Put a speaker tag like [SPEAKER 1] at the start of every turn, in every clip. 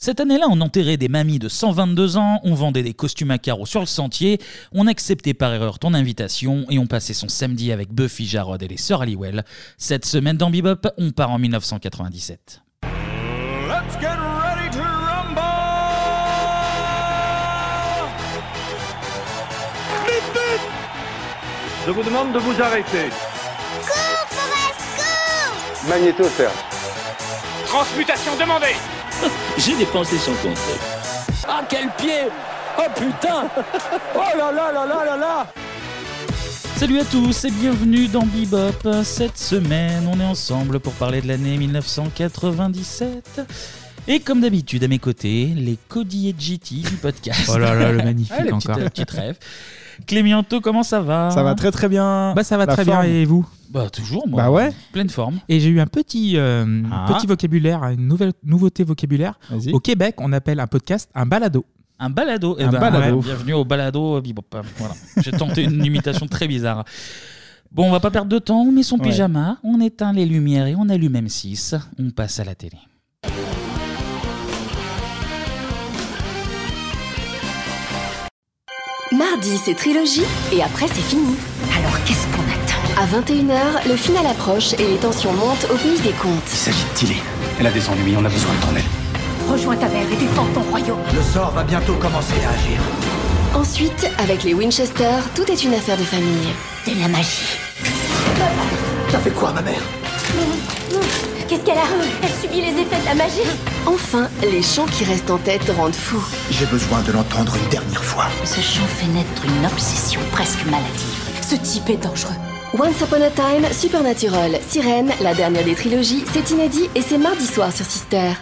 [SPEAKER 1] Cette année-là, on enterrait des mamies de 122 ans, on vendait des costumes à carreaux sur le sentier, on acceptait par erreur ton invitation et on passait son samedi avec Buffy Jarod et les sœurs Halliwell. Cette semaine dans Bebop, on part en 1997.
[SPEAKER 2] Let's get ready to rumble! Vite, vite!
[SPEAKER 3] Je vous demande de vous arrêter.
[SPEAKER 4] Magnéto, faire.
[SPEAKER 5] Transmutation demandée
[SPEAKER 6] J'ai dépensé sans compter.
[SPEAKER 5] Ah quel pied Oh putain Oh là là là là là là
[SPEAKER 1] Salut à tous et bienvenue dans Bebop. Cette semaine, on est ensemble pour parler de l'année 1997. Et comme d'habitude, à mes côtés, les Cody et GT du podcast.
[SPEAKER 7] Oh là là, le magnifique
[SPEAKER 1] Ah, petit-
[SPEAKER 7] encore.
[SPEAKER 1] euh, petit rêve. Clémianto, comment ça va
[SPEAKER 7] Ça va très très bien.
[SPEAKER 1] Bah, ça va
[SPEAKER 7] La
[SPEAKER 1] très bien,
[SPEAKER 7] forme.
[SPEAKER 1] et vous Bah toujours moi.
[SPEAKER 7] Bah ouais.
[SPEAKER 1] Pleine forme.
[SPEAKER 7] Et j'ai eu un petit, euh,
[SPEAKER 1] Ah.
[SPEAKER 7] petit vocabulaire, une nouvelle nouveauté vocabulaire.
[SPEAKER 1] Vas-y.
[SPEAKER 7] Au Québec, on appelle un podcast un balado.
[SPEAKER 1] Un balado. Eh
[SPEAKER 7] Un
[SPEAKER 1] ben,
[SPEAKER 7] balado.
[SPEAKER 1] ouais, bienvenue au balado euh, Bebop. Voilà. J'ai tenté une imitation très bizarre. Bon, on va pas perdre de temps. On met son
[SPEAKER 7] Ouais.
[SPEAKER 1] pyjama, on éteint les lumières et on allume M6. On passe à la télé.
[SPEAKER 8] Mardi, c'est trilogie et après, c'est fini. Alors, qu'est-ce qu'on attend À 21h, le final approche et les tensions montent au pays des contes.
[SPEAKER 9] s'agit de Tilly. Elle a des ennuis, on a besoin de ton aide.
[SPEAKER 8] Rejoins ta mère et défends ton royaume.
[SPEAKER 9] Le sort va bientôt commencer à agir.
[SPEAKER 8] Ensuite, avec les Winchester, tout est une affaire de famille. De la magie.
[SPEAKER 9] Ça fait quoi, ma mère
[SPEAKER 8] Qu'est-ce qu'elle a Elle subit les effets de la magie. Enfin, les chants qui restent en tête rendent fou.
[SPEAKER 9] J'ai besoin de l'entendre une dernière fois.
[SPEAKER 8] Ce chant fait naître une obsession presque maladive. Ce type est dangereux. Once Upon a Time, Supernatural, Sirène, la dernière des trilogies, c'est inédit et c'est mardi soir sur Sister.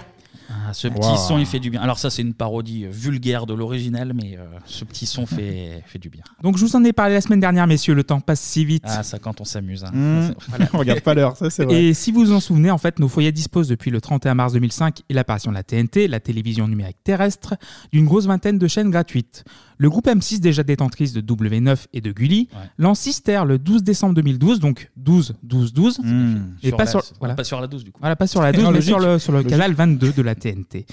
[SPEAKER 1] Ah, ce petit
[SPEAKER 7] Wow.
[SPEAKER 1] son, il fait du bien. Alors ça, c'est une parodie euh, vulgaire de l'original, mais euh, ce petit son fait, fait du bien.
[SPEAKER 7] Donc je vous en ai parlé la semaine dernière, messieurs, le temps passe si vite.
[SPEAKER 1] Ah, ça, quand on s'amuse. hein.
[SPEAKER 7] Hmm. On regarde pas l'heure, ça c'est
[SPEAKER 1] vrai.
[SPEAKER 7] Et si vous vous en souvenez, en fait, nos foyers disposent depuis le 31 mars 2005 et l'apparition de la TNT, la télévision numérique terrestre, d'une grosse vingtaine de chaînes gratuites. Le groupe M6, déjà détentrice de W9 et de Gulli, lance Sister le 12 décembre 2012, donc 12-12-12, et
[SPEAKER 1] Sur
[SPEAKER 7] pas
[SPEAKER 1] la-
[SPEAKER 7] sur, voilà.
[SPEAKER 1] pas sur la 12 du coup.
[SPEAKER 7] Voilà, pas sur la 12,
[SPEAKER 1] Non,
[SPEAKER 7] mais
[SPEAKER 1] logique.
[SPEAKER 7] sur le, sur le
[SPEAKER 1] Logique.
[SPEAKER 7] canal 22 de la TNT.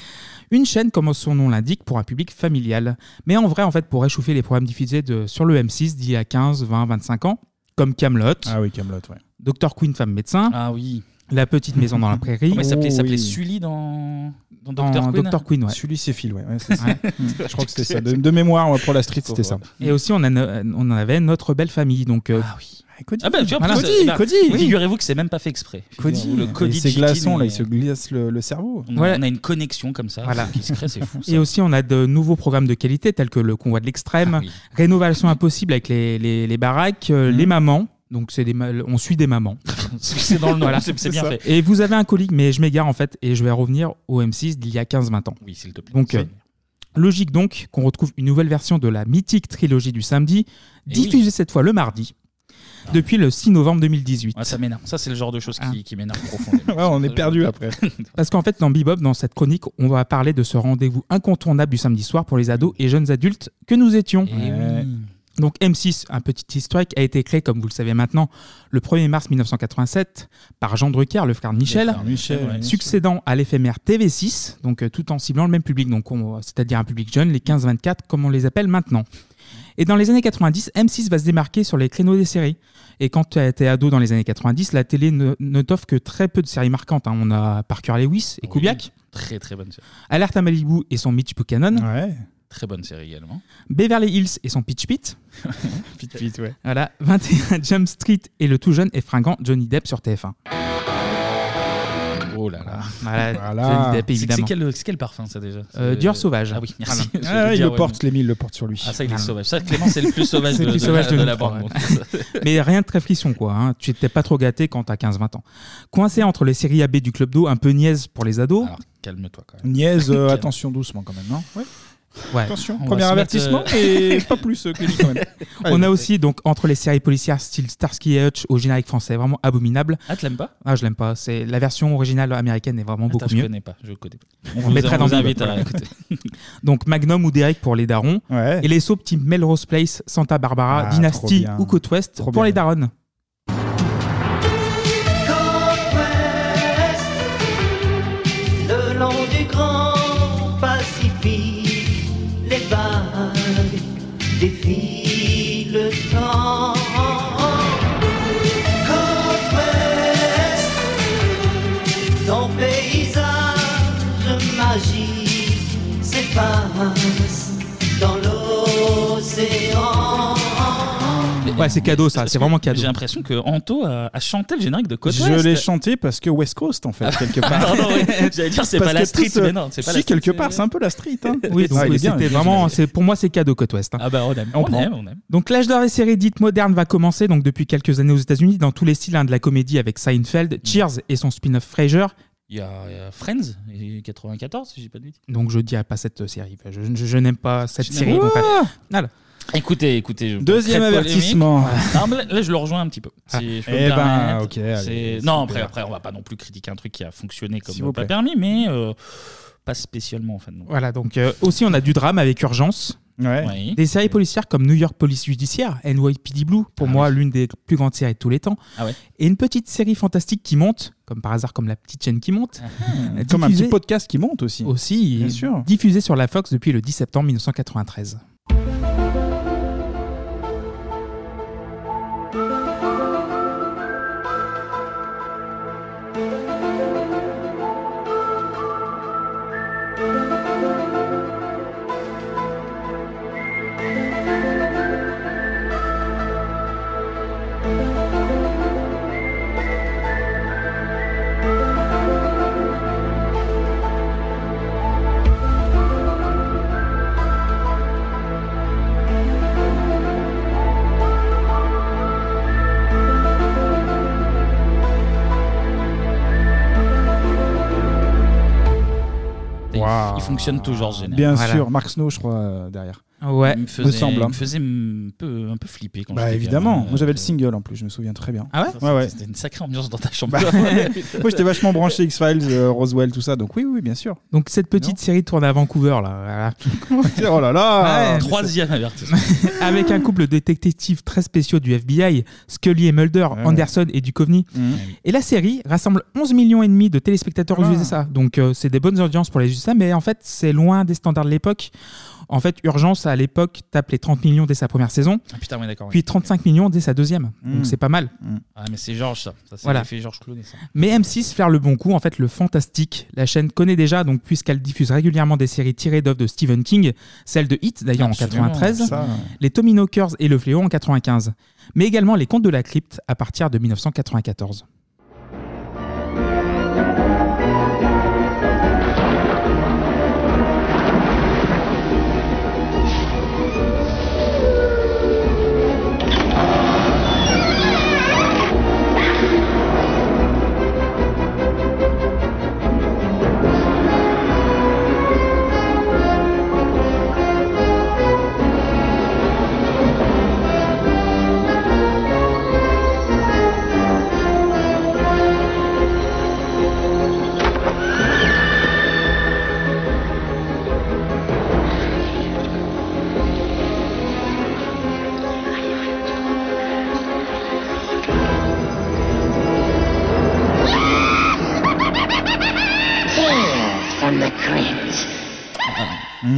[SPEAKER 7] Une chaîne, comme son nom l'indique, pour un public familial. Mais en vrai, en fait, pour réchauffer les programmes diffusés de, sur le M6 d'il y a 15, 20, 25 ans, comme Camelot.
[SPEAKER 1] Ah oui,
[SPEAKER 7] Camelot, ouais. Docteur Queen, femme médecin.
[SPEAKER 1] Ah oui.
[SPEAKER 7] La petite maison dans la prairie.
[SPEAKER 1] Comment il s'appelait Il s'appelait Sully dans, dans
[SPEAKER 7] Dans
[SPEAKER 1] Doctor Queen.
[SPEAKER 7] Dr. Queen, ouais.
[SPEAKER 1] Sully,
[SPEAKER 7] Oh c'est Hmm. Phil, ouais.
[SPEAKER 1] Je crois que c'était
[SPEAKER 7] ça.
[SPEAKER 1] De-
[SPEAKER 7] mémoire, pour la street,
[SPEAKER 1] c'était ça.
[SPEAKER 7] Et aussi, on, a no- on en avait notre belle famille. Donc, ah
[SPEAKER 1] oui.
[SPEAKER 7] Cody,
[SPEAKER 1] Hmm. Ah bah, tu vois,
[SPEAKER 7] Voilà.
[SPEAKER 1] parce-
[SPEAKER 7] Cody,
[SPEAKER 1] eh ben,
[SPEAKER 7] Cody, oui.
[SPEAKER 1] Figurez-vous que c'est même pas fait exprès.
[SPEAKER 7] Cody,
[SPEAKER 1] le
[SPEAKER 7] et
[SPEAKER 1] Cody
[SPEAKER 7] ses
[SPEAKER 1] Chitty,
[SPEAKER 7] glaçons, là,
[SPEAKER 1] mais
[SPEAKER 7] ils se
[SPEAKER 10] glisse le, le cerveau.
[SPEAKER 1] On,
[SPEAKER 7] Voilà.
[SPEAKER 1] on a une connexion comme ça
[SPEAKER 7] Voilà.
[SPEAKER 1] qui se crée, c'est fou. ça. Ah
[SPEAKER 7] Et aussi, on a de nouveaux programmes de qualité tels que le convoi de l'extrême, rénovation impossible avec les, les, les baraques, euh,
[SPEAKER 1] Mhm.
[SPEAKER 7] les mamans. Donc, c'est des ma- on suit des mamans.
[SPEAKER 1] C'est dans le nom, c'est- c'est bien
[SPEAKER 7] ça.
[SPEAKER 1] fait.
[SPEAKER 7] Et vous avez un colique, mais je m'égare en fait, et je vais revenir au M6 d'il y a 15-20 ans.
[SPEAKER 1] Oui, s'il te plaît.
[SPEAKER 7] Donc, euh,
[SPEAKER 1] Oui.
[SPEAKER 7] logique donc qu'on retrouve une nouvelle version de la mythique trilogie du
[SPEAKER 1] Eh
[SPEAKER 7] samedi, diffusée cette fois le mardi, depuis le 6 novembre 2018.
[SPEAKER 1] Ah, ça m'énerve. Ça, c'est le genre de choses
[SPEAKER 7] Ah.
[SPEAKER 1] qui, qui m'énerve profondément.
[SPEAKER 7] on est perdu après. Parce qu'en fait, dans Bebop, dans cette chronique, on va parler de ce rendez-vous incontournable du samedi soir pour les ados et jeunes adultes que nous étions.
[SPEAKER 1] oui.
[SPEAKER 7] Donc M6, un petit historique, a été créé, comme vous le savez maintenant, le 1er mars 1987 par Jean Drucker, le frère de Michel, Euh,
[SPEAKER 10] frères Michel, ouais, bien sûr.
[SPEAKER 7] succédant à l'éphémère TV6, donc euh, tout en ciblant le même public, donc on- c'est-à-dire un public jeune, les 15-24, comme on les appelle maintenant. Et dans les années 90, M6 va se démarquer sur les créneaux des séries. Et quand tu été ado dans les années 90, la télé ne, ne t'offre que très peu de séries marquantes. hein. On a Parker Lewis et Kubiak,
[SPEAKER 1] Très, très bonne série.
[SPEAKER 7] Alerte à Malibu et son Mitch Buchanan,
[SPEAKER 1] Très bonne série également.
[SPEAKER 7] Beverly Hills et son Pitch Pit,
[SPEAKER 1] Vite, vite, ouais.
[SPEAKER 7] voilà, 21 Jump Street et le tout jeune et fringant Johnny Depp sur TF1.
[SPEAKER 1] Oh là là.
[SPEAKER 7] Voilà, Johnny Depp,
[SPEAKER 1] C'est-
[SPEAKER 7] évidemment.
[SPEAKER 1] C'est quel, c'est quel parfum ça déjà
[SPEAKER 7] Euh,
[SPEAKER 1] C'est-
[SPEAKER 7] Dior Sauvage.
[SPEAKER 1] Ah oui, merci.
[SPEAKER 7] Voilà.
[SPEAKER 1] Je veux dire, ouais, mais-
[SPEAKER 7] Lémi, il le porte sur lui.
[SPEAKER 1] Ah, ça, il est sauvage. Ça, Clément, c'est le plus sauvage de- de la- de la bande, donc.
[SPEAKER 7] Mais rien de très frisson, quoi. hein. Tu n'étais pas trop gâté quand t'as 15-20 ans. Coincé entre les séries AB du Club d'eau, un peu niaise pour les ados.
[SPEAKER 1] Calme-toi quand même.
[SPEAKER 10] Niaise, euh, attention doucement quand même, non
[SPEAKER 7] Ouais.
[SPEAKER 10] Attention,
[SPEAKER 7] On
[SPEAKER 10] premier
[SPEAKER 7] va se
[SPEAKER 10] avertissement
[SPEAKER 7] mettre,
[SPEAKER 10] et pas plus, euh, Clémy, quand même.
[SPEAKER 7] On a aussi, donc, entre les séries policières style Starsky et Hutch au générique français, vraiment abominable.
[SPEAKER 1] Ah, tu l'aimes pas Ah,
[SPEAKER 7] Ah, je l'aime pas. C'est La version originale américaine est vraiment
[SPEAKER 1] Attends,
[SPEAKER 7] beaucoup
[SPEAKER 1] je
[SPEAKER 7] mieux.
[SPEAKER 1] connais pas, je connais pas. On
[SPEAKER 7] On,
[SPEAKER 1] vous-
[SPEAKER 7] le mettra
[SPEAKER 1] on
[SPEAKER 7] dans
[SPEAKER 1] vous
[SPEAKER 7] le
[SPEAKER 1] invite
[SPEAKER 7] livre.
[SPEAKER 1] à écouter.
[SPEAKER 7] Donc Magnum ou Derek pour les darons. Et les soaps type Melrose Place, Santa Barbara,
[SPEAKER 10] Ah, trop
[SPEAKER 7] Dynasty
[SPEAKER 10] bien.
[SPEAKER 7] ou Côte Ouest pour les darons.
[SPEAKER 11] Le long du grand
[SPEAKER 4] pique les vagues, défie le temps. Côte ouest, ton paysage magique s'efface dans l'océan.
[SPEAKER 7] Ouais, c'est cadeau ça, c'est vraiment cadeau.
[SPEAKER 1] J'ai l'impression que Anto a, a chanté le générique de Côte
[SPEAKER 10] Je
[SPEAKER 1] Ouest. Ah,
[SPEAKER 10] l'ai chanté parce que West Coast, en fait, quelque part.
[SPEAKER 1] Pardon, oui. J'allais dire, c'est
[SPEAKER 10] Parce
[SPEAKER 1] pas la
[SPEAKER 10] que
[SPEAKER 1] street,
[SPEAKER 10] tous, euh,
[SPEAKER 1] mais non, c'est pas la
[SPEAKER 10] Si,
[SPEAKER 1] street,
[SPEAKER 10] quelque
[SPEAKER 1] c'est-
[SPEAKER 10] part, c'est un peu la street. hein.
[SPEAKER 7] Oui, donc,
[SPEAKER 10] Ah, il
[SPEAKER 7] oui,
[SPEAKER 10] est bien,
[SPEAKER 7] c'était
[SPEAKER 10] il est bien.
[SPEAKER 7] vraiment, c'est pour moi c'est cadeau Côte Ouest. hein.
[SPEAKER 1] Ah bah on aime,
[SPEAKER 7] On
[SPEAKER 1] on,
[SPEAKER 7] prend.
[SPEAKER 1] aime, on aime.
[SPEAKER 7] Donc l'âge d'or des séries dites modernes va commencer donc depuis quelques années aux États-Unis dans tous les styles hein, de la comédie avec Seinfeld, Cheers et son spin-off Frasier.
[SPEAKER 1] Il y a, il y a Friends, il y a 94, si j'ai pas de bêtises.
[SPEAKER 7] Donc je dirais pas cette série, Enfin, je, je- je n'aime pas cette
[SPEAKER 1] n'aimes
[SPEAKER 7] série.
[SPEAKER 1] pas.
[SPEAKER 7] donc, voilà. Voilà.
[SPEAKER 1] Écoutez, écoutez. je-
[SPEAKER 10] Deuxième
[SPEAKER 1] très polémique.
[SPEAKER 10] avertissement.
[SPEAKER 1] Non, mais là, là, je le rejoins un petit peu. Si je peux me
[SPEAKER 10] Eh ben,
[SPEAKER 1] permettre.
[SPEAKER 10] ok, allez,
[SPEAKER 1] C'est-
[SPEAKER 10] super.
[SPEAKER 1] non, après, après, on va pas non plus critiquer un truc qui a fonctionné comme
[SPEAKER 10] S'il vous
[SPEAKER 1] pas
[SPEAKER 10] plaît.
[SPEAKER 1] permis, mais euh, pas spécialement en fait. non.
[SPEAKER 7] Voilà, donc euh, aussi on a du drame avec urgence.
[SPEAKER 10] Ouais.
[SPEAKER 1] Oui.
[SPEAKER 7] Des séries policières comme New York Police Judiciaire, NYPD Blue, pour moi l'une des plus grandes séries de tous les temps.
[SPEAKER 1] Ah ouais.
[SPEAKER 7] Et une petite série fantastique qui monte, comme par hasard comme la petite chaîne qui monte.
[SPEAKER 1] Ah.
[SPEAKER 10] Comme un petit
[SPEAKER 7] diffusée-
[SPEAKER 10] podcast qui monte aussi.
[SPEAKER 7] aussi
[SPEAKER 10] Bien sûr.
[SPEAKER 7] diffusée sur la Fox depuis le 10 septembre 1993.
[SPEAKER 1] Il-
[SPEAKER 10] Waouh.
[SPEAKER 1] Il, fonctionne toujours, ce générique.
[SPEAKER 10] Bien
[SPEAKER 7] Voilà.
[SPEAKER 10] sûr, Mark Snow, je crois, euh, derrière.
[SPEAKER 7] Ouais.
[SPEAKER 1] Il me faisait,
[SPEAKER 10] semble,
[SPEAKER 1] il
[SPEAKER 10] hein.
[SPEAKER 1] me faisait un peu, un peu flipper quand
[SPEAKER 10] Bah
[SPEAKER 1] j'étais
[SPEAKER 10] évidemment,
[SPEAKER 1] gamin. euh.
[SPEAKER 10] moi j'avais le single en plus, je me souviens très bien.
[SPEAKER 7] Ah ouais
[SPEAKER 1] C'était
[SPEAKER 10] Ouais, ouais.
[SPEAKER 1] une sacrée ambiance dans ta chambre.
[SPEAKER 10] Bah, ouais. Moi j'étais vachement branché X-Files, euh, Roswell, tout ça, donc oui, oui, bien sûr.
[SPEAKER 7] Donc cette petite série tourne à Vancouver là, voilà. Ah
[SPEAKER 10] oh là là
[SPEAKER 7] Ouais.
[SPEAKER 1] Troisième avertissement.
[SPEAKER 7] avec un couple de détectives très spéciaux du FBI, Scully et Mulder,
[SPEAKER 1] Ah
[SPEAKER 10] Ouais.
[SPEAKER 7] Anderson et Duchovny.
[SPEAKER 1] Mm.
[SPEAKER 10] Mhm.
[SPEAKER 7] Et la série rassemble 11 millions et demi de téléspectateurs aux
[SPEAKER 10] Ah.
[SPEAKER 7] USA. Donc euh, c'est des bonnes audiences pour les USA, mais en fait c'est loin des standards de l'époque. En fait, Urgence à l'époque tape les 30 millions dès sa première saison,
[SPEAKER 1] Ah, putain, oui, Mm. d'accord. oui.
[SPEAKER 7] puis 35 millions dès sa deuxième.
[SPEAKER 10] Mhm.
[SPEAKER 7] Donc c'est pas mal.
[SPEAKER 1] Ah, mais c'est Georges, ça. Ça, c'est
[SPEAKER 7] Voilà.
[SPEAKER 1] l'effet Georges Clooney, ça.
[SPEAKER 7] Mais M6 faire le bon coup, en fait, le fantastique. La chaîne connaît déjà, donc puisqu'elle diffuse régulièrement des séries tirées d'œuvres de Stephen King, celle de Hit d'ailleurs en
[SPEAKER 1] Absolument,
[SPEAKER 7] 93,
[SPEAKER 10] Ça,
[SPEAKER 7] les Tommyknockers et le Fléau en 95, mais également les Contes de la Crypte à partir de 1994.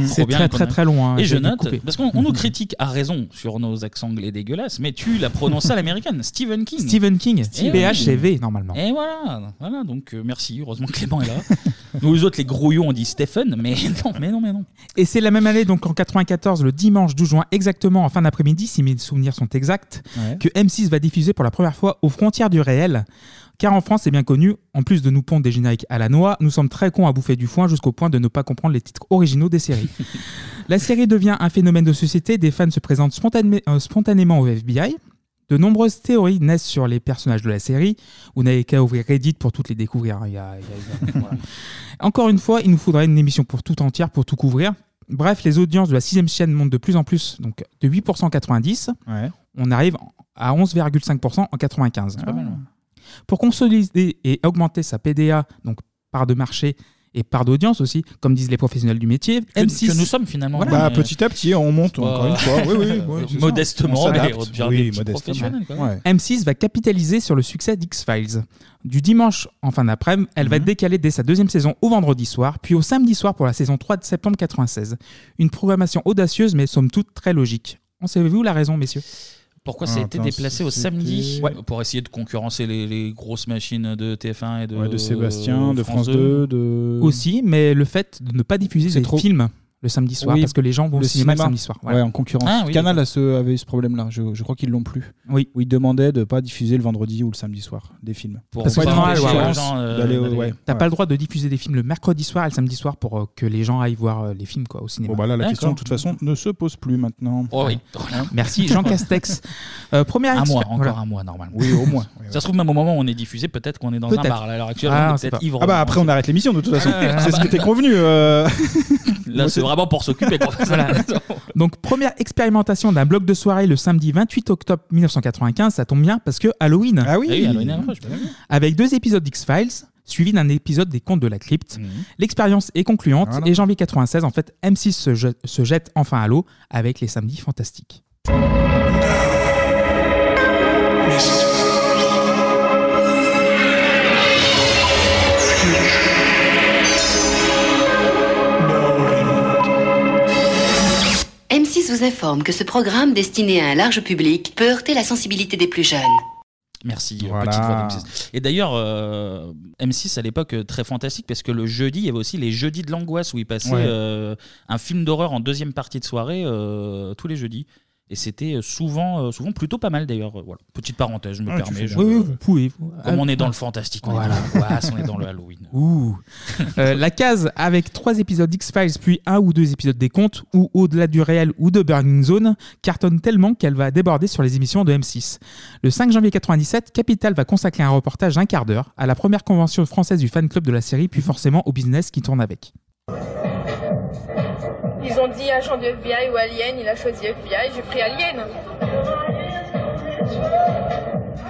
[SPEAKER 7] C'est
[SPEAKER 1] Trop bien,
[SPEAKER 7] très
[SPEAKER 1] le
[SPEAKER 7] très
[SPEAKER 1] bonhomme.
[SPEAKER 7] très loin. hein,
[SPEAKER 1] Et je note, parce qu'on on nous critique à raison sur nos accents anglais dégueulasses, mais tu l'as prononcé à l'américaine, Stephen King.
[SPEAKER 7] Stephen King,
[SPEAKER 1] Stephen
[SPEAKER 7] PH
[SPEAKER 1] King.
[SPEAKER 7] et V normalement.
[SPEAKER 1] Et voilà, voilà donc euh, merci, heureusement que Clément est là. nous les autres, les grouillons, on dit Stephen, mais non, mais non, mais non.
[SPEAKER 7] Et c'est la même année, donc en 94, le dimanche 12 juin exactement, en fin d'après-midi, si mes souvenirs sont exacts,
[SPEAKER 10] Ouais.
[SPEAKER 7] que M6 va diffuser pour la première fois aux frontières du réel. Car en France, c'est bien connu, en plus de nous pondre des génériques à la noix, nous sommes très cons à bouffer du foin jusqu'au point de ne pas comprendre les titres originaux des séries. la série devient un phénomène de société, des fans se présentent spontané- euh, spontanément au FBI. De nombreuses théories naissent sur les personnages de la série. Vous n'avez qu'à ouvrir Reddit pour toutes les découvrir. hein. Il y a- il y a- il y a- voilà. Encore une fois, il nous faudrait une émission pour tout entière, pour tout couvrir. Bref, les audiences de la sixième chaîne montent de plus en plus, donc de 8% en 90,
[SPEAKER 10] ouais.
[SPEAKER 7] on arrive à 11,5% en 95.
[SPEAKER 1] Pas mal, ouais.
[SPEAKER 7] Pour consolider et augmenter sa PDA, donc part de marché, et part d'audience aussi, comme disent les professionnels du métier.
[SPEAKER 1] Que-
[SPEAKER 7] M6
[SPEAKER 1] que nous sommes, finalement.
[SPEAKER 10] Bah, petit à petit, on monte, encore une fois. Oui, oui, oui, c'est ça.
[SPEAKER 1] Modestement,
[SPEAKER 10] On s'adapte.
[SPEAKER 1] mais on devient
[SPEAKER 10] Oui,
[SPEAKER 1] des petits
[SPEAKER 10] modestement.
[SPEAKER 1] professionnels, quoi.
[SPEAKER 10] Ouais.
[SPEAKER 7] M6 va capitaliser sur le succès d'X-Files. Du dimanche en fin d'après-midi, elle
[SPEAKER 1] Mhm.
[SPEAKER 7] va décaler dès sa deuxième saison au vendredi soir, puis au samedi soir pour la saison 3 de septembre 96. Une programmation audacieuse mais somme toute très logique. En savez-vous la raison, messieurs
[SPEAKER 1] Pourquoi
[SPEAKER 10] Ah,
[SPEAKER 1] ça a été déplacé au samedi Euh, Pour essayer de concurrencer les, les grosses machines de TF1 et de,
[SPEAKER 10] Ouais, de
[SPEAKER 1] Euh,
[SPEAKER 10] Sébastien, de France 2, de-
[SPEAKER 7] Aussi, mais le fait de ne pas diffuser
[SPEAKER 10] C'est
[SPEAKER 7] des
[SPEAKER 10] trop-
[SPEAKER 7] films le samedi soir,
[SPEAKER 10] Oui,
[SPEAKER 7] parce que les gens vont au
[SPEAKER 10] le
[SPEAKER 7] cinéma, le samedi soir. voilà.
[SPEAKER 10] Ouais, en concurrence.
[SPEAKER 1] Ah
[SPEAKER 10] Canal a ce- avait eu ce problème-là. Je, je crois qu'ils l'ont plus.
[SPEAKER 7] Oui.
[SPEAKER 10] Où ils demandaient de ne pas diffuser le vendredi ou le samedi soir des films.
[SPEAKER 7] Parce que
[SPEAKER 10] pas
[SPEAKER 7] sinon,
[SPEAKER 10] donner
[SPEAKER 7] ouais,
[SPEAKER 10] la
[SPEAKER 7] ouais,
[SPEAKER 10] chance
[SPEAKER 7] ouais.
[SPEAKER 10] euh,
[SPEAKER 1] euh,
[SPEAKER 10] d'aller au- ouais,
[SPEAKER 7] T'as
[SPEAKER 10] ouais.
[SPEAKER 7] pas le droit de diffuser des films le mercredi soir et le samedi soir pour euh, que les gens aillent voir euh, les films quoi, au cinéma.
[SPEAKER 10] Bon, bah là, la
[SPEAKER 7] D'accord.
[SPEAKER 10] question, de toute façon, ne se pose plus maintenant.
[SPEAKER 1] Oh oui.
[SPEAKER 10] Hein
[SPEAKER 7] Merci Jean Castex. Euh, première
[SPEAKER 1] Un
[SPEAKER 7] X-
[SPEAKER 1] mois, encore
[SPEAKER 7] voilà.
[SPEAKER 1] un mois normalement.
[SPEAKER 10] Oui, au moins. Oui, oui.
[SPEAKER 1] Ça se trouve, même au moment où on est diffusé, peut-être qu'on est dans un
[SPEAKER 10] Peut-être.
[SPEAKER 1] bar. là, À l'heure actuelle,
[SPEAKER 10] Ah,
[SPEAKER 1] on
[SPEAKER 10] on
[SPEAKER 1] est
[SPEAKER 10] sait
[SPEAKER 1] peut-être
[SPEAKER 10] pas.
[SPEAKER 1] ivre.
[SPEAKER 10] Ah bah après, on arrête l'émission de toute façon.
[SPEAKER 1] Ah,
[SPEAKER 10] C'est ce
[SPEAKER 1] bah.
[SPEAKER 10] qui était convenu. euh.
[SPEAKER 1] Là, c'est vraiment pour s'occuper. quoi.
[SPEAKER 7] Voilà. Donc première expérimentation d'un bloc de soirée le samedi 28 octobre 1995, ça tombe bien parce que Halloween.
[SPEAKER 10] Ah oui,
[SPEAKER 1] Ah oui, Halloween, après, je peux pas dire.
[SPEAKER 7] Avec deux épisodes d'X-Files suivi d'un épisode des Contes de la Crypte.
[SPEAKER 1] Mhm.
[SPEAKER 7] L'expérience est concluante
[SPEAKER 1] Voilà.
[SPEAKER 7] et janvier 96 en fait M6 se je- se jette enfin à l'eau avec les samedis fantastiques.
[SPEAKER 12] M6 vous informe que ce programme destiné à un large public peut heurter la sensibilité des plus jeunes.
[SPEAKER 1] Merci, euh,
[SPEAKER 10] Voilà.
[SPEAKER 1] petite voix d'M6. Et d'ailleurs, euh, M6 à l'époque, euh, très fantastique parce que le jeudi, il y avait aussi les jeudis de l'angoisse où il passait
[SPEAKER 10] Ouais.
[SPEAKER 1] euh, un film d'horreur en deuxième partie de soirée euh, tous les jeudis. Et c'était souvent, euh, souvent plutôt pas mal d'ailleurs. Euh, Voilà. Petite parenthèse, je me
[SPEAKER 7] Ah, tu
[SPEAKER 1] permets.
[SPEAKER 7] fais
[SPEAKER 1] je-
[SPEAKER 7] bien. Oui, oui, vous pouvez.
[SPEAKER 1] Comme on est dans
[SPEAKER 7] Ah.
[SPEAKER 1] le fantastique, on
[SPEAKER 7] Voilà.
[SPEAKER 1] est dans l'angoisse, on est dans le Halloween.
[SPEAKER 7] Ouh. Euh, la case avec trois épisodes d'X-Files puis un ou deux épisodes des contes ou au-delà du réel ou de Burning Zone cartonne tellement qu'elle va déborder sur les émissions de M6. Le 5 janvier 97, Capital va consacrer un reportage d'un quart d'heure à la première convention française du fan club de la série puis forcément au business qui tourne avec.
[SPEAKER 13] Ils ont dit agent de FBI ou alien, il a choisi FBI, j'ai pris alien.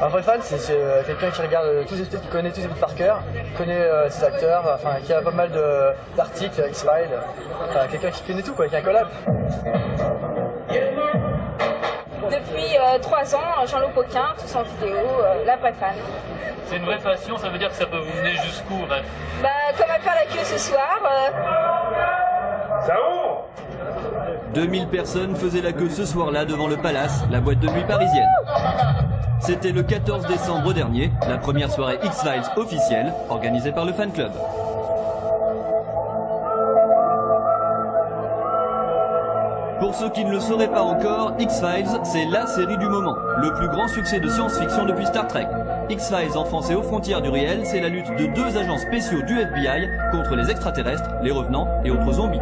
[SPEAKER 4] Un vrai fan, c'est c'est, euh, quelqu'un qui regarde euh, tous les épisodes, qui connaît tous les épisodes par cœur, qui connaît euh, ses acteurs, enfin, qui a pas mal de- d'articles, euh, X-Files, euh, enfin, quelqu'un qui connaît tout, quoi, qui est un collab.
[SPEAKER 13] Depuis euh, trois ans, Jean-Loup Poquin, tous en vidéo, euh, la pas de fan.
[SPEAKER 14] C'est une vraie passion, ça veut dire que ça peut vous mener jusqu'où ouais.
[SPEAKER 13] Bah, comme à faire la queue ce soir. euh,
[SPEAKER 3] 2000 personnes faisaient la queue ce soir-là devant le Palace, la boîte de nuit parisienne. C'était le 14 décembre dernier, la première soirée X-Files officielle, organisée par le fan club. Pour ceux qui ne le sauraient pas encore, X-Files, c'est la série du moment, le plus grand succès de science-fiction depuis Star Trek. X-Files en France et aux frontières du réel, c'est la lutte de deux agents spéciaux du FBI contre les extraterrestres, les revenants et autres zombies.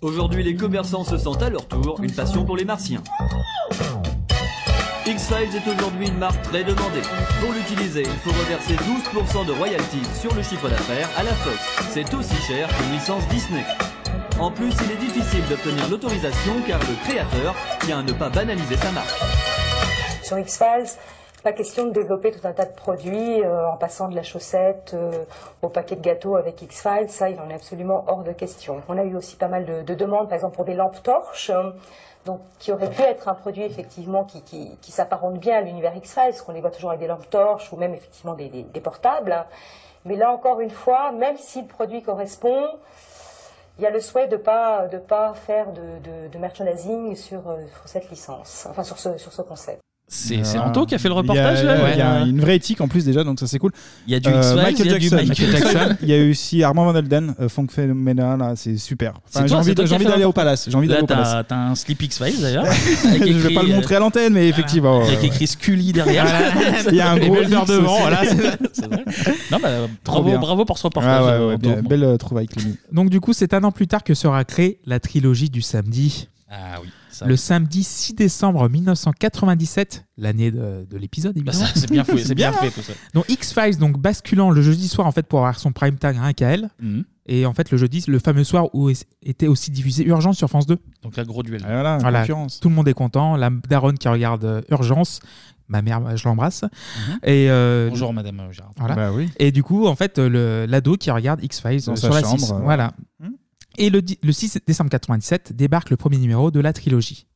[SPEAKER 3] Aujourd'hui, les commerçants se sentent à leur tour une passion pour les martiens. X-Files est aujourd'hui une marque très demandée. Pour l'utiliser, il faut reverser 12% de royalties sur le chiffre d'affaires à la Fox. C'est aussi cher qu'une licence Disney. En plus, il est difficile d'obtenir l'autorisation car le créateur tient à ne pas banaliser sa marque.
[SPEAKER 15] Sur X-Files, pas question de développer tout un tas de produits euh, en passant de la chaussette euh, au paquet de gâteaux avec X-Files, ça il en est absolument hors de question. On a eu aussi pas mal de, de demandes, par exemple pour des lampes torches, euh, donc qui auraient pu être un produit effectivement qui, qui- qui s'apparente bien à l'univers X-Files, parce qu'on les voit toujours avec des lampes torches ou même effectivement des, des- des portables. Mais là encore une fois, même si le produit correspond, il y a le souhait de pas de pas faire de, de- de merchandising sur, euh, sur cette licence, enfin sur ce, sur ce concept.
[SPEAKER 1] C'est
[SPEAKER 10] Euh,
[SPEAKER 1] c'est Anto qui a fait le
[SPEAKER 10] Il y a-
[SPEAKER 1] reportage là euh,
[SPEAKER 10] ouais, Il y a une vraie éthique en plus déjà, donc ça c'est cool. Euh,
[SPEAKER 1] Il y a du X-Files, il
[SPEAKER 10] Michael
[SPEAKER 1] y a du
[SPEAKER 10] Jackson.
[SPEAKER 1] Michael Jackson.
[SPEAKER 10] Il y a eu aussi Armand Van Elden, euh, Funk Phenomena, là, c'est super. Enfin,
[SPEAKER 1] C'est toi,
[SPEAKER 10] j'ai envie,
[SPEAKER 1] c'est toi qui
[SPEAKER 10] de- j'ai envie
[SPEAKER 1] as fait
[SPEAKER 10] d'aller
[SPEAKER 1] le-
[SPEAKER 10] au palace. J'ai envie
[SPEAKER 1] Là,
[SPEAKER 10] d'aller au
[SPEAKER 1] t'as-
[SPEAKER 10] palace.
[SPEAKER 1] T'as un slip X-Files d'ailleurs.
[SPEAKER 10] Je vais pas le montrer à l'antenne, mais effectivement.
[SPEAKER 1] Avec
[SPEAKER 10] ouais, ouais.
[SPEAKER 1] écrit Scully derrière.
[SPEAKER 10] Il y a un
[SPEAKER 1] euh, Et
[SPEAKER 10] gros
[SPEAKER 1] Mulder
[SPEAKER 10] X
[SPEAKER 1] devant.
[SPEAKER 10] aussi.
[SPEAKER 1] Voilà, c'est- c'est vrai. Non, bah,
[SPEAKER 10] Trop
[SPEAKER 1] bravo,
[SPEAKER 10] bien.
[SPEAKER 1] bravo pour ce reportage.
[SPEAKER 10] Ah ouais, ouais,
[SPEAKER 1] euh,
[SPEAKER 10] bien,
[SPEAKER 1] Anto.
[SPEAKER 10] belle euh, trouvaille, Clémy.
[SPEAKER 7] Donc du coup, c'est un an plus tard que sera créée la trilogie du samedi.
[SPEAKER 1] Ah oui, ça.
[SPEAKER 7] Le samedi 6 décembre 1997, l'année de, de l'épisode évidemment.
[SPEAKER 1] Bah, ça, c'est bien fouillé, c'est bien fait, tout ça.
[SPEAKER 7] Donc X-Files donc basculant le jeudi soir en fait pour avoir son prime time rien qu'à elle.
[SPEAKER 1] Mhm.
[SPEAKER 7] Et en fait le jeudi, le fameux soir où es- était aussi diffusé Urgence sur France 2.
[SPEAKER 1] Donc là, gros duel.
[SPEAKER 10] voilà,
[SPEAKER 7] Voilà, tout le monde est content, la daronne qui regarde euh, Urgence ma mère, je l'embrasse. Et euh,
[SPEAKER 1] Mhm. Bonjour, madame, euh, Gérard.
[SPEAKER 7] Voilà.
[SPEAKER 1] Bah oui.
[SPEAKER 7] Et du coup, en fait, euh, le- l'ado qui regarde X-Files
[SPEAKER 1] Dans
[SPEAKER 7] euh,
[SPEAKER 1] sa
[SPEAKER 7] sur la
[SPEAKER 1] chambre,
[SPEAKER 7] 6.
[SPEAKER 1] euh.
[SPEAKER 7] Voilà.
[SPEAKER 10] hmm?
[SPEAKER 7] Et le, di- le 6 décembre 97 débarque le premier numéro de la trilogie.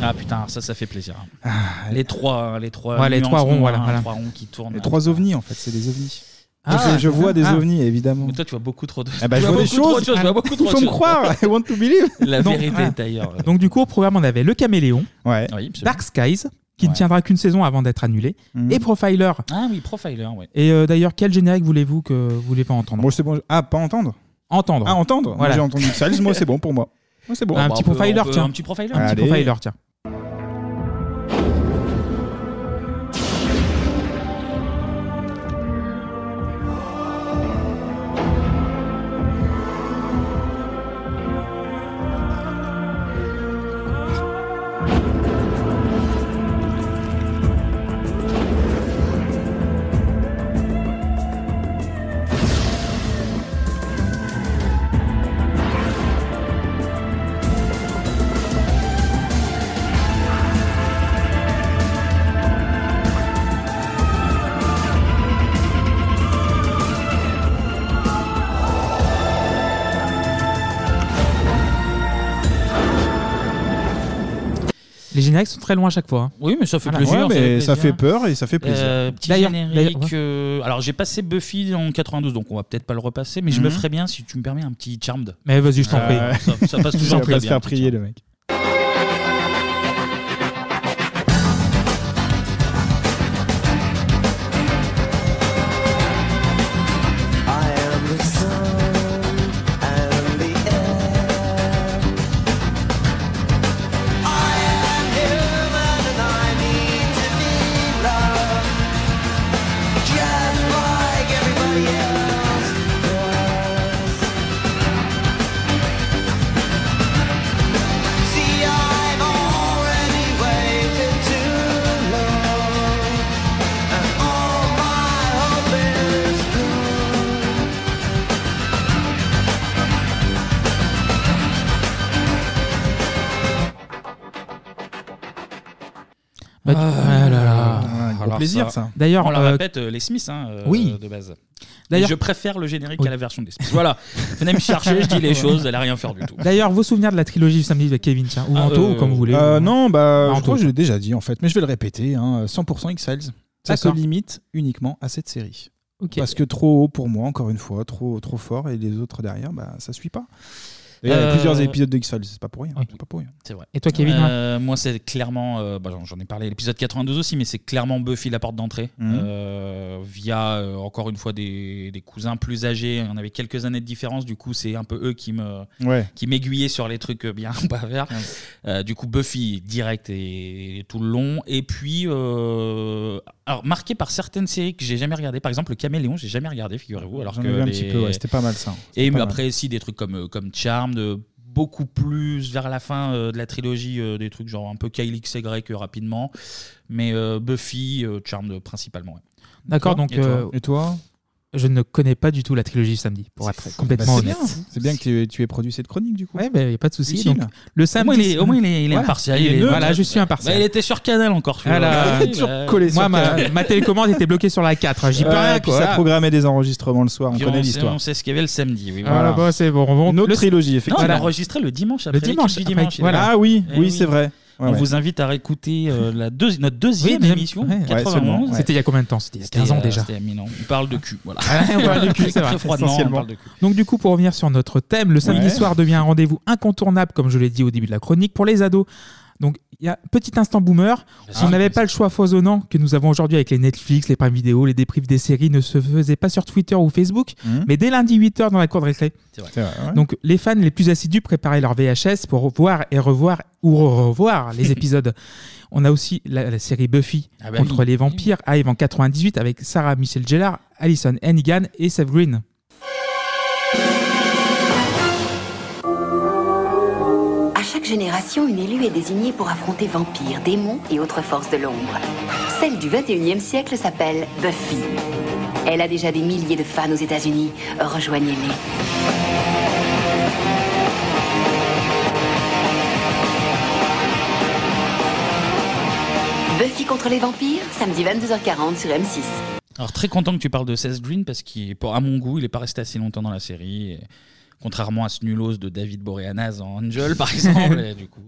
[SPEAKER 1] Ah putain, alors ça, ça fait plaisir. hein. les trois, hein, les trois,
[SPEAKER 7] Ouais, les
[SPEAKER 1] nuances
[SPEAKER 7] trois ronds,
[SPEAKER 1] noires,
[SPEAKER 7] voilà,
[SPEAKER 1] hein,
[SPEAKER 7] voilà.
[SPEAKER 1] trois ronds qui tournent.
[SPEAKER 10] Ah, Les
[SPEAKER 1] hein.
[SPEAKER 10] trois ovnis, en fait, c'est des ovnis.
[SPEAKER 1] Ah,
[SPEAKER 10] Donc, euh, je
[SPEAKER 1] c'est
[SPEAKER 10] vois
[SPEAKER 1] ça.
[SPEAKER 10] des
[SPEAKER 1] Ah.
[SPEAKER 10] ovnis, évidemment.
[SPEAKER 1] Mais toi, tu vois beaucoup trop de
[SPEAKER 10] Ah bah,
[SPEAKER 1] tu
[SPEAKER 10] je
[SPEAKER 1] vois
[SPEAKER 10] vois des
[SPEAKER 1] beaucoup trop
[SPEAKER 10] choses.
[SPEAKER 1] de choses, je vois beaucoup trop
[SPEAKER 10] Il
[SPEAKER 1] de
[SPEAKER 10] faut me
[SPEAKER 1] choses.
[SPEAKER 10] croire. I want to believe. Ah.
[SPEAKER 1] La
[SPEAKER 7] Donc-
[SPEAKER 1] vérité
[SPEAKER 7] ouais.
[SPEAKER 1] est ailleurs.
[SPEAKER 7] Donc du coup, au programme, on avait Le Caméléon,
[SPEAKER 1] Oui, absolument.
[SPEAKER 7] Dark Skies, qui ne tiendra qu'une saison avant d'être annulé,
[SPEAKER 10] Hmm.
[SPEAKER 7] et Profiler.
[SPEAKER 1] Ah oui, Profiler, ouais.
[SPEAKER 7] Et euh, d'ailleurs, quel générique voulez-vous que vous voulez pas entendre Moi,
[SPEAKER 10] c'est bon. Ah, pas entendre
[SPEAKER 7] Entendre.
[SPEAKER 10] Ah, entendre Moi,
[SPEAKER 7] Voilà.
[SPEAKER 10] J'ai entendu X-Files, moi, c'est bon pour moi. Moi, c'est bon.
[SPEAKER 7] Un
[SPEAKER 1] bah,
[SPEAKER 7] petit Profiler, tiens. Un petit
[SPEAKER 10] Allez.
[SPEAKER 7] Profiler, tiens. Les génériques sont très loin à chaque fois. hein.
[SPEAKER 1] Oui, mais ça fait
[SPEAKER 7] Voilà.
[SPEAKER 1] plaisir.
[SPEAKER 7] Ouais, mais ça fait peur et ça fait plaisir.
[SPEAKER 1] Euh, petit
[SPEAKER 7] D'ailleurs-
[SPEAKER 1] générique.
[SPEAKER 7] d'ailleurs, ouais.
[SPEAKER 1] euh, alors, j'ai passé Buffy en 92, donc on va peut-être pas le repasser, mais je me
[SPEAKER 7] Mhm.
[SPEAKER 1] ferais bien, si tu me permets, un petit Charmed.
[SPEAKER 7] Mais vas-y,
[SPEAKER 10] Ah,
[SPEAKER 7] je t'en prie.
[SPEAKER 1] Euh, Ça, ça passe
[SPEAKER 7] Je
[SPEAKER 1] toujours
[SPEAKER 7] vais
[SPEAKER 1] très
[SPEAKER 7] pas se
[SPEAKER 1] bien.
[SPEAKER 7] faire
[SPEAKER 1] petit
[SPEAKER 10] prier,
[SPEAKER 1] Charmed.
[SPEAKER 10] le mec.
[SPEAKER 4] I am the sun and the air. I am human and I need to be loved. Just like everybody else does. See, I've already waited too long. And all my hope is gone.
[SPEAKER 7] Bah, tu- ah là là.
[SPEAKER 1] Ah, gros
[SPEAKER 7] Alors
[SPEAKER 1] plaisir, ça.
[SPEAKER 7] D'ailleurs,
[SPEAKER 1] on la
[SPEAKER 7] euh,
[SPEAKER 1] répète, euh, les Smiths, hein, euh,
[SPEAKER 7] oui.
[SPEAKER 1] de base.
[SPEAKER 7] D'ailleurs-
[SPEAKER 1] D'ailleurs, je préfère le générique
[SPEAKER 7] Oui.
[SPEAKER 1] à la version des Smiths. Voilà. Venez me chercher, je dis les choses, elle a rien faire du tout.
[SPEAKER 7] D'ailleurs, vos souvenirs de la trilogie du samedi avec Kevin, tiens, ou
[SPEAKER 1] Ah,
[SPEAKER 7] Anto,
[SPEAKER 1] euh,
[SPEAKER 7] ou comme vous voulez.
[SPEAKER 10] Euh, non, bah, je
[SPEAKER 7] Anto.
[SPEAKER 10] crois que je l'ai déjà dit en fait, mais je vais le répéter. hein, 100% X-Files. Ça se
[SPEAKER 7] D'accord.
[SPEAKER 10] limite uniquement à cette série.
[SPEAKER 7] Ok.
[SPEAKER 10] Parce que trop haut pour moi, encore une fois, trop, trop fort, et les autres derrière, bah, ça suit pas. D'ailleurs, Il y a
[SPEAKER 1] Euh,
[SPEAKER 10] plusieurs épisodes de X-Files, c'est pas pour rien.
[SPEAKER 7] Oui.
[SPEAKER 10] c'est Pas pour rien.
[SPEAKER 1] C'est vrai.
[SPEAKER 7] Et toi, Kevin,
[SPEAKER 1] Euh, Moi, c'est clairement. euh, bah, j'en- J'en ai parlé à l'épisode 92 aussi, mais c'est clairement Buffy la porte d'entrée.
[SPEAKER 10] Mhm.
[SPEAKER 1] Euh, via, euh, encore une fois, des, des cousins plus âgés. On avait quelques années de différence, du coup, c'est un peu eux qui me
[SPEAKER 10] Ouais.
[SPEAKER 1] qui m'aiguillaient sur les trucs euh, bien ou pas verts. Euh, du coup, Buffy, direct et, et tout le long. Et puis, euh, alors, marqué par certaines séries que j'ai jamais regardées. Par exemple, le Caméléon, j'ai jamais regardé, figurez-vous. Alors
[SPEAKER 10] J'en
[SPEAKER 1] que
[SPEAKER 10] ai vu un
[SPEAKER 1] les-
[SPEAKER 10] petit peu, ouais, c'était pas mal, ça.
[SPEAKER 1] Et
[SPEAKER 10] C'était pas mal.
[SPEAKER 1] après, si des trucs comme, euh, comme Charmed, euh, beaucoup plus vers la fin euh, de la trilogie, euh, des trucs genre un peu Kyle XY euh, rapidement, mais euh, Buffy, euh, Charmed euh, principalement. ouais.
[SPEAKER 7] D'accord,
[SPEAKER 1] Et toi
[SPEAKER 7] donc.
[SPEAKER 1] Et toi
[SPEAKER 7] euh, Je ne connais pas du tout la trilogie du samedi, pour être complètement
[SPEAKER 10] Bah, c'est
[SPEAKER 7] honnête.
[SPEAKER 10] bien. C'est bien que tu aies, tu aies produit cette chronique du coup.
[SPEAKER 7] Ouais, bah, y a pas de souci.
[SPEAKER 10] Utile.
[SPEAKER 7] Donc, le samedi.
[SPEAKER 1] Au moins, il est, au moins, il est- il est
[SPEAKER 7] Voilà.
[SPEAKER 1] impartial. il
[SPEAKER 7] Il est
[SPEAKER 1] est
[SPEAKER 7] neutre.
[SPEAKER 1] neutre.
[SPEAKER 7] Voilà, je suis impartial. Ah
[SPEAKER 1] Bah, il était sur Canal encore. celui-là.
[SPEAKER 7] Voilà.
[SPEAKER 1] Oui, bah,
[SPEAKER 7] Moi, ma, ma télécommande était bloquée sur la 4. J'y peux
[SPEAKER 10] Ah,
[SPEAKER 7] rien,
[SPEAKER 10] puis
[SPEAKER 7] quoi.
[SPEAKER 10] ça programmait des enregistrements le soir, on
[SPEAKER 1] Puis
[SPEAKER 10] connaît
[SPEAKER 1] sait-
[SPEAKER 10] l'histoire.
[SPEAKER 1] On sait ce qu'il y avait le samedi. Oui,
[SPEAKER 7] Ah, là, bah, c'est bon. on-
[SPEAKER 10] Une autre
[SPEAKER 7] le-
[SPEAKER 10] trilogie,
[SPEAKER 1] Non,
[SPEAKER 10] effectivement.
[SPEAKER 1] on a enregistré le dimanche après. l'équipe
[SPEAKER 7] dimanche,
[SPEAKER 1] du
[SPEAKER 7] après-
[SPEAKER 1] dimanche.
[SPEAKER 7] voilà.
[SPEAKER 1] évidemment.
[SPEAKER 7] Ah oui,
[SPEAKER 1] Eh
[SPEAKER 10] oui, c'est vrai. Ouais,
[SPEAKER 1] on
[SPEAKER 10] ouais.
[SPEAKER 1] vous invite à réécouter euh, la deuxi- notre deuxième
[SPEAKER 7] deuxième-
[SPEAKER 1] émission,
[SPEAKER 7] ouais. Ouais,
[SPEAKER 1] 91.
[SPEAKER 7] seulement, ouais. C'était il y a combien de temps C'était il y a 15 ans
[SPEAKER 1] C'était, euh,
[SPEAKER 7] déjà.
[SPEAKER 1] C'était à Milan. On parle de cul. Voilà.
[SPEAKER 7] on parle de cul, c'est
[SPEAKER 1] Très
[SPEAKER 7] vrai,
[SPEAKER 1] froidement, on
[SPEAKER 7] essentiellement.
[SPEAKER 1] parle de cul.
[SPEAKER 7] Donc du coup, pour revenir sur notre thème, le samedi
[SPEAKER 1] Ouais.
[SPEAKER 7] soir devient un rendez-vous incontournable, comme je l'ai dit au début de la chronique, pour les ados. Donc il y a petit instant boomer. Si on n'avait pas le choix foisonnant que nous avons aujourd'hui avec les Netflix, les primes vidéo, les déprives des séries, ne se faisait pas sur Twitter ou Facebook,
[SPEAKER 1] Mmh.
[SPEAKER 7] mais dès lundi 8h dans la cour de récré.
[SPEAKER 10] C'est vrai, ouais.
[SPEAKER 7] Donc les fans les plus assidus préparaient leur VHS pour voir et revoir ou re- revoir les épisodes. On a aussi la, la série Buffy
[SPEAKER 1] Ah bah
[SPEAKER 7] contre
[SPEAKER 1] oui.
[SPEAKER 7] les vampires arrive en 98 avec Sarah Michelle Gellar, Alison Hennigan et Seth Green.
[SPEAKER 16] À chaque génération, une élue est désignée pour affronter vampires, démons et autres forces de l'ombre. Celle du 21e siècle s'appelle Buffy. Elle a déjà des milliers de fans aux États-Unis. Rejoignez-les. Buffy contre les vampires, samedi 22h40 sur M6.
[SPEAKER 1] Alors très content que tu parles de Seth Green parce qu'il, pour à mon goût, il est pas resté assez longtemps dans la série. Et contrairement à ce nullos de David Boreanaz en Angel, par exemple. et du coup,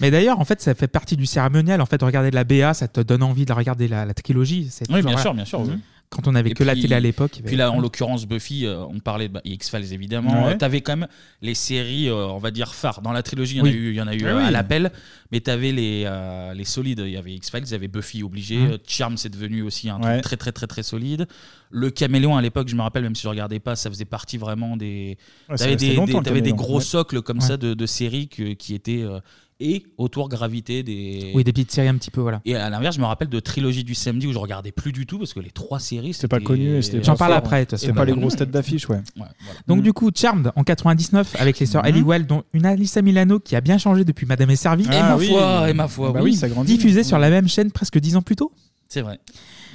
[SPEAKER 7] Mais d'ailleurs, en fait, ça fait partie du cérémonial. En fait, regarder de la BA, ça te donne envie de la regarder la, la trilogie. C'est
[SPEAKER 1] Oui,
[SPEAKER 7] toujours
[SPEAKER 1] bien
[SPEAKER 7] là.
[SPEAKER 1] sûr, bien sûr. oui.
[SPEAKER 7] Quand on avait
[SPEAKER 1] Et
[SPEAKER 7] que la
[SPEAKER 1] puis-
[SPEAKER 7] télé à l'époque. il y
[SPEAKER 1] Puis
[SPEAKER 7] avait- Mm-hmm.
[SPEAKER 1] là, en l'occurrence, Buffy, euh, on parlait de bah, X-Files évidemment.
[SPEAKER 7] Ouais.
[SPEAKER 1] tu T'avais quand même les séries, euh, on va dire, phares. Dans la trilogie, il y en
[SPEAKER 7] Oui.
[SPEAKER 1] a eu, il y en a eu
[SPEAKER 7] Oui,
[SPEAKER 1] euh,
[SPEAKER 7] oui.
[SPEAKER 1] à l'appel. Mais t'avais les, euh, les solides. Il y avait X-Files, il y avait Buffy obligé.
[SPEAKER 7] Mhm.
[SPEAKER 1] Euh, Charm, c'est devenu aussi un
[SPEAKER 7] Ouais.
[SPEAKER 1] truc très, très, très, très solide. Le caméléon, à l'époque, je me rappelle, même si je regardais pas, ça faisait partie vraiment des.
[SPEAKER 10] Ouais, ça
[SPEAKER 1] t'avais
[SPEAKER 10] restait
[SPEAKER 1] des,
[SPEAKER 10] longtemps,
[SPEAKER 1] des-
[SPEAKER 10] le
[SPEAKER 1] t'avais des
[SPEAKER 10] Caméléon.
[SPEAKER 1] gros
[SPEAKER 10] Ouais.
[SPEAKER 1] socles comme
[SPEAKER 10] Ouais.
[SPEAKER 1] ça de, de séries que- qui étaient. euh, et autour gravité des.
[SPEAKER 7] Oui, des petites séries un petit peu, voilà.
[SPEAKER 1] Et à l'inverse, je me rappelle de trilogie du samedi où je regardais plus du tout parce que les trois séries euh,
[SPEAKER 10] C'était pas connu et c'était
[SPEAKER 7] J'en
[SPEAKER 10] pas
[SPEAKER 7] parle
[SPEAKER 10] fort. hein.
[SPEAKER 7] après, de toute
[SPEAKER 10] C'était
[SPEAKER 7] façon.
[SPEAKER 10] pas les grosses têtes d'affiche, ouais. Mm-hmm.
[SPEAKER 7] Donc du coup, Charmed en 99 avec les sœurs Ellie Wild, dont une Alissa Milano qui a bien changé depuis Madame est servie.
[SPEAKER 1] Et
[SPEAKER 10] Ah
[SPEAKER 1] ma foi, et ma foi,
[SPEAKER 7] Bah
[SPEAKER 1] oui. ça grandit.
[SPEAKER 7] Diffusée
[SPEAKER 10] Mm-hmm.
[SPEAKER 7] sur la même chaîne presque dix ans plus tôt.
[SPEAKER 1] C'est vrai.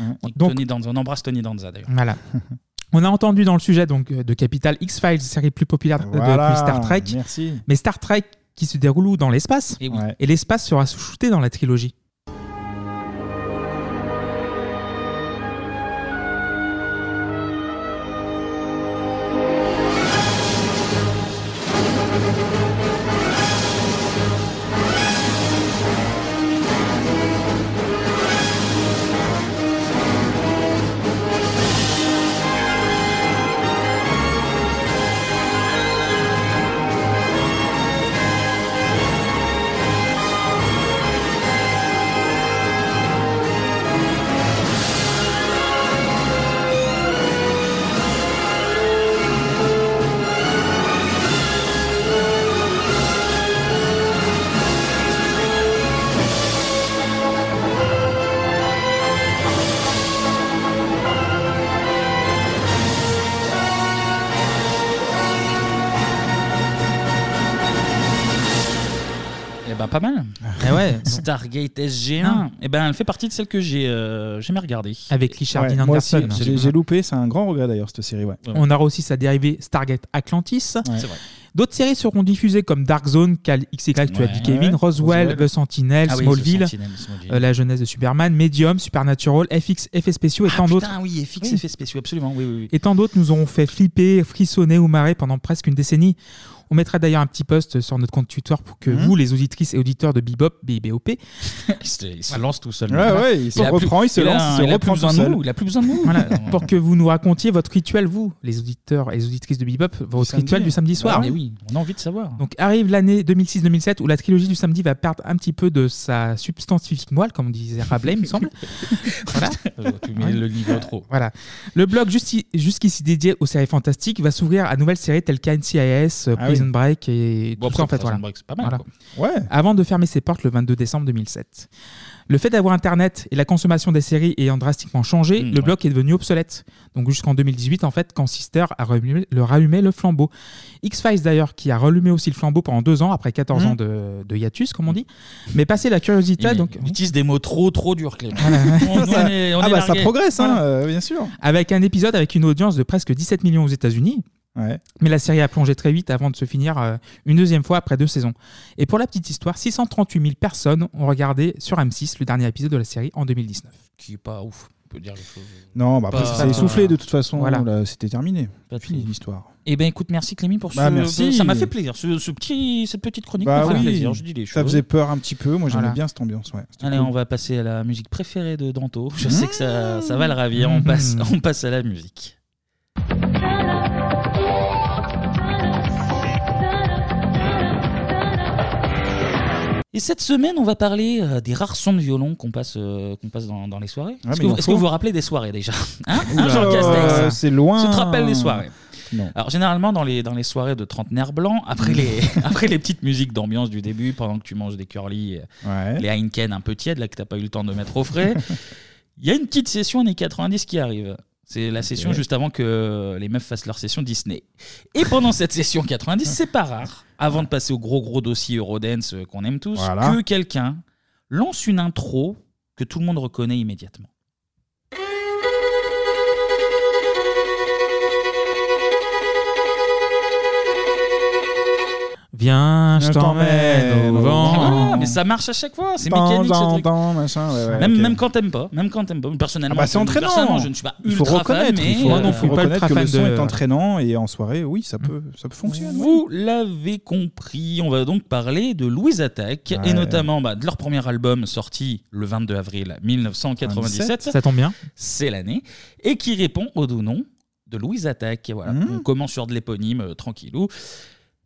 [SPEAKER 1] Et
[SPEAKER 7] Donc-
[SPEAKER 1] Tony Danza. On embrasse Tony Danza d'ailleurs.
[SPEAKER 7] Voilà. On a entendu dans le sujet donc euh, de Capital X-Files, série plus populaire euh, de-
[SPEAKER 10] Voilà,
[SPEAKER 7] depuis Star Trek.
[SPEAKER 10] merci.
[SPEAKER 7] Mais Star Trek qui se déroule où dans l'espace.
[SPEAKER 10] Eh
[SPEAKER 1] Et,
[SPEAKER 7] l'espace sera sous-shooté dans la trilogie.
[SPEAKER 1] Eh ben pas mal.
[SPEAKER 7] Eh ouais.
[SPEAKER 1] Stargate SG1.
[SPEAKER 7] Ah.
[SPEAKER 1] Eh ben elle fait partie de celle que j'ai euh, jamais regardée.
[SPEAKER 7] Avec Richard
[SPEAKER 10] Ouais,
[SPEAKER 7] Dean
[SPEAKER 10] moi
[SPEAKER 7] Anderson.
[SPEAKER 10] aussi, j'ai- J'ai loupé, c'est un grand regret d'ailleurs cette série, Eh ouais.
[SPEAKER 7] On aura aussi sa dérivée Stargate Atlantis.
[SPEAKER 10] C'est vrai.
[SPEAKER 7] D'autres séries seront diffusées comme Dark Zone, Cal XY, tu as dit
[SPEAKER 10] Ouais.
[SPEAKER 7] Kevin,
[SPEAKER 10] Ouais.
[SPEAKER 7] Roswell,
[SPEAKER 10] Roswell.
[SPEAKER 7] The Sentinel,
[SPEAKER 10] Ah oui, The
[SPEAKER 7] Smallville,
[SPEAKER 10] Sentinel, Smallville.
[SPEAKER 7] euh, La jeunesse de Superman, Medium, Supernatural, FX, effets spéciaux et
[SPEAKER 10] Ah,
[SPEAKER 7] tant d'autres.
[SPEAKER 1] Putain, oui, FX, effets spéciaux, absolument. Oui, oui, oui.
[SPEAKER 7] Et tant d'autres nous auront fait flipper, frissonner ou marrer pendant presque une décennie. On mettra d'ailleurs un petit post sur notre compte Twitter pour que
[SPEAKER 1] Mhm.
[SPEAKER 7] vous, les auditrices et auditeurs de Bebop, BIBOP,
[SPEAKER 1] Il se, il se lance tout seul.
[SPEAKER 7] Ouais, ouais, il se
[SPEAKER 1] a plus-
[SPEAKER 7] reprend, il se
[SPEAKER 1] a
[SPEAKER 7] lance,
[SPEAKER 1] un-
[SPEAKER 7] il se
[SPEAKER 1] a
[SPEAKER 7] reprend
[SPEAKER 1] plus besoin
[SPEAKER 7] tout
[SPEAKER 1] de
[SPEAKER 7] seul.
[SPEAKER 1] nous. Il a plus besoin de nous.
[SPEAKER 7] Voilà, pour que vous nous racontiez votre rituel, vous, les auditeurs et les auditrices de Bebop, votre
[SPEAKER 1] samedi.
[SPEAKER 7] rituel du samedi soir.
[SPEAKER 1] Bah, mais oui, on a envie de savoir.
[SPEAKER 7] Donc arrive l'année 2006-2007 où la trilogie du samedi va perdre un petit peu de sa substantifique moelle, comme disait Rabelais, il me semble. voilà.
[SPEAKER 1] Tu mets le niveau trop.
[SPEAKER 7] Voilà. Le blog justi- jusqu'ici dédié aux séries fantastiques va s'ouvrir à nouvelles séries telles qu'NCIS, euh,
[SPEAKER 1] Ah
[SPEAKER 7] Prison
[SPEAKER 1] oui.
[SPEAKER 7] Break et
[SPEAKER 1] Bon,
[SPEAKER 7] tout
[SPEAKER 1] après,
[SPEAKER 7] ça
[SPEAKER 1] Prison
[SPEAKER 7] en fait. Voilà.
[SPEAKER 1] Break, c'est pas mal,
[SPEAKER 7] Voilà.
[SPEAKER 10] quoi. Ouais.
[SPEAKER 7] Avant de fermer ses portes le 22 décembre 2007. Le fait d'avoir Internet et la consommation des séries ayant drastiquement changé,
[SPEAKER 1] Mmh,
[SPEAKER 7] le blog est devenu obsolète. Donc jusqu'en 2018, en fait, quand Sister a rallumé le, rallumé le flambeau. X-Files d'ailleurs, qui a rallumé aussi le flambeau pendant deux ans, après 14
[SPEAKER 1] Mhm.
[SPEAKER 7] ans de, de hiatus, comme on dit. Mais passé la curiosité,
[SPEAKER 1] Il-
[SPEAKER 7] donc...
[SPEAKER 1] Il utilise des mots trop, trop durs, Clément.
[SPEAKER 7] Voilà.
[SPEAKER 1] On- on est- on
[SPEAKER 10] Ah bah,
[SPEAKER 1] est largué.
[SPEAKER 10] hein,
[SPEAKER 1] Voilà.
[SPEAKER 10] euh, bien sûr.
[SPEAKER 7] Avec un épisode avec une audience de presque 17 millions aux États-Unis. Mais la série a plongé très vite avant de se finir euh, une deuxième fois après deux saisons. Et pour la petite histoire, 638 000 personnes ont regardé sur M6 le dernier épisode de la série en 2019.
[SPEAKER 1] Qui est pas ouf, on peut dire les choses.
[SPEAKER 10] Non, bah après,
[SPEAKER 1] Pas-
[SPEAKER 10] ça s'est essoufflé de toute façon.
[SPEAKER 1] Voilà.
[SPEAKER 10] là, C'était terminé.
[SPEAKER 1] Pas
[SPEAKER 10] Fini l'histoire.
[SPEAKER 1] Eh ben écoute, merci Clémy pour ce.
[SPEAKER 10] Bah, merci.
[SPEAKER 1] Ça m'a fait plaisir. Ce, ce petit, cette petite chronique
[SPEAKER 10] Bah
[SPEAKER 1] m'a fait
[SPEAKER 10] oui,
[SPEAKER 1] plaisir. Je dis les
[SPEAKER 10] ça
[SPEAKER 1] choses.
[SPEAKER 10] faisait peur un petit peu. Moi, j'aimais
[SPEAKER 1] Voilà.
[SPEAKER 10] bien cette ambiance. Ouais. C'était
[SPEAKER 1] Allez,
[SPEAKER 10] cool.
[SPEAKER 1] on va passer à la musique préférée de Danto.
[SPEAKER 10] Ah.
[SPEAKER 1] Je sais que ça, ça va le ravir. On
[SPEAKER 10] Mmh.
[SPEAKER 1] passe, on passe à la musique. Et cette semaine, on va parler euh, des rares sons de violon qu'on passe, euh, qu'on passe dans, dans les soirées.
[SPEAKER 10] Ah,
[SPEAKER 1] Est-ce
[SPEAKER 10] mais
[SPEAKER 1] que,
[SPEAKER 10] il
[SPEAKER 1] vous-
[SPEAKER 10] en
[SPEAKER 1] est-ce que vous
[SPEAKER 10] faut.
[SPEAKER 1] vous rappelez des soirées déjà Hein Hein,
[SPEAKER 10] Oula.
[SPEAKER 1] Jean Castex
[SPEAKER 10] Euh, c'est loin.
[SPEAKER 1] Tu te rappelles des soirées
[SPEAKER 10] Non.
[SPEAKER 1] alors généralement dans les, dans les soirées de trentenaires blancs, après les, après les petites musiques d'ambiance du début, pendant que tu manges des curly, euh, les Heineken un peu tièdes, là que t'as pas eu le temps de mettre au frais, il y a une petite session années 90 qui arrive. C'est la session juste avant que les meufs fassent leur session Disney. Et pendant cette session 90, c'est pas rare, avant de passer au gros gros dossier Eurodance euh, qu'on aime tous,
[SPEAKER 10] Voilà.
[SPEAKER 1] que quelqu'un lance une intro que tout le monde reconnaît immédiatement.
[SPEAKER 7] Viens, je
[SPEAKER 1] Je
[SPEAKER 7] t'emmène au
[SPEAKER 1] Voilà,
[SPEAKER 7] vent.
[SPEAKER 1] Ah, mais ça marche à chaque fois, c'est
[SPEAKER 7] Dans,
[SPEAKER 1] mécanique ce
[SPEAKER 7] dans,
[SPEAKER 1] truc.
[SPEAKER 10] dans, machin, ouais, ouais,
[SPEAKER 1] même,
[SPEAKER 10] ok.
[SPEAKER 1] même quand t'aimes pas, même quand t'aimes pas. Personnellement,
[SPEAKER 10] Ah bah, c'est
[SPEAKER 1] je-
[SPEAKER 10] entraînant.
[SPEAKER 1] personnellement, je ne suis pas
[SPEAKER 10] il faut
[SPEAKER 1] ultra fan,
[SPEAKER 10] reconnaître,
[SPEAKER 1] mais
[SPEAKER 10] il faut,
[SPEAKER 1] euh,
[SPEAKER 10] il faut reconnaître que le son est entraînant et en soirée, oui, ça peut, ça peut fonctionner.
[SPEAKER 1] Vous l'avez compris, on va donc parler de Louise Attaque
[SPEAKER 10] Ouais.
[SPEAKER 1] et notamment bah, de leur premier album sorti le 22 avril 1997.
[SPEAKER 7] Ah, Ça tombe bien.
[SPEAKER 1] C'est l'année. Et qui répond au doux nom de Louise Attaque. Et Voilà.
[SPEAKER 7] Mmh.
[SPEAKER 1] On commence sur de l'éponyme euh, tranquillou.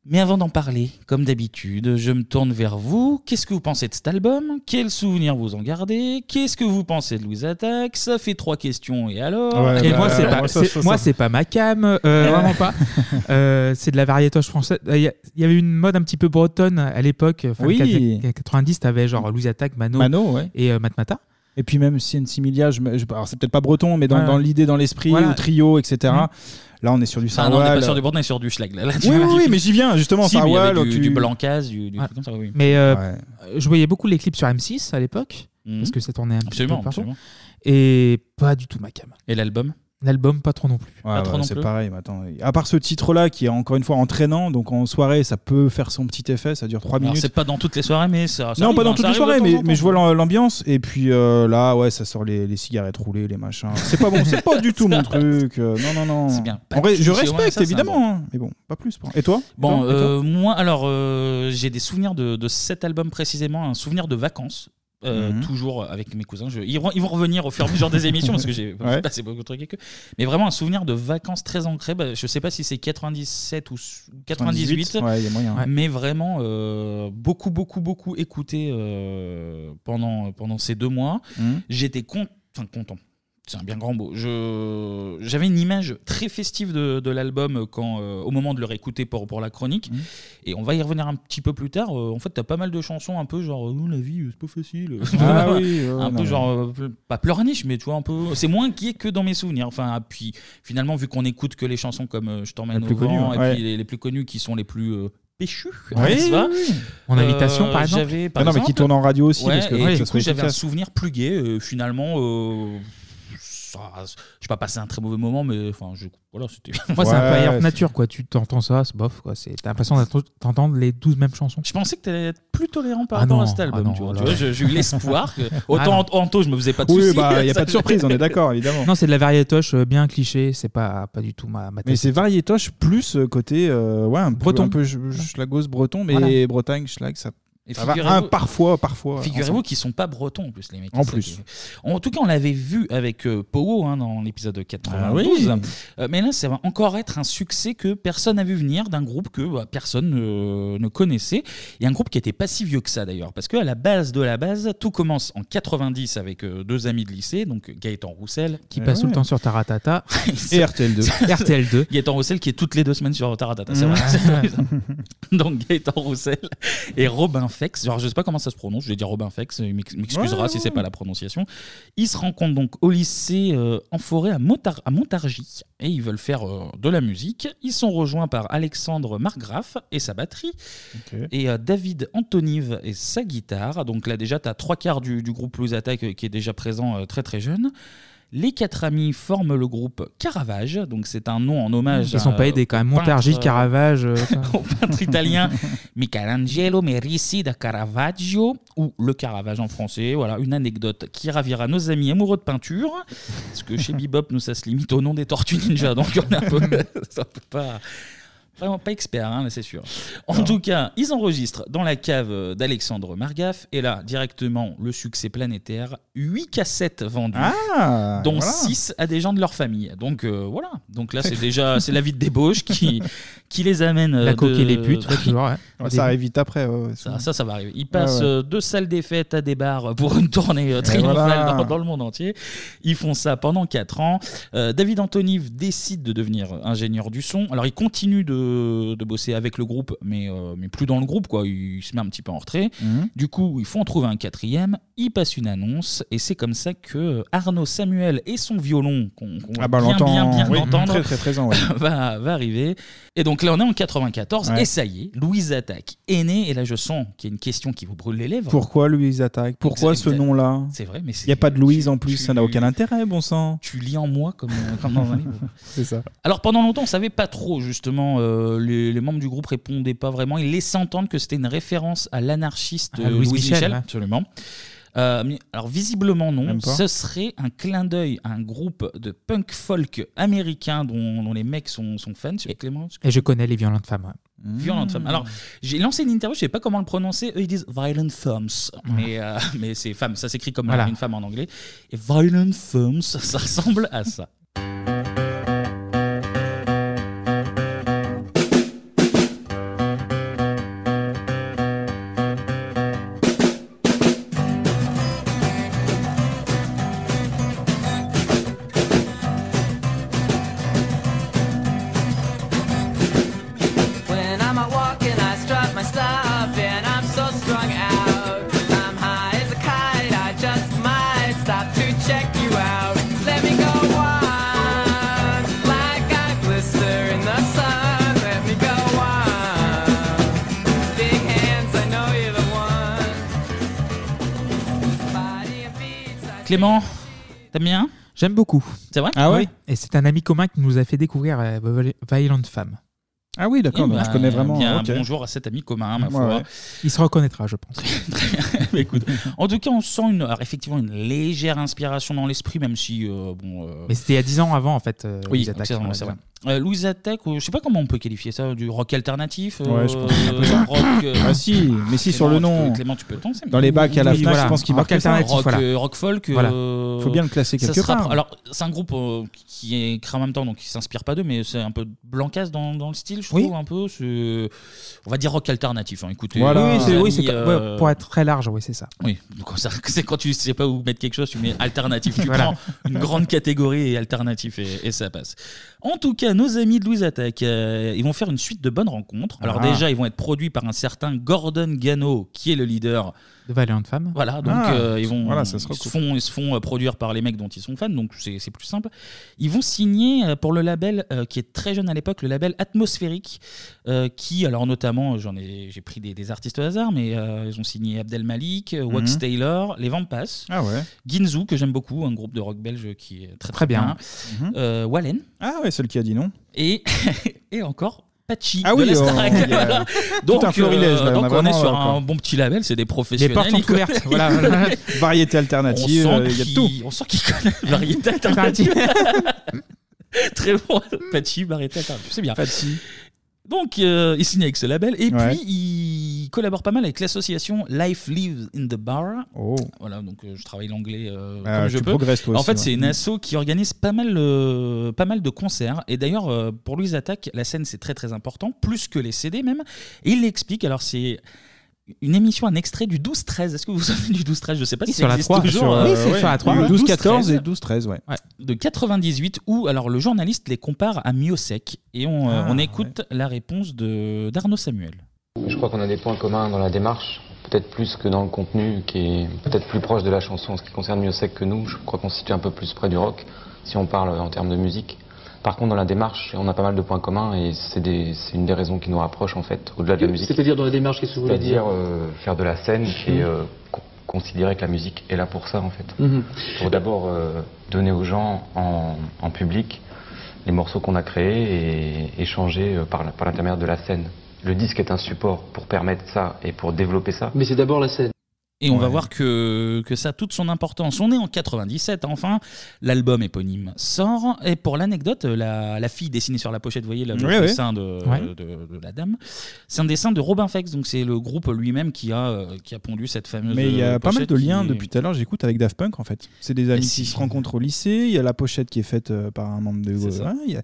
[SPEAKER 1] Mais avant d'en parler, comme d'habitude, je me tourne vers vous. Qu'est-ce que vous pensez de cet album Quels souvenirs vous en gardez Qu'est-ce que vous pensez de Louise Attaque Ça fait trois questions et alors
[SPEAKER 7] et
[SPEAKER 10] bah,
[SPEAKER 7] bah, moi, c'est pas, c'est- moi, c'est pas ma cam, euh, vraiment pas. Euh, c'est de la variétoche française. Euh, Il y a- il y avait une mode un petit peu bretonne à l'époque. fin
[SPEAKER 10] Oui.
[SPEAKER 7] des années 90, t'avais genre Louis Attaque, Mano,
[SPEAKER 10] Mano, ouais.
[SPEAKER 7] et euh, Matmata.
[SPEAKER 10] Et puis même CNC Milia, je, me- je- alors c'est peut-être pas breton, mais dans,
[SPEAKER 7] Ouais.
[SPEAKER 10] dans l'idée, dans l'esprit,
[SPEAKER 7] Voilà.
[SPEAKER 10] au trio, etc.
[SPEAKER 7] Mhm.
[SPEAKER 10] Là, on est sur du
[SPEAKER 1] Ah non, on n'est
[SPEAKER 10] Sarwal.
[SPEAKER 1] pas sur du Bourdin, on est sur du Schlag. Là, là, tu
[SPEAKER 10] oui,
[SPEAKER 1] vois,
[SPEAKER 10] oui,
[SPEAKER 1] tu-
[SPEAKER 10] oui, mais j'y viens, justement,
[SPEAKER 1] Si, mais il y
[SPEAKER 10] Sarwal,
[SPEAKER 1] avait du,
[SPEAKER 10] tu-
[SPEAKER 1] du Blancas, du, du truc comme ça, oui.
[SPEAKER 7] Mais euh, je voyais beaucoup les clips sur M6 à l'époque,
[SPEAKER 1] Mhm.
[SPEAKER 7] parce que ça tournait un petit
[SPEAKER 1] Absolument,
[SPEAKER 7] peu partout.
[SPEAKER 1] absolument.
[SPEAKER 7] Et pas du tout ma cam.
[SPEAKER 1] Et l'album
[SPEAKER 7] L'album, pas trop non plus.
[SPEAKER 10] Ouais, ouais, c'est pareil. mais attends, à part ce titre-là qui est encore une fois entraînant, donc en soirée, ça peut faire son petit effet. Ça dure 3
[SPEAKER 1] Alors,
[SPEAKER 10] minutes.
[SPEAKER 1] c'est pas dans toutes les soirées, mais ça. ça
[SPEAKER 10] non,
[SPEAKER 1] arrive,
[SPEAKER 10] pas dans
[SPEAKER 1] hein,
[SPEAKER 10] toutes
[SPEAKER 1] ça
[SPEAKER 10] les
[SPEAKER 1] arrive de
[SPEAKER 10] soirées,
[SPEAKER 1] temps
[SPEAKER 10] mais,
[SPEAKER 1] en
[SPEAKER 10] mais
[SPEAKER 1] temps.
[SPEAKER 10] je vois l'am- l'ambiance. Et puis euh, là, ouais, ça sort les, les cigarettes roulées, les machins. C'est pas bon, c'est pas du tout mon truc. euh, non, non, non.
[SPEAKER 1] C'est bien. Pas
[SPEAKER 10] En vrai,
[SPEAKER 1] de
[SPEAKER 10] je
[SPEAKER 1] cliché, ouais,
[SPEAKER 10] respecte
[SPEAKER 1] ça, c'est
[SPEAKER 10] évidemment,
[SPEAKER 1] un
[SPEAKER 10] hein, mais bon, pas plus. pour- Et toi Et
[SPEAKER 1] Bon,
[SPEAKER 10] toi Et toi
[SPEAKER 1] euh, moi, alors, euh, j'ai des souvenirs de, de cet album précisément, un souvenir de vacances. euh,
[SPEAKER 10] Mhm.
[SPEAKER 1] Toujours avec mes cousins. Je- ils, vont, ils vont revenir au fur et à mesure des émissions parce que j'ai
[SPEAKER 10] Ouais.
[SPEAKER 1] passé beaucoup de trucs avec eux. Mais vraiment un souvenir de vacances très ancré. Bah, je sais pas si c'est 97 ou s- 98,
[SPEAKER 10] 98, ouais, il y a moyen. Ouais.
[SPEAKER 1] mais vraiment euh, beaucoup, beaucoup, beaucoup écouté euh, pendant, pendant ces deux mois.
[SPEAKER 10] Mhm.
[SPEAKER 1] J'étais con- enfin, content. C'est un bien grand mot. Je- J'avais une image très festive de, de l'album quand, euh, au moment de le réécouter pour, pour la chronique. Et on va y revenir un petit peu plus tard. Euh, en fait, t'as pas mal de chansons un peu genre Oh, la vie, c'est pas facile.
[SPEAKER 10] Ah oui, ouais,
[SPEAKER 1] un
[SPEAKER 10] non,
[SPEAKER 1] peu
[SPEAKER 10] mais-
[SPEAKER 1] genre euh, ple- pas pleurniche, mais tu vois un peu. C'est moins qui est que dans mes souvenirs. Enfin, ah, puis finalement, vu qu'on écoute que les chansons comme euh, Je t'emmène
[SPEAKER 10] Les
[SPEAKER 1] au
[SPEAKER 10] plus connues,
[SPEAKER 1] vent, et
[SPEAKER 10] ouais.
[SPEAKER 1] puis les, les plus connues qui sont les plus euh, péchues.
[SPEAKER 10] Oui,
[SPEAKER 1] n'est-ce
[SPEAKER 10] oui,
[SPEAKER 1] pas Euh,
[SPEAKER 10] oui. Mon invitation, par exemple.
[SPEAKER 1] j'avais,
[SPEAKER 10] Ah non, mais qui
[SPEAKER 1] exemple-
[SPEAKER 10] tourne en radio aussi,
[SPEAKER 1] Ouais,
[SPEAKER 10] parce que
[SPEAKER 1] et
[SPEAKER 10] oui,
[SPEAKER 1] du
[SPEAKER 10] ça
[SPEAKER 1] coup,
[SPEAKER 10] serait
[SPEAKER 1] j'avais un
[SPEAKER 10] efficace.
[SPEAKER 1] souvenir plus gai. euh, finalement, euh, ça- je n'ai pas passé un très mauvais moment, mais enfin, je, voilà, c'était.
[SPEAKER 7] Moi, c'est un peu ailleurs que nature, quoi. Tu t'entends ça, c'est bof, quoi. C'est- T'as l'impression d'entendre- d'entendre les 12 mêmes chansons.
[SPEAKER 1] Je pensais que tu allais être plus tolérant par
[SPEAKER 7] Ah
[SPEAKER 1] rapport
[SPEAKER 7] non,
[SPEAKER 1] à cet album.
[SPEAKER 7] ah non,
[SPEAKER 1] tu
[SPEAKER 7] oh
[SPEAKER 1] vois,
[SPEAKER 7] là
[SPEAKER 1] Tu vois,
[SPEAKER 7] là.
[SPEAKER 1] j'ai j'ai eu l'espoir que.
[SPEAKER 7] Ah
[SPEAKER 1] Autant
[SPEAKER 7] non.
[SPEAKER 1] en Anto, je me faisais pas de
[SPEAKER 10] Oui,
[SPEAKER 1] soucis.
[SPEAKER 10] bah, y a pas de
[SPEAKER 1] Ça-
[SPEAKER 10] surprise, on est d'accord, évidemment.
[SPEAKER 7] Non, c'est de la variétoche euh, bien cliché, c'est pas, pas du tout ma, ma
[SPEAKER 10] Mais
[SPEAKER 7] tasse.
[SPEAKER 10] c'est variétoche plus euh, côté euh, ouais, un peu-
[SPEAKER 7] Breton.
[SPEAKER 10] un peu sch- schlagos breton, mais
[SPEAKER 7] Voilà.
[SPEAKER 10] Bretagne, schlag, ça,
[SPEAKER 1] Et
[SPEAKER 10] ça va
[SPEAKER 1] figurez-vous-
[SPEAKER 10] un, parfois, parfois.
[SPEAKER 1] Figurez-vous
[SPEAKER 10] ensemble.
[SPEAKER 1] qu'ils sont pas bretons en plus, les mecs.
[SPEAKER 10] En
[SPEAKER 1] C'est ça
[SPEAKER 10] plus.
[SPEAKER 1] qui- En tout cas, on l'avait vu avec euh, Pogo hein, dans l'épisode de 92.
[SPEAKER 10] Ah oui.
[SPEAKER 1] Euh, mais là, ça va encore être un succès que personne n'a vu venir d'un groupe que bah, personne euh, ne connaissait. Et un groupe qui était pas si vieux que ça d'ailleurs. Parce qu'à la base de la base, tout commence en 90 avec euh, deux amis de lycée, donc Gaëtan Roussel.
[SPEAKER 7] Qui passe tout le temps sur Taratata.
[SPEAKER 1] Et RTL2.
[SPEAKER 7] RTL2.
[SPEAKER 1] Gaëtan Roussel qui est toutes les deux semaines sur Taratata, c'est
[SPEAKER 7] Mmh.
[SPEAKER 1] vrai. c'est vrai, ça. Donc Gaëtan Roussel et Robin Fex. Genre, je sais pas comment ça se prononce, je vais dire Robin Fex, euh, il m'ex- m'excusera
[SPEAKER 10] Ouais,
[SPEAKER 1] si
[SPEAKER 10] ouais,
[SPEAKER 1] c'est
[SPEAKER 10] ouais.
[SPEAKER 1] pas la prononciation. Ils se rencontrent donc au lycée euh, en forêt à, Montar- à Montargis et ils veulent faire euh, de la musique. Ils sont rejoints par Alexandre Margraff et sa batterie et euh, David Antoniv et sa guitare. Donc là, déjà, tu as trois quarts du, du groupe Blues Attack euh, qui est déjà présent euh, très très jeune. Les quatre amis forment le groupe Caravage, donc c'est un nom en hommage.
[SPEAKER 7] Ils sont
[SPEAKER 1] à-
[SPEAKER 7] pas aidés quand même.
[SPEAKER 1] au peintre,
[SPEAKER 7] Montargis,
[SPEAKER 1] euh,
[SPEAKER 7] Caravage. euh, ça.
[SPEAKER 1] au peintre italien Michelangelo Merisi da Caravaggio, ou le Caravage en français. Voilà, une anecdote qui ravira nos amis amoureux de peinture. Parce que chez Bebop, nous, ça se limite au nom des Tortues Ninja, donc on est un peu. ça peut pas. Vraiment pas expert, hein, là, c'est sûr. En tout cas, ils enregistrent dans la cave d'Alexandre Margaff, et là, directement, le succès planétaire 8 cassettes vendues,
[SPEAKER 10] Ah,
[SPEAKER 1] dont
[SPEAKER 10] voilà.
[SPEAKER 1] 6 à des gens de leur famille. Donc euh, voilà, donc là, c'est déjà c'est la vie de débauche qui, qui les amène. euh,
[SPEAKER 7] La coque
[SPEAKER 1] de-
[SPEAKER 7] et les putes, ouais, toujours, ouais.
[SPEAKER 10] Ouais, ça arrive vite après. ouais, ouais,
[SPEAKER 1] ça,
[SPEAKER 10] c'est-
[SPEAKER 1] ça, ça va arriver. Ils passent
[SPEAKER 10] ouais.
[SPEAKER 1] euh, de salles des fêtes à des bars pour une tournée euh,
[SPEAKER 10] Et
[SPEAKER 1] triomphale
[SPEAKER 10] voilà.
[SPEAKER 1] dans, dans le monde entier. Ils font ça pendant 4 ans. Euh, David Antoniv décide de devenir ingénieur du son. Alors, il continue de, de bosser avec le groupe, mais, euh, mais plus dans le groupe. quoi. Il, se met un petit peu en retrait.
[SPEAKER 10] Mhm.
[SPEAKER 1] Du coup, ils font trouver un quatrième. Ils passent une annonce. Et c'est comme ça que Arnaud Samuel et son violon, qu'on qu'on va
[SPEAKER 10] Ah bah,
[SPEAKER 1] bien,
[SPEAKER 10] l'entend-
[SPEAKER 1] bien, bien
[SPEAKER 10] oui,
[SPEAKER 1] entendre,
[SPEAKER 10] très, très présent, ouais.
[SPEAKER 1] va, va arriver. Et donc là, on est en 94,
[SPEAKER 10] Ouais.
[SPEAKER 1] et ça y est, Louise Attaque est née, et là, je sens qu'il y a une question qui vous brûle les lèvres.
[SPEAKER 10] Pourquoi Louise attaque Pourquoi ce
[SPEAKER 1] Exact.
[SPEAKER 10] nom-là
[SPEAKER 1] C'est vrai, mais c'est-
[SPEAKER 10] Il n'y a pas de Louise en plus, ça n'a aucun intérêt, bon sang.
[SPEAKER 1] Tu lis en moi comme, comme dans un livre.
[SPEAKER 10] C'est ça.
[SPEAKER 1] Alors pendant longtemps, on savait pas trop justement euh, euh, les, les membres du groupe répondaient pas vraiment. Ils laissaient entendre que c'était une référence à l'anarchiste
[SPEAKER 7] Ah,
[SPEAKER 1] euh,
[SPEAKER 7] Louise
[SPEAKER 1] Louise
[SPEAKER 7] Michel,
[SPEAKER 1] Michel.
[SPEAKER 7] ouais.
[SPEAKER 1] Absolument. Euh, mais- alors visiblement non,
[SPEAKER 7] Même pas.
[SPEAKER 1] ce serait un clin d'œil à un groupe de punk folk américain dont, dont les mecs sont, sont fans, sur Clément.
[SPEAKER 7] Et je connais les violentes femmes. ouais.
[SPEAKER 1] Violent
[SPEAKER 10] Hmm.
[SPEAKER 1] Femmes. Alors, j'ai lancé une interview, je sais pas comment le prononcer. Eux, ils disent Violent Thumbs. Mais, euh, mais c'est femme, ça s'écrit comme
[SPEAKER 7] Voilà.
[SPEAKER 1] une femme en anglais. Et Violent Thumbs, ça ressemble à ça.
[SPEAKER 4] When I'm out walking, I strut my stuff, and I'm so strung out. I'm high as a kite, I just might stop to check you out. Let me go on, like I blister in the sun. Let me go on. Big hands, I know you're the one. Body and beats, I
[SPEAKER 1] Clément, t'aimes bien
[SPEAKER 7] J'aime beaucoup.
[SPEAKER 1] C'est vrai
[SPEAKER 7] Ah ouais Et c'est un ami commun qui nous a fait découvrir euh, Viol- Violent Femmes.
[SPEAKER 10] Ah oui, d'accord,
[SPEAKER 1] Eh
[SPEAKER 10] donc je
[SPEAKER 1] ben,
[SPEAKER 10] connais vraiment,
[SPEAKER 1] Bien,
[SPEAKER 10] ok.
[SPEAKER 1] bonjour à cet ami commun, ma
[SPEAKER 7] Ouais,
[SPEAKER 1] foi.
[SPEAKER 7] ouais. Il se reconnaîtra, je pense.
[SPEAKER 1] Bah, écoute, en tout cas, on sent une, alors, effectivement une légère inspiration dans l'esprit, même si. euh, bon, euh,
[SPEAKER 7] Mais c'était il y a 10 ans avant, en fait. euh,
[SPEAKER 1] oui,
[SPEAKER 7] les attaques,
[SPEAKER 1] c'est vrai,
[SPEAKER 7] on va
[SPEAKER 1] c'est
[SPEAKER 7] dire.
[SPEAKER 1] vrai. Euh, Louise Attaque, je sais pas comment on peut qualifier ça, du rock alternatif
[SPEAKER 10] Ouais, je pense que c'est un peu
[SPEAKER 1] euh,
[SPEAKER 10] ça.
[SPEAKER 1] rock, euh,
[SPEAKER 10] Ah si, mais si,
[SPEAKER 1] Clément,
[SPEAKER 10] sur le
[SPEAKER 1] tu
[SPEAKER 10] nom.
[SPEAKER 1] peux- Clément, tu peux le lancer, mais-
[SPEAKER 10] Dans les bacs à la
[SPEAKER 1] Oui,
[SPEAKER 10] FNAC,
[SPEAKER 1] voilà,
[SPEAKER 10] je pense qu'il
[SPEAKER 1] rock
[SPEAKER 10] marque ça.
[SPEAKER 1] alternatif, Rock, voilà. euh, rock folk,
[SPEAKER 10] Voilà.
[SPEAKER 1] euh,
[SPEAKER 10] Faut bien le classer
[SPEAKER 1] ça
[SPEAKER 10] quelque
[SPEAKER 1] se rappro-
[SPEAKER 10] part.
[SPEAKER 1] Alors, c'est un groupe euh, qui est crame en même temps, donc qui s'inspire pas d'eux, mais c'est un peu Blancas dans, dans le style, je trouve,
[SPEAKER 7] Oui.
[SPEAKER 1] un peu. c'est- On va dire rock alternatif, hein, écoutez.
[SPEAKER 7] Oui,
[SPEAKER 1] les
[SPEAKER 7] c'est- oui, c'est
[SPEAKER 1] amis,
[SPEAKER 7] co-
[SPEAKER 1] euh,
[SPEAKER 7] ouais, pour être très large, oui, c'est ça.
[SPEAKER 1] oui, donc ça, c'est quand tu sais pas où mettre quelque chose, tu mets alternatif. Tu
[SPEAKER 7] Voilà.
[SPEAKER 1] prends une grande catégorie et alternatif et, et ça passe. En tout cas, nos amis de Louise Attack, euh, ils vont faire une suite de bonnes rencontres. Alors
[SPEAKER 7] Ah.
[SPEAKER 1] déjà, ils vont être produits par un certain Gordon Gano, qui est le leader.
[SPEAKER 7] De Violent Femmes.
[SPEAKER 1] Voilà, donc
[SPEAKER 7] Ah.
[SPEAKER 1] euh, ils vont
[SPEAKER 7] Voilà, ça sera
[SPEAKER 1] ils se font, ils se font euh, produire par les mecs dont ils sont fans, donc c'est c'est plus simple. Ils vont signer euh, pour le label euh, qui est très jeune à l'époque, le label Atmosphérique, euh, qui alors notamment, euh, j'en ai j'ai pris des, des artistes au hasard, mais euh, ils ont signé Abdel Malik, euh, Wax
[SPEAKER 7] Mhm.
[SPEAKER 1] Taylor, les Vampas,
[SPEAKER 10] Ah ouais.
[SPEAKER 1] Ginzu que j'aime beaucoup, un groupe de rock belge qui est très
[SPEAKER 10] Très
[SPEAKER 1] très
[SPEAKER 10] bien.
[SPEAKER 1] bien, Euh, Wallen
[SPEAKER 10] Mhm. Ah ouais, celle qui a dit non.
[SPEAKER 1] et et encore. Patchy
[SPEAKER 10] Ah
[SPEAKER 1] de
[SPEAKER 10] oui,
[SPEAKER 1] la
[SPEAKER 10] on-
[SPEAKER 1] Starac.
[SPEAKER 10] il y a
[SPEAKER 1] Voilà.
[SPEAKER 10] tout
[SPEAKER 1] donc,
[SPEAKER 10] un florilège, là,
[SPEAKER 1] euh,
[SPEAKER 10] on a
[SPEAKER 1] donc on est
[SPEAKER 10] vraiment,
[SPEAKER 1] sur
[SPEAKER 10] euh,
[SPEAKER 1] un
[SPEAKER 10] quoi.
[SPEAKER 1] bon petit label, c'est des
[SPEAKER 10] Les
[SPEAKER 1] professionnels.
[SPEAKER 10] portes sont
[SPEAKER 1] ils connaissent-
[SPEAKER 10] ouvertes. voilà, voilà. Variété alternative,
[SPEAKER 1] On sent
[SPEAKER 10] euh, il y a
[SPEAKER 1] qu'il-
[SPEAKER 10] tout.
[SPEAKER 1] On sent qu'il connaît variété alternative. Très bon. Patchy, variété alternative. C'est bien. Donc, euh, il signe avec ce label. Et
[SPEAKER 10] Ouais.
[SPEAKER 1] puis, il collabore pas mal avec l'association Life Lives in the Bar. Voilà, donc euh, je travaille l'anglais euh,
[SPEAKER 10] Oh. Ah,
[SPEAKER 1] comme je
[SPEAKER 10] tu
[SPEAKER 1] peux.
[SPEAKER 10] progresses, toi
[SPEAKER 1] en
[SPEAKER 10] aussi,
[SPEAKER 1] fait,
[SPEAKER 10] ouais.
[SPEAKER 1] c'est une asso qui organise pas mal, euh, pas mal de concerts. Et d'ailleurs, euh, pour Louise Attaque, la scène, c'est très très important, plus que les CD même. Et il l'explique. Alors, c'est une émission, un extrait du 12-13. Est-ce que vous vous souvenez du 12-13 Je sais pas
[SPEAKER 7] Oui,
[SPEAKER 1] si
[SPEAKER 7] sur
[SPEAKER 1] ça
[SPEAKER 7] la
[SPEAKER 1] existe
[SPEAKER 7] 3,
[SPEAKER 1] toujours.
[SPEAKER 7] sur, euh, Oui, c'est ouais. sur la 3, ouais.
[SPEAKER 10] 12-14 et 12-13, ouais.
[SPEAKER 1] De 98, où alors le journaliste les compare à Miosec. Et on, euh,
[SPEAKER 17] Ah,
[SPEAKER 1] on écoute la réponse de- d'Arnaud Samuel.
[SPEAKER 17] Je crois qu'on a des points communs dans la démarche, peut-être plus que dans le contenu, qui est peut-être plus proche de la chanson. En ce qui concerne Mieux Sec que nous, je crois qu'on se situe un peu plus près du rock, si on parle en termes de musique. Par contre, dans la démarche, on a pas mal de points communs et c'est des- c'est une des raisons qui nous rapproche, en fait, au-delà de la musique.
[SPEAKER 18] C'est-à-dire dans la démarche, qu'est-ce que vous voulez
[SPEAKER 17] C'est-à-dire
[SPEAKER 18] dire
[SPEAKER 17] euh, faire de la scène et euh, con- considérer que la musique est là pour ça, en fait.
[SPEAKER 18] Mhm.
[SPEAKER 17] Pour d'abord euh, donner aux gens en, en public les morceaux qu'on a créés et échanger euh, par la- par l'intermédiaire de la scène. Le disque est un support pour permettre ça et pour développer ça.
[SPEAKER 18] Mais c'est d'abord la scène.
[SPEAKER 1] Et on va voir que, que ça a toute son importance. On est en 97, enfin. L'album éponyme sort. Et pour l'anecdote, la, la fille dessinée sur la pochette, vous voyez là, le
[SPEAKER 7] Ouais, ouais.
[SPEAKER 1] dessin De,
[SPEAKER 7] Ouais.
[SPEAKER 1] de- de la dame, c'est un dessin de Robin Fex. Donc c'est le groupe lui-même qui a, euh, qui a pondu cette fameuse.
[SPEAKER 10] Mais il y a
[SPEAKER 1] euh,
[SPEAKER 10] pas mal
[SPEAKER 1] pochette
[SPEAKER 10] de
[SPEAKER 1] qui Eh,
[SPEAKER 10] liens
[SPEAKER 1] est-
[SPEAKER 10] depuis tout à l'heure, j'écoute avec Daft Punk en fait. C'est des amis qui se rencontrent au lycée, il y a la pochette qui est faite euh, par un membre de
[SPEAKER 1] C'est ça.
[SPEAKER 10] ouais, il y a-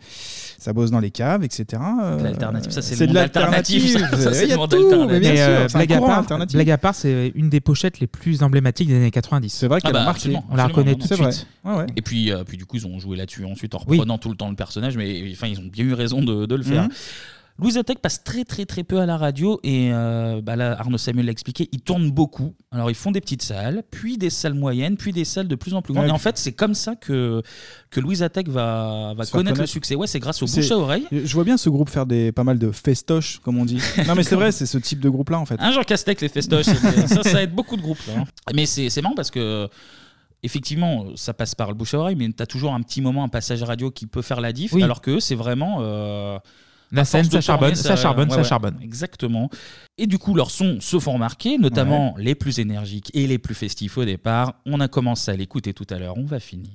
[SPEAKER 10] ça bosse dans les caves, etc. Euh,
[SPEAKER 1] De l'alternative, ça, c'est le
[SPEAKER 10] de
[SPEAKER 1] monde alternatif,
[SPEAKER 10] l'alternative.
[SPEAKER 1] ça, ça, c'est
[SPEAKER 10] Il y a
[SPEAKER 1] le monde
[SPEAKER 10] tout,
[SPEAKER 1] alternatif.
[SPEAKER 10] mais bien
[SPEAKER 1] Mais,
[SPEAKER 10] sûr,
[SPEAKER 1] euh,
[SPEAKER 10] c'est un
[SPEAKER 7] blague, à
[SPEAKER 10] courant
[SPEAKER 7] part,
[SPEAKER 10] alternatif.
[SPEAKER 7] blague à part, c'est une des pochettes les plus emblématiques des années 90.
[SPEAKER 10] C'est vrai
[SPEAKER 1] Ah bah, absolument,
[SPEAKER 7] On la
[SPEAKER 1] absolument,
[SPEAKER 7] reconnaît
[SPEAKER 1] non,
[SPEAKER 7] tout de
[SPEAKER 1] non,
[SPEAKER 7] suite.
[SPEAKER 1] c'est vrai. Et puis, euh, puis du coup, ils ont joué là-dessus ensuite en
[SPEAKER 7] Oui.
[SPEAKER 1] reprenant tout le temps le personnage, mais enfin, ils ont bien eu raison de, de le faire.
[SPEAKER 7] Mhm.
[SPEAKER 1] Louise Attaque passe très très très peu à la radio et euh, bah là, Arnaud Samuel l'a expliqué, ils tournent beaucoup. Alors ils font des petites salles, puis des salles moyennes, puis des salles de plus en plus grandes.
[SPEAKER 10] Ouais.
[SPEAKER 1] Et en fait, c'est comme ça que, que Louise Attaque va, va
[SPEAKER 10] Se faire
[SPEAKER 1] connaître, le
[SPEAKER 10] connaître.
[SPEAKER 1] succès. Ouais, c'est grâce au
[SPEAKER 10] C'est-
[SPEAKER 1] bouche à oreille.
[SPEAKER 10] Je vois bien ce groupe faire des pas mal de festoches, comme on dit. Non mais c'est vrai, c'est ce type de groupe là en fait.
[SPEAKER 1] Un Jean Castex, les festoches, c'était- ça, ça aide beaucoup de groupes. là, hein. Mais c'est c'est marrant parce que. Effectivement, ça passe par le bouche à oreille, mais tu as toujours un petit moment, un passage radio qui peut faire la diff,
[SPEAKER 7] Oui.
[SPEAKER 1] alors que eux, c'est vraiment. euh,
[SPEAKER 7] La
[SPEAKER 1] à force
[SPEAKER 7] scène,
[SPEAKER 1] de
[SPEAKER 7] ça charbonne, ça charbonne, ça charbonne.
[SPEAKER 1] Exactement. Et du coup, leurs sons se font remarquer, notamment les plus énergiques et les plus festifs au départ. On a commencé à l'écouter tout à l'heure, on va finir.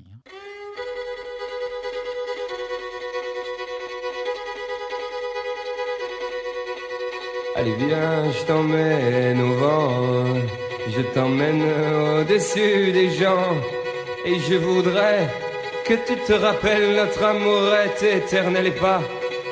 [SPEAKER 18] Allez viens, je t'emmène au vent, je t'emmène au-dessus des gens, et je voudrais que tu te rappelles notre amourette éternelle et pas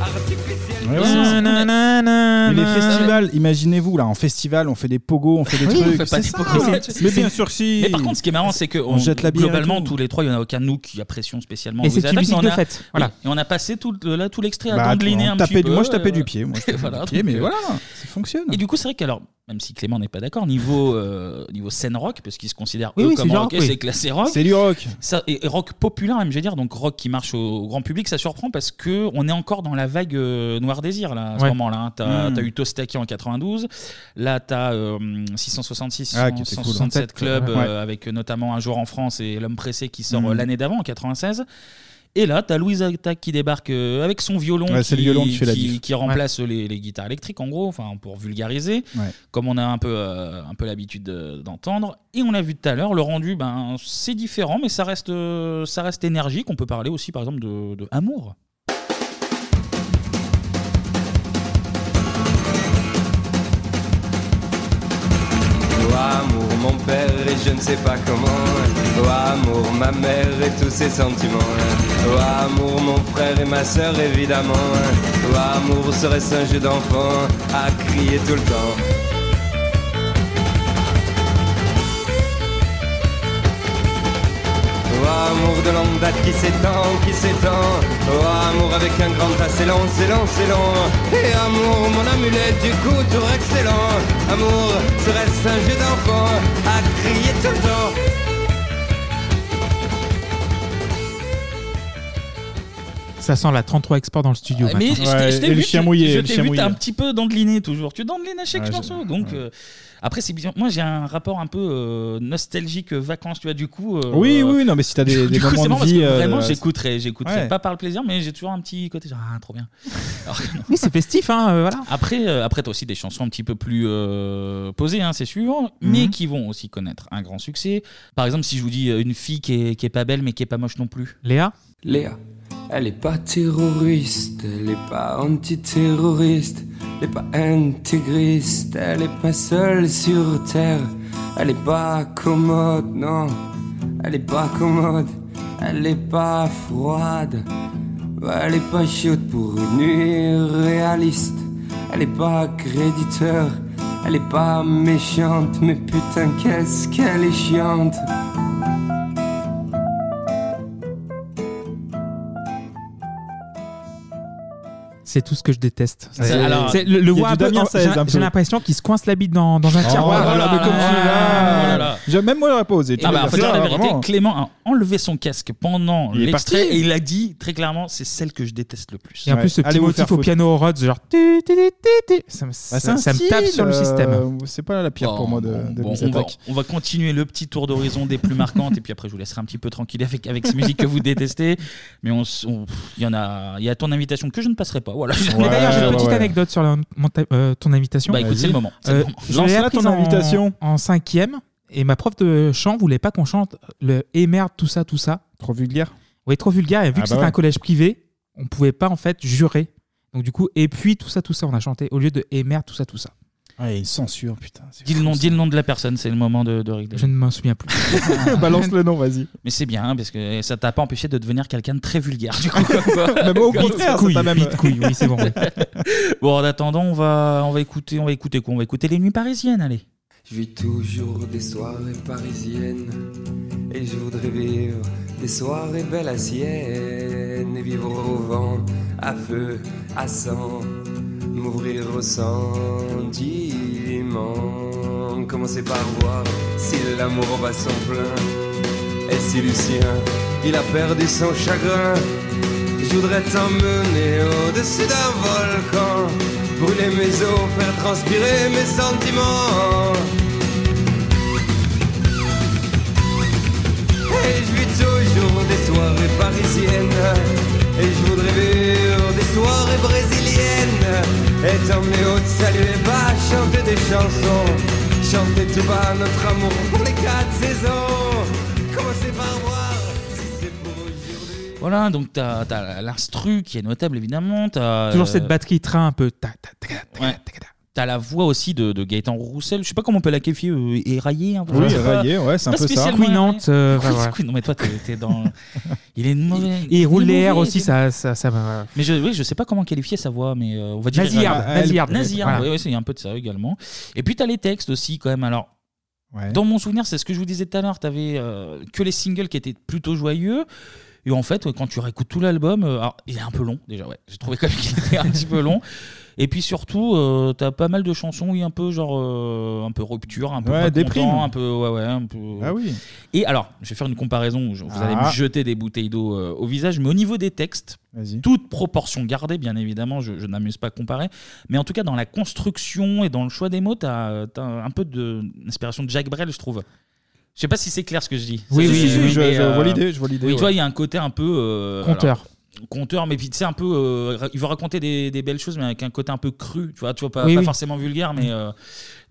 [SPEAKER 18] artificielle.
[SPEAKER 10] Ouais, ouais, c'est- Mais les festivals, imaginez-vous, là, en festival, on fait des pogos, on fait des
[SPEAKER 1] Oui,
[SPEAKER 10] trucs.
[SPEAKER 1] on fait pas
[SPEAKER 10] c'est
[SPEAKER 1] des
[SPEAKER 10] ça.
[SPEAKER 1] pogos.
[SPEAKER 10] Mais
[SPEAKER 1] C'est-
[SPEAKER 10] Mais
[SPEAKER 1] c'est-
[SPEAKER 10] bien sûr, si.
[SPEAKER 1] Mais par contre, ce qui est marrant, c'est que
[SPEAKER 10] on
[SPEAKER 1] on-
[SPEAKER 10] jette la bière. et
[SPEAKER 1] globalement,
[SPEAKER 10] tout.
[SPEAKER 1] tous les trois, il n'y en a aucun de nous qui apprécions spécialement.
[SPEAKER 10] Et
[SPEAKER 1] vos
[SPEAKER 10] c'est une
[SPEAKER 1] attaques,
[SPEAKER 10] musique
[SPEAKER 1] mais on
[SPEAKER 10] de
[SPEAKER 1] a-
[SPEAKER 10] fête, voilà.
[SPEAKER 1] oui, Et on a passé tout, le- là tout l'extrait
[SPEAKER 10] Bah,
[SPEAKER 1] à temps de
[SPEAKER 10] on
[SPEAKER 1] gliner un
[SPEAKER 10] tapait
[SPEAKER 1] petit
[SPEAKER 10] du-
[SPEAKER 1] peu.
[SPEAKER 10] moi, je tapais
[SPEAKER 1] euh,
[SPEAKER 10] du pied, moi, je tapais du
[SPEAKER 1] voilà,
[SPEAKER 10] pied, mais
[SPEAKER 1] donc, euh,
[SPEAKER 10] voilà, ça fonctionne.
[SPEAKER 1] Et du coup, c'est vrai qu'alors, même si Clément n'est pas d'accord, niveau, euh, niveau scène rock, parce qu'ils se considèrent
[SPEAKER 10] Oui,
[SPEAKER 1] eux
[SPEAKER 10] oui, c'est
[SPEAKER 1] comme
[SPEAKER 10] du
[SPEAKER 1] rock,
[SPEAKER 10] rock,
[SPEAKER 1] et
[SPEAKER 10] oui.
[SPEAKER 1] c'est classé rock.
[SPEAKER 10] C'est du rock.
[SPEAKER 1] Ça, et, et rock populaire, même, je veux dire, donc rock qui marche au, au grand public, ça surprend parce que on est encore dans la vague euh, Noir Désir, là, à ce
[SPEAKER 10] Ouais.
[SPEAKER 1] moment-là. hein. T'as
[SPEAKER 10] Mm.
[SPEAKER 1] t'as eu Tostaki en 92, là, t'as euh, 666,
[SPEAKER 10] Ah, qui était cool.
[SPEAKER 1] 167 clubs,
[SPEAKER 10] Ouais.
[SPEAKER 1] euh, avec euh, notamment Un jour en France et L'homme pressé qui sort
[SPEAKER 10] Mm.
[SPEAKER 1] euh, l'année d'avant, en 96. Et là, t'as Louise Attaque qui débarque euh, avec son violon,
[SPEAKER 10] Ouais, c'est
[SPEAKER 1] qui,
[SPEAKER 10] le violon qui fait la diff.
[SPEAKER 1] qui remplace les, les guitares électriques, en gros, enfin pour vulgariser,
[SPEAKER 10] Ouais.
[SPEAKER 1] comme on a un peu, euh, un peu l'habitude de- d'entendre. Et on l'a vu tout à l'heure, le rendu, ben, c'est différent, mais ça reste, euh, ça reste énergique. On peut parler aussi, par exemple, de, de Amour.
[SPEAKER 18] Oh amour, mon père et je ne sais pas comment. Oh amour, ma mère et tous ses sentiments. Oh amour, mon frère et ma sœur évidemment. Oh amour, serait-ce un jeu d'enfant à crier tout le temps. Oh amour de longue date qui s'étend, qui s'étend. Oh amour avec un grand tas, c'est long, c'est long, c'est long. Et amour, mon amulette du coup, tout excellent. Amour, serait-ce un jeu d'enfant à crier tout le temps.
[SPEAKER 7] Ça sent la 33 Export dans le studio.
[SPEAKER 1] Ah, Mais
[SPEAKER 7] maintenant.
[SPEAKER 1] je t'ai- je t'ai vu, tu- je t'ai vu, t'as un petit peu dandeliné toujours. Tu dandeliné à chaque
[SPEAKER 7] Ouais, je-
[SPEAKER 1] morceau. Donc, euh, après, c'est bizarre. Moi, j'ai un rapport un peu euh, nostalgique euh, vacances, tu vois, du coup. euh,
[SPEAKER 10] Oui, oui, oui, non, mais si t'as des,
[SPEAKER 1] Du
[SPEAKER 10] des
[SPEAKER 1] coup,
[SPEAKER 10] moments
[SPEAKER 1] c'est
[SPEAKER 10] de
[SPEAKER 1] marrant parce
[SPEAKER 10] vie.
[SPEAKER 1] que
[SPEAKER 10] euh,
[SPEAKER 1] vraiment,
[SPEAKER 10] c'est-
[SPEAKER 1] j'écouterai, j'écouterai
[SPEAKER 10] Ouais.
[SPEAKER 1] pas par le plaisir, mais j'ai toujours un petit côté genre, ah, trop bien. Alors que non.
[SPEAKER 7] Oui, c'est festif, hein, euh, voilà.
[SPEAKER 1] Après, euh, après t'as aussi des chansons un petit peu plus euh, posées, hein, c'est sûr,
[SPEAKER 10] Mhm.
[SPEAKER 1] mais qui vont aussi connaître un grand succès. Par exemple, si je vous dis euh, une fille qui est, qui est pas belle, mais qui est pas moche non plus.
[SPEAKER 7] Léa
[SPEAKER 18] Léa, elle est pas terroriste, elle est pas antiterroriste, elle est pas intégriste, elle est pas seule sur terre, elle est pas commode, non, elle est pas commode, elle est pas froide, elle est pas chaude pour une nuit réaliste, elle est pas créditeur, elle est pas méchante, mais putain qu'est-ce qu'elle est chiante.
[SPEAKER 7] C'est tout ce que je déteste.
[SPEAKER 10] Ouais.
[SPEAKER 7] C'est-
[SPEAKER 10] Alors,
[SPEAKER 7] c'est le,
[SPEAKER 10] il y
[SPEAKER 7] le
[SPEAKER 10] a
[SPEAKER 7] voir
[SPEAKER 10] du
[SPEAKER 7] un peu-
[SPEAKER 10] Damien
[SPEAKER 7] oh,
[SPEAKER 10] Saez, un
[SPEAKER 7] J'ai
[SPEAKER 10] peu.
[SPEAKER 7] j'ai l'impression qu'il se coince la bite dans, dans un
[SPEAKER 10] Oh,
[SPEAKER 7] tiroir.
[SPEAKER 10] voilà, mais comme
[SPEAKER 7] Ah,
[SPEAKER 10] celui-là. J'ai- Même moi, j'aurais pas osé. tu
[SPEAKER 1] Ah
[SPEAKER 10] vois,
[SPEAKER 1] bah, faut
[SPEAKER 10] ça,
[SPEAKER 1] dire la vérité,
[SPEAKER 10] vraiment.
[SPEAKER 1] Clément a enlevé son casque pendant
[SPEAKER 10] Il est
[SPEAKER 1] l'extrait
[SPEAKER 10] parti.
[SPEAKER 1] et il a dit très clairement, c'est celle que je déteste le plus.
[SPEAKER 7] Et en plus, ce petit motif au piano au Rhodes, genre. tu, tu, tu, tu, tu, Ça me
[SPEAKER 10] Bah, c'est
[SPEAKER 7] ça-
[SPEAKER 10] un
[SPEAKER 7] ça me
[SPEAKER 10] style,
[SPEAKER 7] tape sur le
[SPEAKER 10] euh,
[SPEAKER 7] système.
[SPEAKER 10] C'est pas la pire pour moi de, de
[SPEAKER 1] Oh, Bon,
[SPEAKER 10] Louis
[SPEAKER 1] on, va,
[SPEAKER 10] Attaque.
[SPEAKER 1] on va continuer le petit tour d'horizon des plus marquantes et puis après je vous laisserai un petit peu tranquille avec, avec ces musiques que vous détestez. Mais on s- on- pff, il y en a, il y a ton invitation que je ne passerai pas. Voilà.
[SPEAKER 7] Mais d'ailleurs, j'ai une petite anecdote sur la- mon ta- euh, ton invitation.
[SPEAKER 1] Bah, écoute, c'est le moment, c'est le moment.
[SPEAKER 7] je
[SPEAKER 1] Lance
[SPEAKER 7] l'ai
[SPEAKER 1] là
[SPEAKER 7] apprise
[SPEAKER 1] ton
[SPEAKER 7] en-
[SPEAKER 1] invitation.
[SPEAKER 7] En cinquième, et ma prof de chant voulait pas qu'on chante le et merde, tout ça, tout ça.
[SPEAKER 10] Trop vulgaire
[SPEAKER 7] Oui, trop vulgaire. Et vu
[SPEAKER 10] Ah
[SPEAKER 7] que
[SPEAKER 10] bah
[SPEAKER 7] c'était
[SPEAKER 10] ouais.
[SPEAKER 7] un collège privé, on pouvait pas en fait jurer. Donc du coup, et puis tout ça, tout ça, on a chanté au lieu de et merde, tout ça, tout ça.
[SPEAKER 10] Ouais, une Ah, censure, putain. c'est
[SPEAKER 1] Dis le,
[SPEAKER 10] fou,
[SPEAKER 1] nom,
[SPEAKER 10] ça.
[SPEAKER 1] dis le nom de la personne, c'est le moment de, de régler.
[SPEAKER 7] Je ne m'en souviens plus.
[SPEAKER 10] Balance le nom, vas-y.
[SPEAKER 1] Mais c'est bien, hein, parce que ça t'a pas empêché de devenir quelqu'un de très vulgaire, du coup. comme quoi.
[SPEAKER 10] Mais bon, au contraire, ça t'a même-
[SPEAKER 7] Bite couille, oui, c'est bon. oui.
[SPEAKER 1] Bon, en attendant, on va, on va écouter, on va écouter quoi On va écouter les nuits parisiennes, allez.
[SPEAKER 18] Je vis toujours des soirées parisiennes et je voudrais vivre des soirées belles à sienne et vivre au vent, à feu, à sang. m'ouvrir aux sentiments. Commencez par voir si l'amour en bat son plein. Et si Lucien, il a perdu son chagrin. Je voudrais t'emmener au-dessus d'un volcan. Brûler mes os, faire transpirer mes sentiments. Et je vis toujours des soirées parisiennes Et je voudrais vivre des soirées brésiliennes Et t'emmener au saluer bas, chanter des chansons Chanter tout bas notre amour pour les quatre saisons Commencez par voir si c'est pour
[SPEAKER 1] Voilà, donc t'as as, l'instru qui est notable évidemment. T'as,
[SPEAKER 7] Toujours
[SPEAKER 1] euh,
[SPEAKER 7] cette batterie train un peu. ta, ta, ta.
[SPEAKER 1] Ouais. T'as la voix aussi de, de Gaëtan Roussel. Je sais pas comment on peut la qualifier, euh, éraillée un peu.
[SPEAKER 10] Oui,
[SPEAKER 1] Je sais pas.
[SPEAKER 10] éraillée, ouais, c'est un
[SPEAKER 1] Pas
[SPEAKER 10] peu ça.
[SPEAKER 1] spécialement
[SPEAKER 7] Couinante,
[SPEAKER 1] éraillée.
[SPEAKER 7] euh,
[SPEAKER 1] Oui,
[SPEAKER 7] ouais, ouais.
[SPEAKER 1] c'est couin- Non, mais toi, t'es, t'es dans. Il est mauvais.
[SPEAKER 7] Et il roule
[SPEAKER 1] il est
[SPEAKER 7] les airs
[SPEAKER 1] mauvais,
[SPEAKER 7] aussi,
[SPEAKER 1] il est-
[SPEAKER 7] ça, ça, ça va.
[SPEAKER 1] Mais je, oui, je sais pas comment qualifier sa voix, mais euh, on va dire.
[SPEAKER 7] Nasillarde,
[SPEAKER 1] éraillée.
[SPEAKER 7] nasillarde,
[SPEAKER 1] Nasillarde,
[SPEAKER 7] voilà.
[SPEAKER 1] oui, oui, c'est un peu de ça également. Et puis t'as les textes aussi, quand même. Alors, dans mon souvenir, c'est ce que je vous disais tout à l'heure, t'avais euh, que les singles qui étaient plutôt joyeux. Et en fait, ouais, quand tu réécoutes tout l'album, euh, alors, il est un peu long déjà, ouais. J'ai trouvé quand même qu'il était un petit peu long. Et puis surtout, euh, t'as pas mal de chansons, oui, un peu genre, euh, un peu rupture, un peu
[SPEAKER 10] Ouais,
[SPEAKER 1] pas
[SPEAKER 10] déprime.
[SPEAKER 1] content, un peu, ouais, ouais, un peu.
[SPEAKER 10] Ah oui.
[SPEAKER 1] Et alors, je vais faire une comparaison. je- Vous
[SPEAKER 10] Ah.
[SPEAKER 1] allez me jeter des bouteilles d'eau euh, au visage, mais au niveau des textes, toute proportion gardée, bien évidemment, je, je n'amuse pas à comparer. Mais en tout cas, dans la construction et dans le choix des mots, t'as as un peu de- d'inspiration de Jacques Brel, je trouve. Je sais pas si c'est clair ce que je dis.
[SPEAKER 10] Oui,
[SPEAKER 1] Ça,
[SPEAKER 10] oui,
[SPEAKER 1] c'est-
[SPEAKER 10] oui, oui, je-
[SPEAKER 1] mais, euh,
[SPEAKER 10] je vois l'idée, je vois l'idée,
[SPEAKER 1] Oui, tu
[SPEAKER 10] ouais.
[SPEAKER 1] vois, il y a un côté un peu euh,
[SPEAKER 7] Conteur.
[SPEAKER 1] alors, conteur, mais puis tu sais un peu, euh, ra- il veut raconter des, des belles choses, mais avec un côté un peu cru, tu vois, tu vois pas,
[SPEAKER 7] Oui,
[SPEAKER 1] pas
[SPEAKER 7] oui.
[SPEAKER 1] forcément vulgaire, mais euh,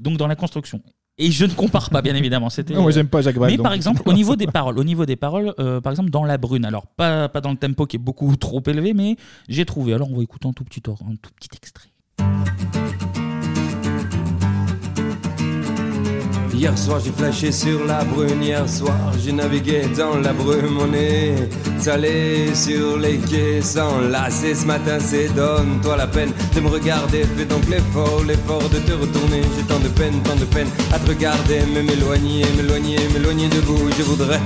[SPEAKER 1] donc dans la construction. Et je ne compare pas, bien évidemment. C'était.
[SPEAKER 10] Non, moi, j'aime pas Jacques Brel,
[SPEAKER 1] Mais
[SPEAKER 10] donc.
[SPEAKER 1] par exemple, au niveau des paroles, au niveau des paroles, euh, par exemple dans la brune. Alors pas pas dans le tempo qui est beaucoup trop élevé, mais j'ai trouvé. Alors on va écouter un tout petit or- un tout petit extrait.
[SPEAKER 18] Hier soir j'ai flashé sur la brune, hier soir j'ai navigué dans la brume, on est allé sur les quais sans lasser ce matin, c'est donne-toi la peine de me regarder, fais donc l'effort, l'effort de te retourner, j'ai tant de peine, tant de peine à te regarder, mais m'éloigner, m'éloigner, m'éloigner de vous, je voudrais.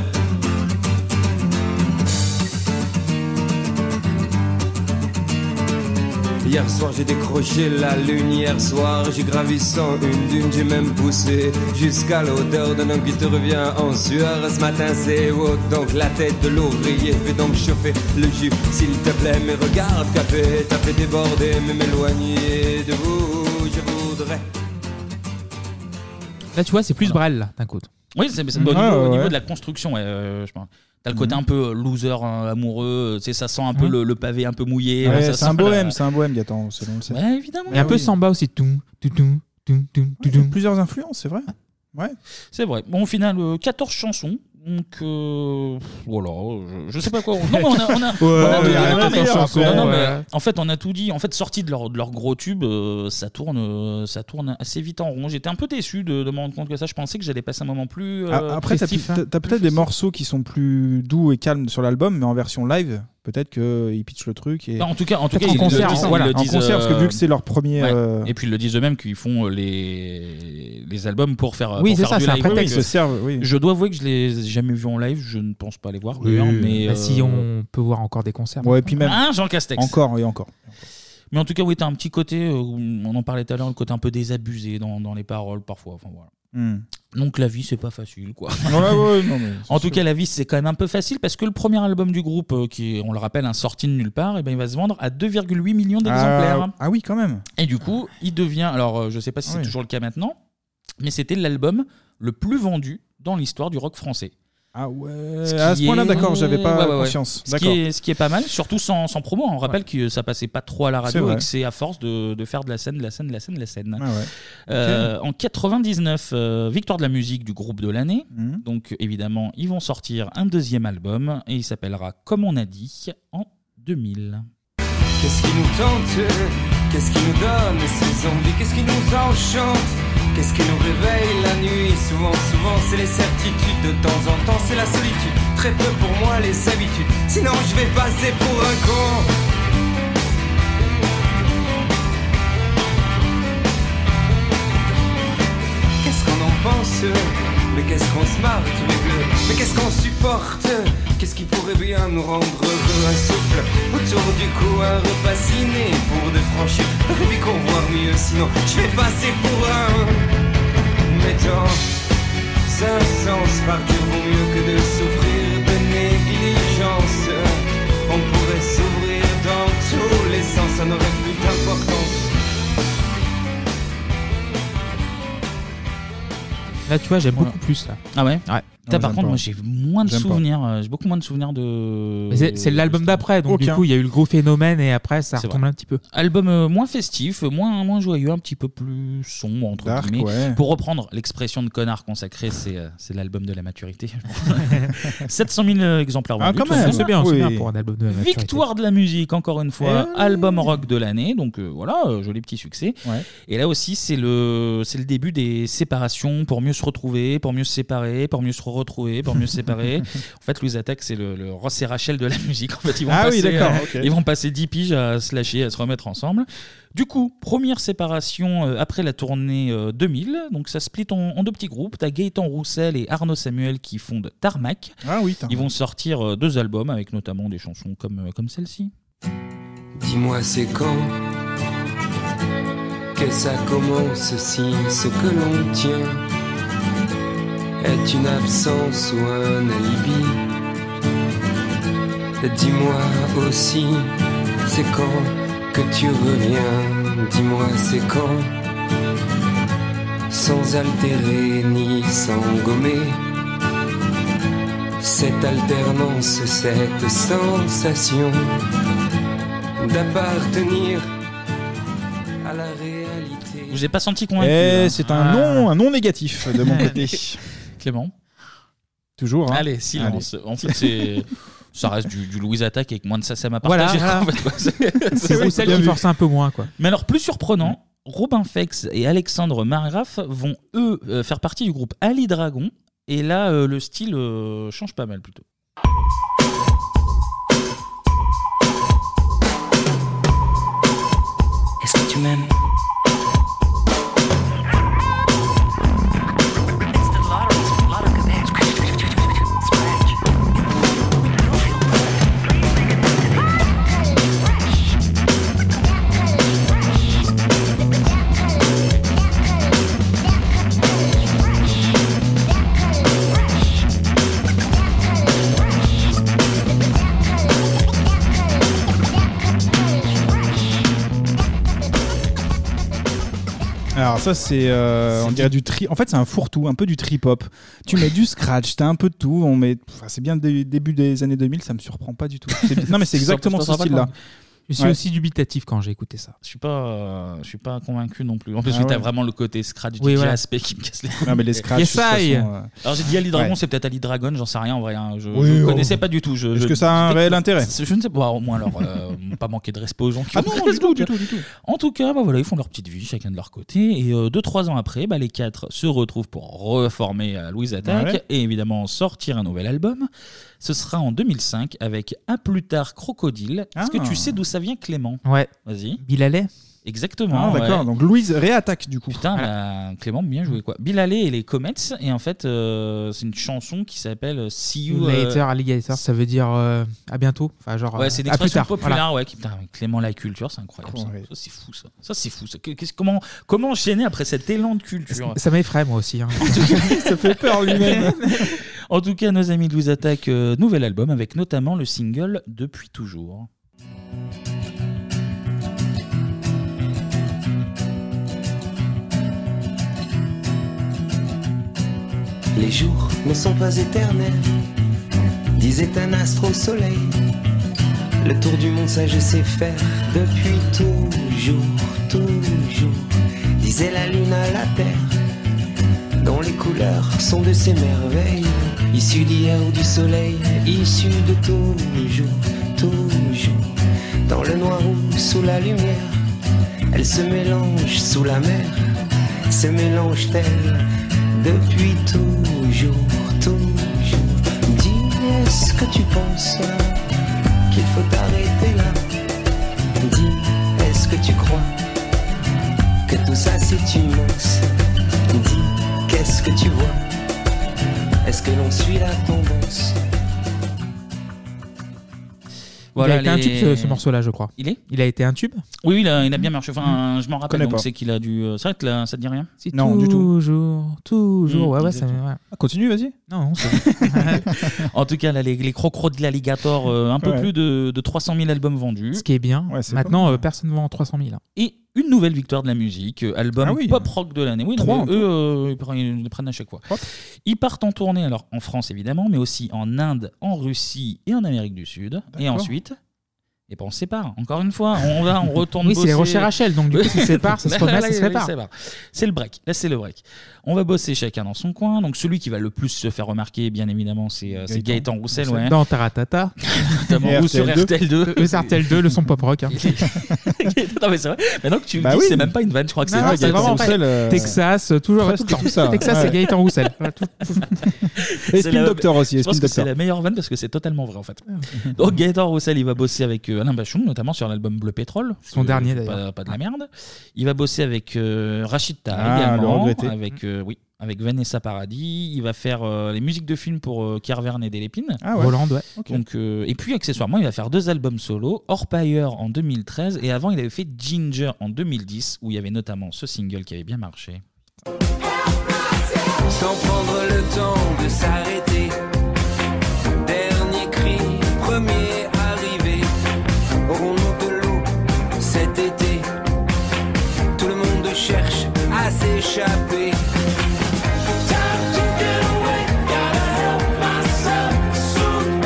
[SPEAKER 18] Hier soir j'ai décroché la lune, hier soir j'ai gravi sans une dune, j'ai même poussé jusqu'à l'odeur d'un homme qui te revient en sueur. Ce matin c'est haut, donc la tête de l'ouvrier, fais donc chauffer le jus s'il te plaît. Mais regarde, café, t'as fait déborder, mais m'éloigner de vous, je voudrais.
[SPEAKER 7] Là, tu vois, c'est plus Brel, là, d'un coup.
[SPEAKER 1] Oui, c'est c'est-
[SPEAKER 10] Ah,
[SPEAKER 7] Mm.
[SPEAKER 1] au, niveau,
[SPEAKER 7] Ouais,
[SPEAKER 1] au
[SPEAKER 7] ouais,
[SPEAKER 1] niveau
[SPEAKER 7] ouais.
[SPEAKER 1] de la construction, ouais, euh, je pense. T'as le côté un peu loser hein, amoureux, euh, tu sais, ça sent un peu
[SPEAKER 7] Mm.
[SPEAKER 1] le, le pavé un peu mouillé.
[SPEAKER 10] Mm-hmm. Ouais,
[SPEAKER 1] hein, ça
[SPEAKER 10] c'est un
[SPEAKER 1] sent la-
[SPEAKER 10] bohème, c'est un bohème, Gaëtan, c'est bon, c'est-
[SPEAKER 1] Ouais, évidemment.
[SPEAKER 7] Et un peu samba aussi. Toum, toum, toum, toum, toum, toum.
[SPEAKER 10] Ah Plusieurs influences, c'est vrai. Ouais.
[SPEAKER 1] C'est vrai. Bon, au final, euh, 14 chansons. Donc, euh, voilà, euh, je, je sais pas quoi. Non, mais on a, on a,
[SPEAKER 10] Ouais,
[SPEAKER 1] on a
[SPEAKER 10] ouais,
[SPEAKER 1] tout
[SPEAKER 10] y a
[SPEAKER 1] dit.
[SPEAKER 10] rien
[SPEAKER 1] Non,
[SPEAKER 10] à
[SPEAKER 1] non, mais-
[SPEAKER 10] dire après,
[SPEAKER 1] non, non, mais,
[SPEAKER 10] ouais.
[SPEAKER 1] en fait, on a tout dit. En fait, sorti de leur, de leur gros tube, euh, ça, tourne, euh, ça tourne assez vite en rond. J'étais un peu déçu de, de me rendre compte que ça. Je pensais que j'allais passer un moment plus. euh,
[SPEAKER 10] Ah, Après, t'as
[SPEAKER 1] festif.
[SPEAKER 10] t'as- t'as peut-être des morceaux qui sont plus doux et calmes sur l'album, mais en version live, peut-être qu'ils pitchent le truc. Et...
[SPEAKER 1] Bah, en tout cas, en tout
[SPEAKER 10] Peut-être
[SPEAKER 1] cas, ils le
[SPEAKER 10] concert, hein.
[SPEAKER 1] disent- ils
[SPEAKER 10] voilà,
[SPEAKER 1] le
[SPEAKER 10] en
[SPEAKER 1] disent,
[SPEAKER 10] concert, parce que
[SPEAKER 1] euh,
[SPEAKER 10] vu que c'est leur premier.
[SPEAKER 1] ouais.
[SPEAKER 10] euh,
[SPEAKER 1] Et puis ils le disent eux-mêmes qu'ils font euh, les les albums pour faire.
[SPEAKER 10] Oui,
[SPEAKER 1] pour
[SPEAKER 10] c'est
[SPEAKER 1] faire
[SPEAKER 10] ça,
[SPEAKER 1] du
[SPEAKER 10] c'est un
[SPEAKER 1] live.
[SPEAKER 10] prétexte.
[SPEAKER 1] Donc,
[SPEAKER 10] Ils se servent, oui.
[SPEAKER 1] Je dois avouer que je les ai jamais vus en live. Je ne pense pas les voir. d'ailleurs, mais
[SPEAKER 7] Bah,
[SPEAKER 1] euh,
[SPEAKER 7] Si on peut voir encore des concerts.
[SPEAKER 10] Ouais, et puis même.
[SPEAKER 1] Ah, Jean Castex.
[SPEAKER 10] Encore, et encore.
[SPEAKER 1] Mais en tout cas, oui, t'as un petit côté, euh, on en parlait tout à l'heure, le côté un peu désabusé dans, dans les paroles parfois. Enfin, voilà.
[SPEAKER 10] Hmm.
[SPEAKER 1] Donc la vie, c'est pas facile, quoi.
[SPEAKER 10] Ouais, ouais, non, mais c'est
[SPEAKER 1] en tout
[SPEAKER 10] sûr.
[SPEAKER 1] cas, la vie, c'est quand même un peu facile parce que le premier album du groupe, euh, qui est, on le rappelle, un sorti de nulle part, et ben, il va se vendre à 2,8 millions d'exemplaires.
[SPEAKER 10] Ah, ah oui, quand même. Ah
[SPEAKER 1] Et du coup, il devient, alors euh, je sais pas si c'est
[SPEAKER 10] Oui.
[SPEAKER 1] toujours le cas maintenant, mais c'était l'album le plus vendu dans l'histoire du rock français.
[SPEAKER 10] Ah ouais.
[SPEAKER 1] Ce
[SPEAKER 10] à
[SPEAKER 1] qui
[SPEAKER 10] ce point-là,
[SPEAKER 1] est-
[SPEAKER 10] d'accord, j'avais pas
[SPEAKER 1] Ouais, ouais, ouais.
[SPEAKER 10] conscience.
[SPEAKER 1] Ce qui,
[SPEAKER 10] D'accord.
[SPEAKER 1] est, ce qui est pas mal, surtout sans, sans promo. hein. On rappelle que ça passait pas trop à la
[SPEAKER 10] C'est
[SPEAKER 1] radio
[SPEAKER 10] vrai.
[SPEAKER 1] et que c'est à force de, de faire de la scène, de la scène, de la scène, de la scène.
[SPEAKER 10] Ah ouais.
[SPEAKER 1] Euh, En 99, euh, victoire de la musique du groupe de l'année.
[SPEAKER 10] Mhm.
[SPEAKER 1] Donc évidemment, ils vont sortir un deuxième album et il s'appellera Comme on a dit en
[SPEAKER 10] Ah
[SPEAKER 1] 2000.
[SPEAKER 18] Qu'est-ce qui nous tente Qu'est-ce qui nous donne ces envies Qu'est-ce qui nous enchante Qu'est-ce qui nous réveille la nuit Souvent, souvent, c'est les certitudes. De temps en temps, c'est la solitude. Très peu pour moi les habitudes. Sinon, je vais passer pour un con. Qu'est-ce qu'on en pense Mais qu'est-ce qu'on se marre tous les deux Mais qu'est-ce qu'on supporte Qu'est-ce qui pourrait pourrait bien nous rendre heureux un souffle autour du cou, un repas ciné pour de franchir, rêver qu'on voit mieux, sinon je vais passer pour un méchant. 500 par cœur vaut mieux que de souffrir de négligence. On pourrait s'ouvrir dans tous les sens, ça n'aurait plus d'importance.
[SPEAKER 7] Là, tu vois, j'aime beaucoup plus. Là.
[SPEAKER 1] Ah ouais
[SPEAKER 7] Ouais.
[SPEAKER 1] T'as, par contre, moi j'ai moins de
[SPEAKER 7] J'aime pas.
[SPEAKER 1] souvenirs. euh, J'ai beaucoup moins de souvenirs de.
[SPEAKER 7] Mais C'est c'est l'album d'après, donc du
[SPEAKER 1] Aucun.
[SPEAKER 7] coup, il y a eu le gros phénomène et après, ça
[SPEAKER 1] C'est
[SPEAKER 7] retombe
[SPEAKER 1] vrai.
[SPEAKER 7] un petit peu.
[SPEAKER 1] Album euh, moins festif, euh, moins, moins joyeux, un petit peu plus sombre, entre
[SPEAKER 7] Dark,
[SPEAKER 1] guillemets.
[SPEAKER 7] ouais.
[SPEAKER 1] Pour reprendre l'expression de connard consacré, c'est, euh, c'est l'album de la maturité. 700 000 euh, exemplaires
[SPEAKER 7] Ah,
[SPEAKER 1] vendus.
[SPEAKER 7] quand
[SPEAKER 1] tout
[SPEAKER 7] même,
[SPEAKER 1] ça.
[SPEAKER 7] c'est bien, c'est bien pour un album de la maturité.
[SPEAKER 1] Victoire de la musique, encore une fois.
[SPEAKER 7] Eh
[SPEAKER 1] Album rock de l'année, donc euh, voilà, euh, joli petit succès.
[SPEAKER 7] Ouais.
[SPEAKER 1] Et là aussi, c'est le, c'est le début des séparations pour mieux se retrouver, pour mieux se séparer, pour mieux se retrouver, pour mieux se séparer. en fait, Louise Attack, c'est le, le Ross et Rachel de la musique. En fait, ils vont
[SPEAKER 10] Ah
[SPEAKER 1] passer,
[SPEAKER 10] oui, d'accord,
[SPEAKER 1] euh,
[SPEAKER 10] ok.
[SPEAKER 1] ils vont passer 10 piges à se lâcher, à se remettre ensemble. Du coup, première séparation euh, après la tournée euh, 2000. Donc ça split en, en deux petits groupes. T'as Gaëtan Roussel et Arnaud Samuel qui fondent Tarmac.
[SPEAKER 10] Ah
[SPEAKER 1] Ils vont sortir euh, deux albums avec notamment des chansons comme, euh, comme celle-ci.
[SPEAKER 18] Dis-moi c'est quand que ça commence si ce que l'on tient est une absence ou un alibi. Dis-moi aussi c'est quand que tu reviens. Dis-moi c'est quand sans altérer ni sans gommer. Cette alternance, cette sensation d'appartenir à la réalité.
[SPEAKER 1] Je vous ai pas senti convaincu.
[SPEAKER 10] Eh,
[SPEAKER 1] hein.
[SPEAKER 10] c'est un non, un non négatif de mon côté.
[SPEAKER 1] Clément.
[SPEAKER 10] Toujours. hein.
[SPEAKER 1] Allez, silence.
[SPEAKER 10] Allez.
[SPEAKER 1] En fait, c'est. Ça reste du, du Louise Attaque et que moins de ça, ça m'a partagé.
[SPEAKER 7] Voilà, Ah.
[SPEAKER 1] quoi, en fait, quoi. C'est-
[SPEAKER 7] C'est
[SPEAKER 1] c'est-
[SPEAKER 7] Roussel
[SPEAKER 1] bien
[SPEAKER 7] qui
[SPEAKER 1] vu.
[SPEAKER 7] force un peu moins, quoi.
[SPEAKER 1] Mais alors, plus surprenant, Robin Fex et Alexandre Margraff vont, eux, euh, faire partie du groupe Ali Dragon. Et là, euh, le style euh, change pas mal plutôt.
[SPEAKER 19] Est-ce que tu
[SPEAKER 2] um
[SPEAKER 19] m'aimes
[SPEAKER 10] Alors ça c'est, euh, on dirait du tri. En fait c'est un fourre-tout, un peu du trip hop. Tu mets du scratch, t'as un peu de tout. On met, enfin, c'est bien dé- début des années 2000, ça me surprend pas du tout. C'est- Non mais c'est exactement ce style-là.
[SPEAKER 7] Je suis
[SPEAKER 10] Ouais.
[SPEAKER 7] aussi dubitatif quand j'ai écouté ça.
[SPEAKER 1] Je suis pas, euh, je suis pas convaincu non plus. En plus,
[SPEAKER 7] Ah
[SPEAKER 1] tu t'as
[SPEAKER 7] ouais.
[SPEAKER 1] vraiment le côté scratch
[SPEAKER 7] Oui,
[SPEAKER 1] DJ
[SPEAKER 7] voilà.
[SPEAKER 1] aspect qui me casse les couilles.
[SPEAKER 10] Ah, mais les scratchs, Yes, de toute I. façon, euh,
[SPEAKER 1] Alors j'ai dit Ali Dragon,
[SPEAKER 10] ouais.
[SPEAKER 1] c'est peut-être Ali Dragon, j'en sais rien en vrai. hein. Je,
[SPEAKER 10] Oui,
[SPEAKER 1] je
[SPEAKER 10] oh.
[SPEAKER 1] connaissais pas du tout. Je-
[SPEAKER 10] Est-ce
[SPEAKER 1] je-
[SPEAKER 10] que ça a un
[SPEAKER 1] je-
[SPEAKER 10] réel intérêt
[SPEAKER 1] je, ne sais pas. Au moins alors, euh, pas manquer de respect aux gens qui
[SPEAKER 10] Ah
[SPEAKER 1] ont
[SPEAKER 10] non,
[SPEAKER 1] fait
[SPEAKER 10] du
[SPEAKER 1] ce
[SPEAKER 10] tout,
[SPEAKER 1] groupe,
[SPEAKER 10] du
[SPEAKER 1] hein.
[SPEAKER 10] tout, du tout.
[SPEAKER 1] En tout cas, bah voilà, ils font leur petite vie, chacun de leur côté. Et 2-3 ans après, bah, les quatre se retrouvent pour reformer euh, Louise Attaque
[SPEAKER 10] Ouais.
[SPEAKER 1] et évidemment sortir un nouvel album. Ce sera en 2005 avec À plus tard Crocodile. Est-ce que
[SPEAKER 10] Ah.
[SPEAKER 1] tu sais d'où ça vient, Clément
[SPEAKER 7] Ouais.
[SPEAKER 1] Vas-y.
[SPEAKER 7] Bilalais
[SPEAKER 1] Exactement.
[SPEAKER 10] Ah, d'accord.
[SPEAKER 1] ouais.
[SPEAKER 10] Donc Louise réattaque du coup.
[SPEAKER 1] Putain, bah, Clément, bien joué quoi. Bill Haley et les Comets, et en fait, euh, c'est une chanson qui s'appelle See You euh,
[SPEAKER 7] Later, alligator, ça veut dire euh, à bientôt. Enfin, genre,
[SPEAKER 1] Ouais, c'est une
[SPEAKER 7] euh, à plus
[SPEAKER 1] expression
[SPEAKER 7] tard.
[SPEAKER 1] populaire,
[SPEAKER 7] Voilà.
[SPEAKER 1] ouais. qui- putain, mais Clément la culture, c'est incroyable. ça.
[SPEAKER 7] Ouais.
[SPEAKER 1] Ça, c'est fou, ça. Ça, c'est fou. ça. Que- qu'est-ce- comment, comment enchaîner après cet élan de culture
[SPEAKER 7] Ça m'effraie, moi aussi. hein.
[SPEAKER 10] Ça fait peur lui-même.
[SPEAKER 1] En tout cas, nos amis de Louise Attaque, euh, nouvel album avec notamment le single Depuis toujours.
[SPEAKER 20] Les jours ne sont pas éternels, disait un astre au soleil. Le tour du monde, ça je sais faire depuis toujours, toujours. Disait la lune à la terre, dont les couleurs sont de ces merveilles. Issues d'hier ou du soleil, issues de toujours, toujours. Dans le noir ou sous la lumière, elles se mélangent sous la mer, se mélangent-elles depuis toujours, toujours. Dis, est-ce que tu penses qu'il faut t'arrêter là Dis, est-ce que tu crois que tout ça c'est immense Dis, qu'est-ce que tu vois Est-ce que l'on suit la tendance
[SPEAKER 7] Voilà,
[SPEAKER 1] Voilà,
[SPEAKER 7] il a été un
[SPEAKER 1] les-
[SPEAKER 7] tube ce, ce morceau-là, je crois.
[SPEAKER 1] Il est
[SPEAKER 7] Il a été un tube
[SPEAKER 1] Oui, oui, il a, il a bien marché. Enfin, je m'en rappelle.
[SPEAKER 7] Mm-hmm. Connais
[SPEAKER 1] Donc,
[SPEAKER 7] pas.
[SPEAKER 1] c'est qu'il a dû. euh, C'est vrai que là, ça te dit rien
[SPEAKER 7] Non, du tout. Toujours, toujours.
[SPEAKER 1] Mm,
[SPEAKER 7] ouais, ouais, ça.
[SPEAKER 1] exactement.
[SPEAKER 7] ouais.
[SPEAKER 10] Continue, vas-y.
[SPEAKER 7] Non, non,
[SPEAKER 1] En tout cas, là, les, les crocros de l'alligator, euh, un peu
[SPEAKER 7] Ouais.
[SPEAKER 1] plus de, de 300 000 albums vendus.
[SPEAKER 7] Ce qui est bien. Maintenant, euh, personne ne vend 300 000. hein.
[SPEAKER 1] Et une nouvelle victoire de la musique, euh, album
[SPEAKER 7] Ah oui.
[SPEAKER 1] pop rock de l'année. Oui, non,
[SPEAKER 7] Trois, hein.
[SPEAKER 1] mais
[SPEAKER 7] en tout.
[SPEAKER 1] eux, euh, ils prennent- ils les prennent à chaque fois. Ils partent en tournée, alors en France évidemment, mais aussi en Inde, en Russie et en Amérique du Sud. Et
[SPEAKER 7] D'accord.
[SPEAKER 1] ensuite. Et ben on se sépare, encore une fois, on va, on retourne
[SPEAKER 7] Oui, c'est les
[SPEAKER 1] bosser.
[SPEAKER 7] Rocher Rachel, donc du coup, s'ils se séparent, ça se remet,
[SPEAKER 1] Là,
[SPEAKER 7] ça
[SPEAKER 1] là,
[SPEAKER 7] se
[SPEAKER 1] là,
[SPEAKER 7] répare.
[SPEAKER 1] ils se séparent. C'est le break, là c'est le break. On va bosser chacun dans son coin, donc celui qui va le plus se faire remarquer, bien évidemment, c'est euh, c'est Gaëtan,
[SPEAKER 7] Gaëtan
[SPEAKER 1] Roussel.
[SPEAKER 7] Roussel.
[SPEAKER 1] ouais.
[SPEAKER 7] Dans Taratata.
[SPEAKER 1] Notamment,
[SPEAKER 7] Et
[SPEAKER 1] ou sur RTL2.
[SPEAKER 7] Euh, sur RTL2, le son pop rock. hein.
[SPEAKER 1] non mais c'est vrai, maintenant que tu me
[SPEAKER 7] Bah
[SPEAKER 1] dis,
[SPEAKER 7] oui.
[SPEAKER 1] c'est même pas une vanne, je crois que c'est
[SPEAKER 7] Non,
[SPEAKER 1] vrai,
[SPEAKER 7] c'est
[SPEAKER 1] Gaëtan
[SPEAKER 7] vraiment vrai.
[SPEAKER 1] Roussel, euh,
[SPEAKER 7] Texas, euh, toujours
[SPEAKER 1] Presque
[SPEAKER 7] tout le temps.
[SPEAKER 1] tout ça,
[SPEAKER 7] Texas
[SPEAKER 1] ouais.
[SPEAKER 7] et Gaëtan Roussel. Voilà, tout-
[SPEAKER 10] Et
[SPEAKER 1] C'est
[SPEAKER 10] Spin
[SPEAKER 1] la-
[SPEAKER 10] Doctor aussi, et
[SPEAKER 1] Je pense
[SPEAKER 10] Spin
[SPEAKER 1] que c'est
[SPEAKER 10] Doctor.
[SPEAKER 1] la meilleure vanne parce que c'est totalement vrai en fait. Donc Gaëtan Roussel, il va bosser avec euh, Alain Bachung, notamment sur l'album Bleu Pétrole.
[SPEAKER 7] Son
[SPEAKER 1] C'est
[SPEAKER 7] dernier,
[SPEAKER 1] pas-
[SPEAKER 7] d'ailleurs.
[SPEAKER 1] Pas de la merde. Il va bosser avec euh, Rachid Taha
[SPEAKER 10] Ah, le
[SPEAKER 1] également.
[SPEAKER 10] regretté.
[SPEAKER 1] Avec, euh, oui, avec Vanessa Paradis. Il va faire euh, les musiques de films pour euh, Kerverne et Delépine.
[SPEAKER 7] Ah ouais. Roland, ouais. Ok.
[SPEAKER 1] Donc, euh, et puis accessoirement, il va faire deux albums solo, Orpayer en 2013 et avant il avait fait Ginger en 2010 où il y avait notamment ce single qui avait bien marché.
[SPEAKER 20] sans prendre le temps de s'arrêter. Dernier cri, premier arrivé. Aurons-nous de l'eau cet été Tout le monde cherche à s'échapper. Time to get away, gotta help myself soon.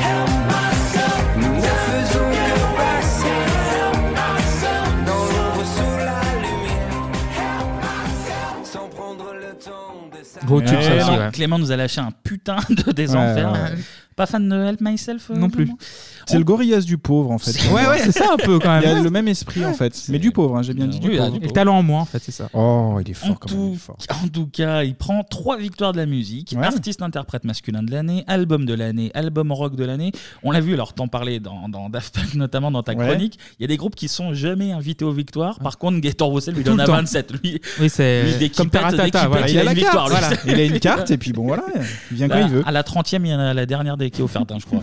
[SPEAKER 20] Help myself. Nous ne faisons que passer dans l'ombre sous la lumière. Help myself. Sans prendre le temps de s'arrêter.
[SPEAKER 7] Gros tube, ça aussi,
[SPEAKER 1] Clément,
[SPEAKER 7] ouais.
[SPEAKER 1] Clément nous a lâché un putain de des
[SPEAKER 10] Ouais,
[SPEAKER 1] enfers.
[SPEAKER 10] ouais, ouais.
[SPEAKER 1] Pas fan de Help Myself euh,
[SPEAKER 10] Non plus.
[SPEAKER 1] Clément
[SPEAKER 10] C'est le gorillas du pauvre en fait.
[SPEAKER 7] Ouais, ouais, c'est ça, un peu, quand même.
[SPEAKER 10] Il y a le même esprit en fait. Mais du pauvre, hein, j'ai bien dit. Du
[SPEAKER 1] Oui, là,
[SPEAKER 10] pauvre.
[SPEAKER 1] du
[SPEAKER 7] Et le talent en moins, en fait, c'est ça.
[SPEAKER 10] Oh, il est
[SPEAKER 1] En
[SPEAKER 10] fort quand même.
[SPEAKER 1] tout, en tout cas, il prend trois victoires de la musique, artiste-interprète masculin de l'année, album de l'année, album rock de l'année. On l'a vu, alors t'en parlais dans, dans Daft Punk, notamment dans ta
[SPEAKER 7] Ouais.
[SPEAKER 1] chronique, il y a des groupes qui sont jamais invités aux victoires. Par contre, Gaëtan Roussel, lui, il
[SPEAKER 7] Tout
[SPEAKER 1] en
[SPEAKER 7] le
[SPEAKER 1] a
[SPEAKER 7] temps.
[SPEAKER 1] 27. Lui,
[SPEAKER 7] Oui, c'est
[SPEAKER 1] lui, dès qu'il
[SPEAKER 7] comme
[SPEAKER 1] pète,
[SPEAKER 7] Taratata,
[SPEAKER 1] dès qu'il pète,
[SPEAKER 7] voilà.
[SPEAKER 1] il,
[SPEAKER 7] Il a
[SPEAKER 1] a
[SPEAKER 7] la
[SPEAKER 1] une
[SPEAKER 7] carte,
[SPEAKER 1] victoire. lui.
[SPEAKER 7] voilà.
[SPEAKER 10] Il a une carte et puis bon voilà, il vient quand
[SPEAKER 1] Là,
[SPEAKER 10] il veut.
[SPEAKER 1] À la 30e, il y en a la dernière des- qui est offerte, hein, je crois.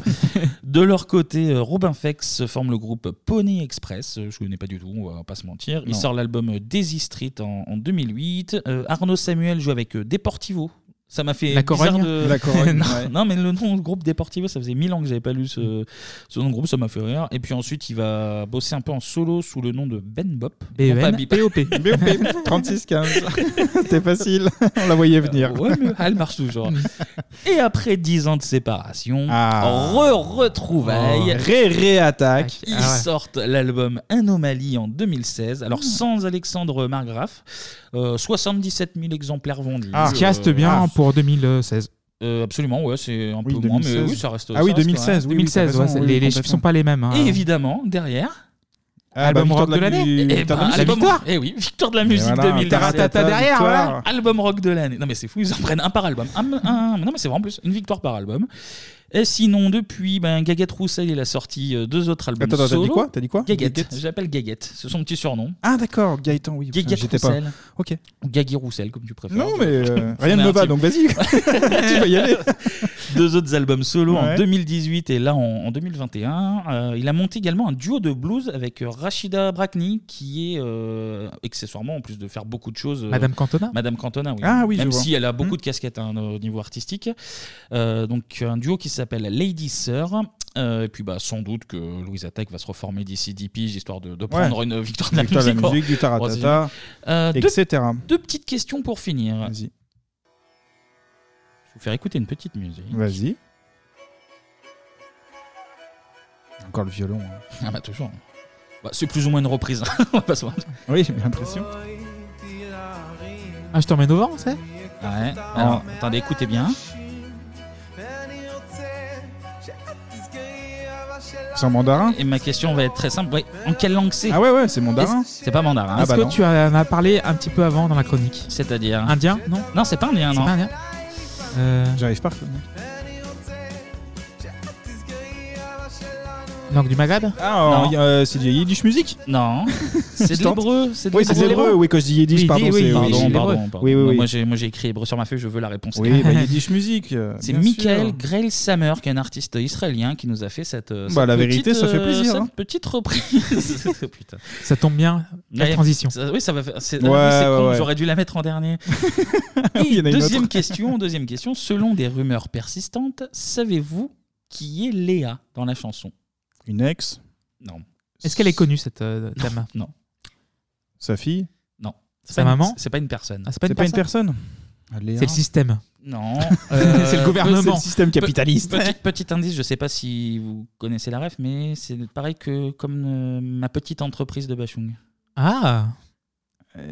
[SPEAKER 1] De leur côté, euh, Robin Fex forme le groupe Pony Express. Euh, Je ne connais pas du tout, on va pas se mentir. Il
[SPEAKER 10] Non.
[SPEAKER 1] sort l'album euh, Daisy Street en, en 2008. Euh, Arnaud Samuel joue avec euh, Deportivo. Ça m'a fait
[SPEAKER 7] La
[SPEAKER 1] bizarre
[SPEAKER 7] Corogne
[SPEAKER 1] de...
[SPEAKER 7] La Corogne,
[SPEAKER 1] non,
[SPEAKER 7] ouais.
[SPEAKER 1] non, mais le nom du groupe Deportivo, ça faisait mille ans que j'avais pas lu ce, ce nom de groupe, ça m'a fait rire. Et puis ensuite, il va bosser un peu en solo sous le nom de Ben Bop.
[SPEAKER 7] B.E.N.,
[SPEAKER 1] Non, pas Bip.
[SPEAKER 7] P.O.P..
[SPEAKER 10] 36-15. C'était facile, on la voyait venir.
[SPEAKER 1] Ouais, mais elle marche toujours. Et après 10 ans de séparation,
[SPEAKER 10] Ah.
[SPEAKER 1] re-retrouvailles.
[SPEAKER 10] Oh, ré- réattaque.
[SPEAKER 1] Ils
[SPEAKER 10] Ah ouais.
[SPEAKER 1] sortent l'album Anomalie en 2016.
[SPEAKER 7] Hmm.
[SPEAKER 1] Alors sans Alexandre Margraf, euh, 77 000 exemplaires vendus.
[SPEAKER 7] Ce qui reste
[SPEAKER 1] Euh,
[SPEAKER 7] bien
[SPEAKER 1] ah.
[SPEAKER 7] pour 2016.
[SPEAKER 1] Euh, absolument, ouais, c'est un
[SPEAKER 7] Oui,
[SPEAKER 1] peu moins, mais
[SPEAKER 7] 2016.
[SPEAKER 1] oui, ça reste.
[SPEAKER 7] Ah oui,
[SPEAKER 1] ça reste
[SPEAKER 7] 2016,
[SPEAKER 1] quand
[SPEAKER 7] oui,
[SPEAKER 1] même.
[SPEAKER 7] oui, t'as 2016, ouais, raison, c'est- oui, les- les chiffres complètement. sont pas les mêmes, hein.
[SPEAKER 1] Et évidemment, derrière.
[SPEAKER 7] Ah, bah, Album victoire rock de de la- l'année.
[SPEAKER 1] Eh ben,
[SPEAKER 7] victoire de la musique.
[SPEAKER 1] album-
[SPEAKER 7] La victoire.
[SPEAKER 1] Eh oui, victoire de la
[SPEAKER 7] Et
[SPEAKER 1] musique
[SPEAKER 7] voilà,
[SPEAKER 1] 2016.
[SPEAKER 7] taratata derrière,
[SPEAKER 1] Victoire.
[SPEAKER 7] voilà.
[SPEAKER 1] Album rock de l'année. Non mais c'est fou, ils en prennent un par album. Un- un- non mais c'est vrai en plus, une victoire par album. Et sinon, depuis, ben, Gaguette Roussel, il a sorti euh, deux autres albums.
[SPEAKER 10] Attends, attends, t'as
[SPEAKER 1] solo.
[SPEAKER 10] dit quoi T'as dit quoi
[SPEAKER 1] Gaguette.
[SPEAKER 10] Gaguette.
[SPEAKER 1] J'appelle Gaguette. C'est son petit surnom.
[SPEAKER 10] Ah d'accord, Gaëtan, oui. putain,
[SPEAKER 1] Gaguette
[SPEAKER 10] J'étais pas.
[SPEAKER 1] Roussel.
[SPEAKER 10] Ok.
[SPEAKER 1] Ou Gagui Roussel, comme tu préfères.
[SPEAKER 10] Non,
[SPEAKER 1] Tu
[SPEAKER 10] mais
[SPEAKER 1] vois.
[SPEAKER 10] euh,
[SPEAKER 1] On
[SPEAKER 10] rien
[SPEAKER 1] est
[SPEAKER 10] ne me va,
[SPEAKER 1] intime.
[SPEAKER 10] donc vas-y. tu vas y aller.
[SPEAKER 1] Deux autres albums solo en
[SPEAKER 10] Ouais.
[SPEAKER 1] 2018 et là en, en 2021. Euh, il a monté également un duo de blues avec euh, Rachida Brakni, qui est euh, accessoirement, en plus de faire beaucoup de choses. euh,
[SPEAKER 7] Madame Cantona
[SPEAKER 1] Madame Cantona, oui.
[SPEAKER 7] Ah oui, je
[SPEAKER 1] Même
[SPEAKER 7] vois.
[SPEAKER 1] si elle a
[SPEAKER 10] Hmm.
[SPEAKER 1] beaucoup de casquettes hein, au niveau artistique. Euh, donc un duo qui s'appelle Lady Sir. Euh, et puis bah, sans doute que Louise Attaque va se reformer d'ici 10 piges, histoire de, de prendre une victoire de la
[SPEAKER 10] Victoire de la
[SPEAKER 1] musique. Oh,
[SPEAKER 10] musique, du taratata,
[SPEAKER 1] Euh, deux-
[SPEAKER 10] etc.
[SPEAKER 1] Deux petites questions pour finir. Vas-y. Je vais vous faire écouter une petite musique.
[SPEAKER 10] Vas-y. Encore le violon. hein.
[SPEAKER 1] Ah bah toujours. Bah, c'est plus ou moins une reprise, on va pas se mentir.
[SPEAKER 10] Oui, j'ai l'impression.
[SPEAKER 7] Ah, je t'emmène au vent, c'est
[SPEAKER 1] Ouais. Alors, attendez, écoutez bien.
[SPEAKER 10] C'est en mandarin
[SPEAKER 1] Et ma question va être très simple. Ouais, en quelle langue c'est
[SPEAKER 10] Ah ouais, ouais, c'est mandarin. Ah bah
[SPEAKER 1] C'est pas mandarin.
[SPEAKER 7] Est-ce que tu en as parlé un petit peu avant dans la chronique
[SPEAKER 1] C'est-à-dire
[SPEAKER 7] Indien Non
[SPEAKER 1] Non, c'est pas indien,
[SPEAKER 7] C'est
[SPEAKER 1] non.
[SPEAKER 7] pas indien Euh,
[SPEAKER 10] J'arrive pas.
[SPEAKER 7] Donc du Maghreb
[SPEAKER 10] Ah, en- euh, c'est du Yiddish musique
[SPEAKER 1] Non. C'est de l'hébreu, c'est de
[SPEAKER 10] Oui, c'est de
[SPEAKER 1] l'hébreu.
[SPEAKER 10] l'hébreu. Oui, quand je dis Yiddish,
[SPEAKER 1] Oui,
[SPEAKER 10] pardon,
[SPEAKER 1] dis- oui,
[SPEAKER 10] c'est
[SPEAKER 1] pardon,
[SPEAKER 10] oui,
[SPEAKER 1] pardon,
[SPEAKER 10] l'hébreu.
[SPEAKER 1] pardon.
[SPEAKER 10] Oui, oui,
[SPEAKER 1] Non,
[SPEAKER 10] oui.
[SPEAKER 1] Moi, j'ai moi, j'ai écrit hébreu sur ma feuille, je veux la réponse.
[SPEAKER 10] Oui, bah, Yiddish musique. euh,
[SPEAKER 1] C'est
[SPEAKER 10] bien
[SPEAKER 1] Michael
[SPEAKER 10] sûr.
[SPEAKER 1] Grell Samer, qui est un artiste israélien, qui nous a fait cette. euh,
[SPEAKER 10] Bah,
[SPEAKER 1] cette
[SPEAKER 10] la
[SPEAKER 1] petite,
[SPEAKER 10] vérité, ça fait
[SPEAKER 1] euh,
[SPEAKER 10] plaisir,
[SPEAKER 1] cette
[SPEAKER 10] hein.
[SPEAKER 1] petite reprise. Putain.
[SPEAKER 7] Ça tombe bien, la
[SPEAKER 1] Ouais,
[SPEAKER 7] transition.
[SPEAKER 1] ça- oui, ça va faire. c'est-
[SPEAKER 7] Ouais,
[SPEAKER 1] ah oui, c'est con,
[SPEAKER 7] ouais, ouais.
[SPEAKER 1] J'aurais dû la mettre en dernier. Et
[SPEAKER 7] Il y en a une
[SPEAKER 1] deuxième
[SPEAKER 7] autre.
[SPEAKER 1] question. Deuxième question. Selon des rumeurs persistantes, savez-vous qui est Léa dans la chanson
[SPEAKER 10] Une ex
[SPEAKER 1] Non.
[SPEAKER 7] Est-ce qu'elle est connue, cette euh, dame
[SPEAKER 1] Non.
[SPEAKER 10] Sa fille
[SPEAKER 1] Non. C'est
[SPEAKER 7] Sa
[SPEAKER 1] pas une-
[SPEAKER 7] maman
[SPEAKER 1] C'est pas une personne.
[SPEAKER 7] Ah, c'est pas une personne C'est le
[SPEAKER 10] hein.
[SPEAKER 7] système.
[SPEAKER 1] Non.
[SPEAKER 7] euh, C'est le gouvernement.
[SPEAKER 1] peu-
[SPEAKER 7] système
[SPEAKER 1] pe-
[SPEAKER 7] capitaliste.
[SPEAKER 1] Petit, petit indice, je sais pas si vous connaissez la ref, mais c'est pareil que comme euh, ma petite entreprise de Bachung.
[SPEAKER 7] Ah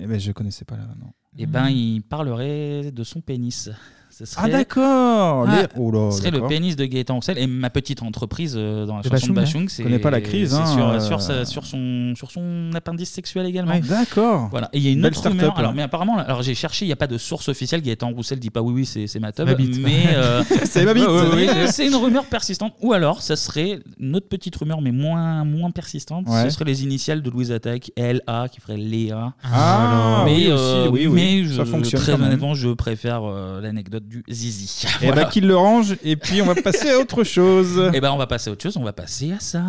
[SPEAKER 10] Eh ben, je connaissais pas là, non.
[SPEAKER 1] Et ben, il parlerait de son pénis. Ce serait-
[SPEAKER 10] Hmm. Ah, d'accord.
[SPEAKER 1] Ah,
[SPEAKER 10] Les- oh là,
[SPEAKER 1] Ce serait le
[SPEAKER 10] d'accord.
[SPEAKER 1] pénis de Gaëtan Roussel et ma petite entreprise euh, dans la
[SPEAKER 10] De
[SPEAKER 1] chanson de
[SPEAKER 10] Bachung, hein.
[SPEAKER 1] Bachung. c'est-
[SPEAKER 10] Je connais pas la crise,
[SPEAKER 1] c'est
[SPEAKER 10] hein,
[SPEAKER 1] sur,
[SPEAKER 10] euh.
[SPEAKER 1] sur sa- sur son, sur son appendice sexuel également.
[SPEAKER 10] Ouais, Ah, d'accord.
[SPEAKER 1] Voilà. Et il y a une
[SPEAKER 10] Belle
[SPEAKER 1] autre
[SPEAKER 10] start-up,
[SPEAKER 1] rumeur.
[SPEAKER 10] là.
[SPEAKER 1] Alors, mais apparemment, alors j'ai cherché, il n'y a pas de source officielle. Gaëtan Roussel dit pas oui, oui, c'est c'est ma teub.
[SPEAKER 7] ma bite.
[SPEAKER 1] Mais euh,
[SPEAKER 7] C'est ma bite.
[SPEAKER 1] ouais, ouais, ouais, c'est une rumeur persistante. Ou alors, ça serait une autre petite rumeur, mais moins, moins persistante.
[SPEAKER 10] Ouais.
[SPEAKER 1] Ce serait les initiales de Louise Attaque, LA, qui ferait Léa.
[SPEAKER 10] Ah,
[SPEAKER 1] mais, euh,
[SPEAKER 10] oui, aussi, oui, oui.
[SPEAKER 1] mais
[SPEAKER 10] Ça
[SPEAKER 1] je-
[SPEAKER 10] fonctionne
[SPEAKER 1] très
[SPEAKER 10] quand même.
[SPEAKER 1] honnêtement, je préfère euh, l'anecdote du Zizi.
[SPEAKER 10] Eh ben, qu'il le range, et puis on va passer à autre chose.
[SPEAKER 1] Et ben, on va passer à autre chose, on va passer à ça.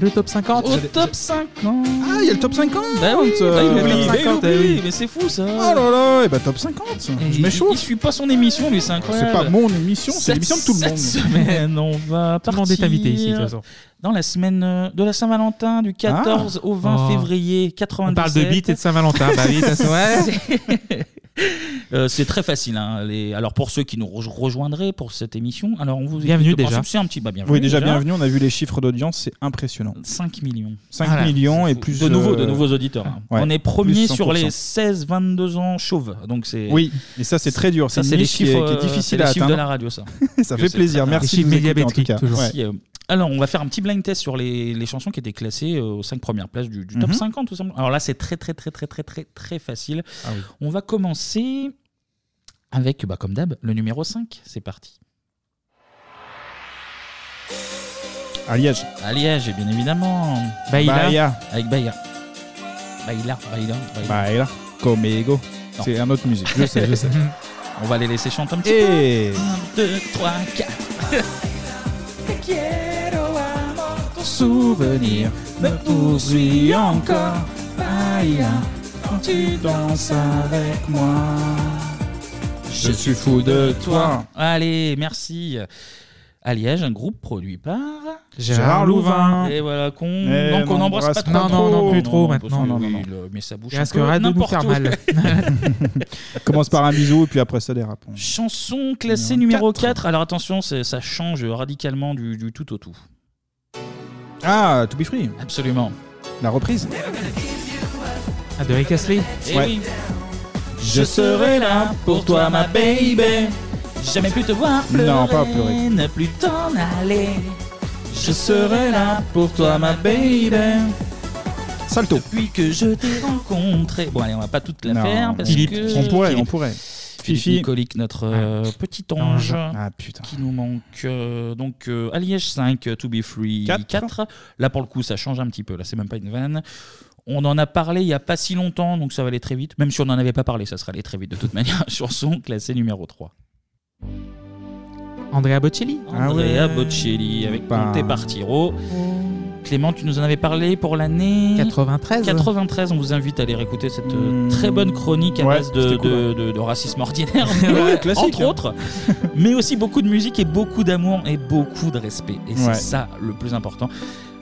[SPEAKER 7] Le top 50
[SPEAKER 1] Au top 50
[SPEAKER 10] Ah, il y a le top 50
[SPEAKER 1] Bah oui, bah, il
[SPEAKER 10] euh,
[SPEAKER 1] oublie,
[SPEAKER 10] top
[SPEAKER 1] bah, il
[SPEAKER 10] 50,
[SPEAKER 1] oublie,
[SPEAKER 10] eh oui.
[SPEAKER 1] mais c'est fou ça
[SPEAKER 10] Oh là là, et bah top 50
[SPEAKER 7] Mm.
[SPEAKER 10] Je
[SPEAKER 1] Il-
[SPEAKER 10] m'échauffe
[SPEAKER 1] Il suit pas son émission, lui, c'est incroyable.
[SPEAKER 10] C'est pas mon émission, c'est
[SPEAKER 1] Cette-
[SPEAKER 10] l'émission de tout le monde.
[SPEAKER 1] Cette semaine, on va
[SPEAKER 7] Tout
[SPEAKER 1] partir
[SPEAKER 7] le monde est invité ici, de toute façon.
[SPEAKER 1] dans la semaine euh, de la Saint-Valentin du 14
[SPEAKER 7] Ah.
[SPEAKER 1] au 20
[SPEAKER 7] Oh.
[SPEAKER 1] février
[SPEAKER 7] On
[SPEAKER 1] 97.
[SPEAKER 7] parle de bite et de Saint-Valentin. bah oui, ça se ouais.
[SPEAKER 1] Euh, c'est très facile. hein, les- Alors pour ceux qui nous re- rejoindraient pour cette émission, alors on vous explique
[SPEAKER 10] Bienvenue
[SPEAKER 1] le
[SPEAKER 10] déjà.
[SPEAKER 1] principe. C'est un petit bah, bienvenue
[SPEAKER 10] Oui, déjà bienvenue, on a vu les chiffres d'audience, c'est impressionnant.
[SPEAKER 1] 5 millions.
[SPEAKER 10] 5
[SPEAKER 1] Voilà.
[SPEAKER 10] millions et plus.
[SPEAKER 1] de nouveaux,
[SPEAKER 10] euh,
[SPEAKER 1] de nouveaux auditeurs. hein.
[SPEAKER 10] ouais,
[SPEAKER 1] on est
[SPEAKER 10] plus
[SPEAKER 1] premier sur
[SPEAKER 10] 100%.
[SPEAKER 1] les 16-22 ans chauves. Donc c'est
[SPEAKER 10] Oui, et ça, c'est très dur.
[SPEAKER 1] Ça
[SPEAKER 10] C'est
[SPEAKER 1] c'est
[SPEAKER 10] une
[SPEAKER 1] les
[SPEAKER 10] niche qui est-
[SPEAKER 1] chiffres
[SPEAKER 10] qui est
[SPEAKER 1] euh,
[SPEAKER 10] difficile
[SPEAKER 1] c'est les
[SPEAKER 10] à
[SPEAKER 1] chiffres de
[SPEAKER 10] atteindre.
[SPEAKER 1] la radio ça.
[SPEAKER 10] Ça fait plaisir. Merci
[SPEAKER 1] les
[SPEAKER 10] de nous écouter, en tout cas. Ouais.
[SPEAKER 1] alors, on va faire un petit blind test sur les, les chansons qui étaient classées euh, aux 5 premières places du, du top
[SPEAKER 10] Mhm.
[SPEAKER 1] 50 tout simplement. Alors là, c'est très très très très très très très facile.
[SPEAKER 10] Ah oui.
[SPEAKER 1] On va commencer avec bah, comme d'hab le numéro 5, c'est parti.
[SPEAKER 10] À Liège.
[SPEAKER 1] À Liège, bien évidemment.
[SPEAKER 10] Baila. Baila.
[SPEAKER 1] Avec Baïla. Baïla, Baïla, Baïla.
[SPEAKER 10] Baila, Bah, Comego.
[SPEAKER 1] Non.
[SPEAKER 10] C'est un autre musique, je sais, je sais.
[SPEAKER 1] On va les laisser chanter un petit
[SPEAKER 7] Eh,
[SPEAKER 10] Et-
[SPEAKER 1] peu. 1, 2, 3, 4.
[SPEAKER 10] Ton souvenir me poursuit encore. Baila, quand tu danses avec moi. Je suis fou de toi.
[SPEAKER 1] Allez, merci. À Liège, un groupe produit par
[SPEAKER 7] Gérard Louvain.
[SPEAKER 1] Et voilà, qu'on
[SPEAKER 7] Eh,
[SPEAKER 1] donc on
[SPEAKER 7] on
[SPEAKER 1] n'embrasse pas
[SPEAKER 7] embrasse
[SPEAKER 1] trop.
[SPEAKER 7] pas trop. Non, non, non, plus trop
[SPEAKER 1] parce que
[SPEAKER 7] maintenant, non,
[SPEAKER 1] oui,
[SPEAKER 7] non, non.
[SPEAKER 1] le- Mais ça bouge
[SPEAKER 7] Il
[SPEAKER 1] un peu
[SPEAKER 7] risquerait de nous
[SPEAKER 1] n'importe
[SPEAKER 7] faire
[SPEAKER 1] où.
[SPEAKER 7] mal.
[SPEAKER 10] Commence par un bisou et puis après ça dérape.
[SPEAKER 1] Chanson classée numéro 4. Alors attention, c'est- ça change radicalement du, du tout au tout.
[SPEAKER 10] Ah, To Be Free.
[SPEAKER 1] Absolument.
[SPEAKER 10] La reprise.
[SPEAKER 7] Ah, de Rick Astley
[SPEAKER 1] Eh oui. Je serai là pour toi, ma baby. Jamais plus te voir pleurer.
[SPEAKER 10] Non, pas pleurer.
[SPEAKER 1] Ne plus t'en aller. Je
[SPEAKER 10] serai là pour toi, ma baby. Salto.
[SPEAKER 1] Depuis que je t'ai rencontré. Bon, allez, on va pas toute la
[SPEAKER 10] Non.
[SPEAKER 1] faire. Parce
[SPEAKER 10] Philippe.
[SPEAKER 1] que...
[SPEAKER 10] On pourrait,
[SPEAKER 1] Philippe.
[SPEAKER 10] on pourrait.
[SPEAKER 1] Philippe
[SPEAKER 10] Fifi.
[SPEAKER 1] Nicolique, notre euh, petit ange.
[SPEAKER 10] Ah, putain.
[SPEAKER 1] Qui nous manque. euh, donc, euh, à Liège 5, euh, To Be Free 4. Là, pour le coup, ça change un petit peu. Là, c'est même pas une vanne. On en a parlé il y a pas si longtemps, donc ça va aller très vite. Même si on n'en avait pas parlé, ça serait allé très vite de toute manière. Chanson classée numéro 3.
[SPEAKER 7] Andrea Bocelli
[SPEAKER 10] Ah
[SPEAKER 1] Andrea Bocelli avec
[SPEAKER 7] Bah.
[SPEAKER 1] Ponte Partiro. Clément, tu nous en avais parlé pour l'année
[SPEAKER 7] 93.
[SPEAKER 1] 93, on vous invite à aller réécouter cette
[SPEAKER 10] Hmm.
[SPEAKER 1] euh, très bonne chronique à
[SPEAKER 7] Ouais,
[SPEAKER 1] base de,
[SPEAKER 7] c'était cool,
[SPEAKER 1] de- de- de racisme ordinaire,
[SPEAKER 10] Ouais, classique,
[SPEAKER 1] entre
[SPEAKER 10] hein.
[SPEAKER 1] autres, mais aussi beaucoup de musique et beaucoup d'amour et beaucoup de respect. Et c'est
[SPEAKER 10] Ouais.
[SPEAKER 1] ça le plus important.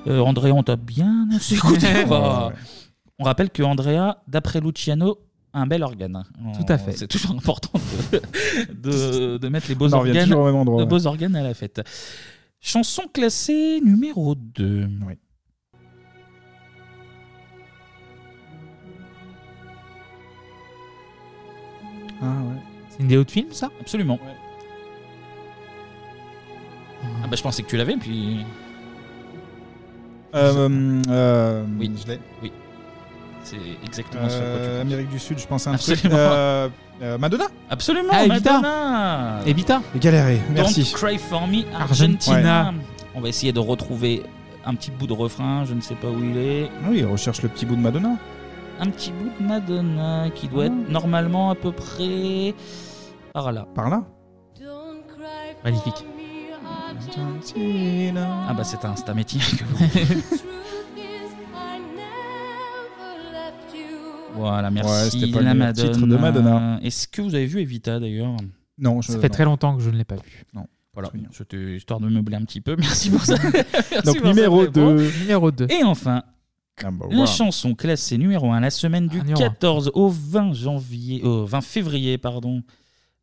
[SPEAKER 1] Euh, Andrea, on t'a bien assez écouté. on va-
[SPEAKER 10] Ouais, ouais.
[SPEAKER 1] On rappelle que Andrea, d'après Luciano, a un bel organe.
[SPEAKER 7] Tout à fait.
[SPEAKER 1] C'est toujours important de, de- de mettre les beaux
[SPEAKER 10] On en revient
[SPEAKER 1] organes,
[SPEAKER 10] toujours au même endroit,
[SPEAKER 1] de
[SPEAKER 10] ouais.
[SPEAKER 1] beaux organes à la fête. Chanson classée numéro 2.
[SPEAKER 10] Ah ouais.
[SPEAKER 7] C'est une vidéo de film, ça
[SPEAKER 1] Absolument. Ah bah je pensais que tu l'avais, puis...
[SPEAKER 10] Euh, euh, oui. Je l'ai.
[SPEAKER 1] Oui. C'est exactement ce à quoi tu
[SPEAKER 10] Euh,
[SPEAKER 1] penses.
[SPEAKER 10] Amérique du Sud, je pense à un truc.
[SPEAKER 1] Absolument.
[SPEAKER 10] Euh, euh, Madonna
[SPEAKER 1] Absolument,
[SPEAKER 10] Ah, Evita.
[SPEAKER 1] Madonna
[SPEAKER 10] Evita. Et galéré, Eh, merci.
[SPEAKER 1] Don't cry for me,
[SPEAKER 10] Argentina.
[SPEAKER 1] Argentina. On va essayer de retrouver un petit bout de refrain, je ne sais pas où il est.
[SPEAKER 10] Ah Oui, il recherche le petit bout de Madonna. Ah.
[SPEAKER 1] Un petit bout de Madonna qui doit être normalement à peu près par là.
[SPEAKER 10] Par là
[SPEAKER 1] Magnifique.
[SPEAKER 10] Eh
[SPEAKER 1] Ah bah c'est un, c'est un métier que vous- Voilà,
[SPEAKER 10] Ouais,
[SPEAKER 1] merci.
[SPEAKER 10] c'était pas
[SPEAKER 1] la
[SPEAKER 10] le
[SPEAKER 1] Madonna.
[SPEAKER 10] titre de Madonna.
[SPEAKER 1] Est-ce que vous avez vu Evita d'ailleurs
[SPEAKER 10] Non, je-
[SPEAKER 1] ne
[SPEAKER 10] Ça fait non. très
[SPEAKER 7] longtemps que je ne l'ai pas vu.
[SPEAKER 1] Non. Voilà, c'était histoire de meubler un petit peu. Merci pour ça. Merci
[SPEAKER 7] Donc,
[SPEAKER 1] pour
[SPEAKER 7] numéro
[SPEAKER 1] cette réponse.
[SPEAKER 7] deux. Numéro deux.
[SPEAKER 1] Et enfin,
[SPEAKER 10] Ah, bah,
[SPEAKER 1] la
[SPEAKER 7] one.
[SPEAKER 1] chanson classée numéro 1 la semaine du 14 au 20 janvier, au 20 février pardon,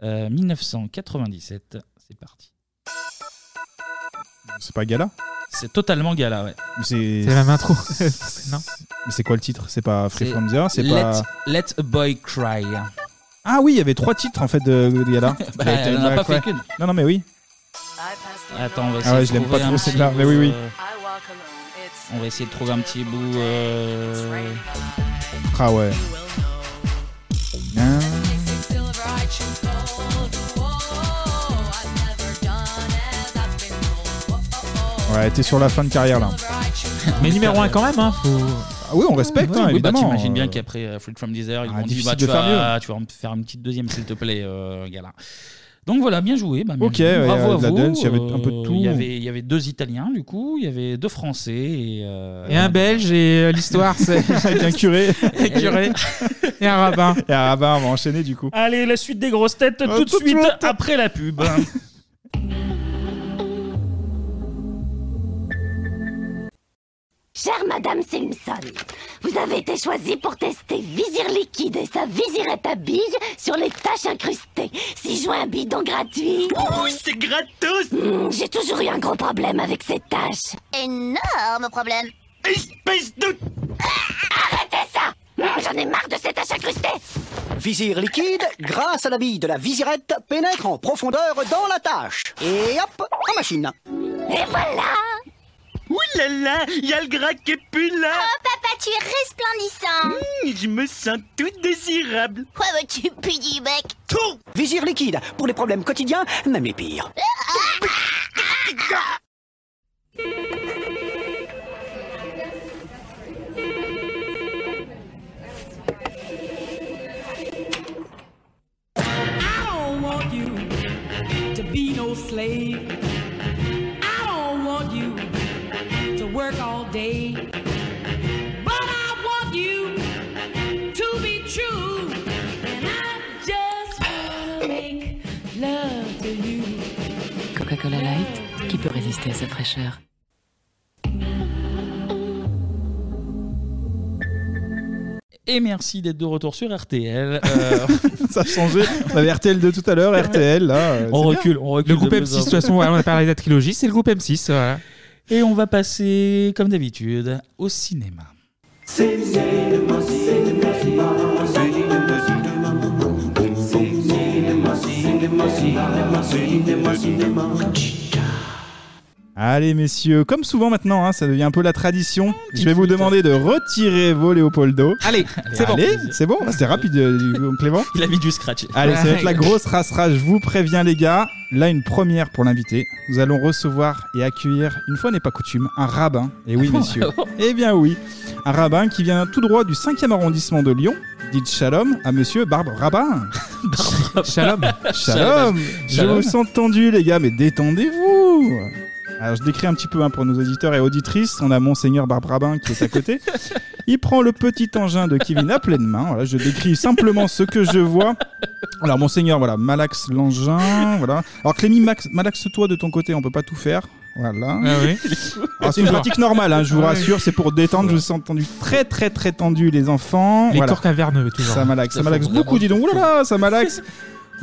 [SPEAKER 1] euh, 1997. C'est parti.
[SPEAKER 10] C'est pas Gala
[SPEAKER 1] C'est totalement gala, ouais.
[SPEAKER 10] C'est
[SPEAKER 7] la même intro. non
[SPEAKER 10] Mais c'est quoi le titre C'est pas Free
[SPEAKER 1] C'est
[SPEAKER 10] From The Earth, C'est
[SPEAKER 1] let,
[SPEAKER 10] pas.
[SPEAKER 1] Let a Boy Cry.
[SPEAKER 10] Ah oui, il y avait trois titres en fait de Gala.
[SPEAKER 1] Bah, elle en a pas fait qu'une.
[SPEAKER 10] Ben, Non, non, mais oui.
[SPEAKER 1] Attends, on va essayer
[SPEAKER 10] Ah ouais,
[SPEAKER 1] de
[SPEAKER 10] je l'aime pas
[SPEAKER 1] trouver un
[SPEAKER 10] trop
[SPEAKER 1] petit
[SPEAKER 10] celle-là. Mais
[SPEAKER 1] bout,
[SPEAKER 10] oui, oui.
[SPEAKER 1] euh, On va essayer de trouver un petit bout. euh,
[SPEAKER 10] Ah ouais. Hein Ouais, t'es sur la fin de carrière là.
[SPEAKER 7] Mais numéro un quand même, hein.
[SPEAKER 10] Ah oui, on respecte,
[SPEAKER 1] Oui,
[SPEAKER 10] hein,
[SPEAKER 1] oui, bah,
[SPEAKER 10] évidemment.
[SPEAKER 1] T'imagines bien qu'après euh, Fruit from Desire, ils
[SPEAKER 10] ah,
[SPEAKER 1] vont dire
[SPEAKER 10] difficile
[SPEAKER 1] bah, tu,
[SPEAKER 10] de faire
[SPEAKER 1] vas, tu vas me faire une petite deuxième, s'il te plaît, euh, gala. Donc voilà, bien joué. bah, bien
[SPEAKER 10] Ok,
[SPEAKER 1] joué.
[SPEAKER 10] ouais,
[SPEAKER 1] bravo
[SPEAKER 10] euh,
[SPEAKER 1] à
[SPEAKER 10] de la
[SPEAKER 1] vous.
[SPEAKER 10] dance, il y avait un peu de
[SPEAKER 1] Euh,
[SPEAKER 10] tout.
[SPEAKER 1] Il y avait, il y avait deux Italiens, du coup, il y avait deux Français. Et, euh,
[SPEAKER 7] Et un belge, et euh, l'histoire, c'est.
[SPEAKER 10] Avec un curé.
[SPEAKER 7] un curé.
[SPEAKER 10] Et un rabbin. Et un rabbin, on va enchaîner du coup.
[SPEAKER 1] Allez, la suite des grosses têtes, tout de
[SPEAKER 10] Euh, tout de
[SPEAKER 1] suite,
[SPEAKER 10] suite.
[SPEAKER 1] après la pub.
[SPEAKER 19] Chère Madame Simpson, vous avez été choisie pour tester Visir Liquide et sa visirette à billes sur les taches incrustées. Six joints à bidon gratuit.
[SPEAKER 21] Oh, c'est gratos
[SPEAKER 19] Hmm, J'ai toujours eu un gros problème avec ces taches.
[SPEAKER 21] Énorme problème Espèce de...
[SPEAKER 19] Arrêtez ça Hmm, J'en ai marre de ces taches incrustées
[SPEAKER 22] Visir liquide, grâce à la bille de la visirette, pénètre en profondeur dans la tâche. Et hop, en machine.
[SPEAKER 19] Et voilà
[SPEAKER 21] Ouh là là, y a le gras qui est plus là Oh papa, tu es resplendissant Je me sens tout désirable Quoi veux-tu, petit mec
[SPEAKER 22] Tout Visir liquide, pour les problèmes quotidiens, même les pires.
[SPEAKER 21] Euh.
[SPEAKER 23] I don't want you to be no slave. I don't want you to work all day. But I want you to be true. And I just wanna make love to you.
[SPEAKER 24] Coca-Cola Light, qui peut résister à cette fraîcheur
[SPEAKER 1] Et merci d'être de retour sur RTL. Euh,
[SPEAKER 10] Ça a changé. On avait RTL2 tout à l'heure, RTL là. euh,
[SPEAKER 1] On
[SPEAKER 10] c'est
[SPEAKER 1] recule,
[SPEAKER 10] bien.
[SPEAKER 1] on recule.
[SPEAKER 7] Le groupe M6, de toute façon, voilà, on a parlé de la trilogie, c'est le groupe M6. Voilà.
[SPEAKER 1] Et on va passer, comme d'habitude, au cinéma.
[SPEAKER 10] Allez messieurs, comme souvent maintenant, hein, ça devient un peu la tradition. Je vais vous demander de retirer vos Léopoldo.
[SPEAKER 7] Allez, c'est bon.
[SPEAKER 10] Allez, c'est bon. C'était rapide, euh, du coup, Clément.
[SPEAKER 1] Il a mis du scratch.
[SPEAKER 10] Allez, ça va être la grosse race-rage, je vous préviens les gars. Là, une première pour l'invité. Nous allons recevoir et accueillir, une fois n'est pas coutume, un rabbin. Et oui, messieurs. eh bien oui, un rabbin qui vient tout droit du 5e arrondissement de Lyon. Dites shalom à monsieur Barbe Rabbin.
[SPEAKER 7] Shalom.
[SPEAKER 10] Shalom. Je
[SPEAKER 7] Shalom.
[SPEAKER 10] vous sens tendu les gars, mais détendez-vous. Alors je décris un petit peu hein, pour nos auditeurs et auditrices. On a monseigneur Barbe Rabbin qui est à côté. Il prend le petit engin de Kevin à pleine main. Voilà, je décris simplement ce que je vois. Alors monseigneur, voilà, malaxe l'engin, voilà. Alors Clémy, max- malaxe toi de ton côté, on peut pas tout faire. Voilà.
[SPEAKER 7] Ah oui.
[SPEAKER 10] Alors, c'est une pratique normale, hein, je vous
[SPEAKER 7] Ah oui.
[SPEAKER 10] rassure, c'est pour détendre. Je vous ai entendu très très très tendu les enfants.
[SPEAKER 7] Les
[SPEAKER 10] Voilà.
[SPEAKER 7] corps caverneux, toujours.
[SPEAKER 10] Ça malaxe, ça
[SPEAKER 7] Ça
[SPEAKER 10] malaxe
[SPEAKER 7] faut vraiment
[SPEAKER 10] beaucoup, dis donc. Oulala, ça malaxe.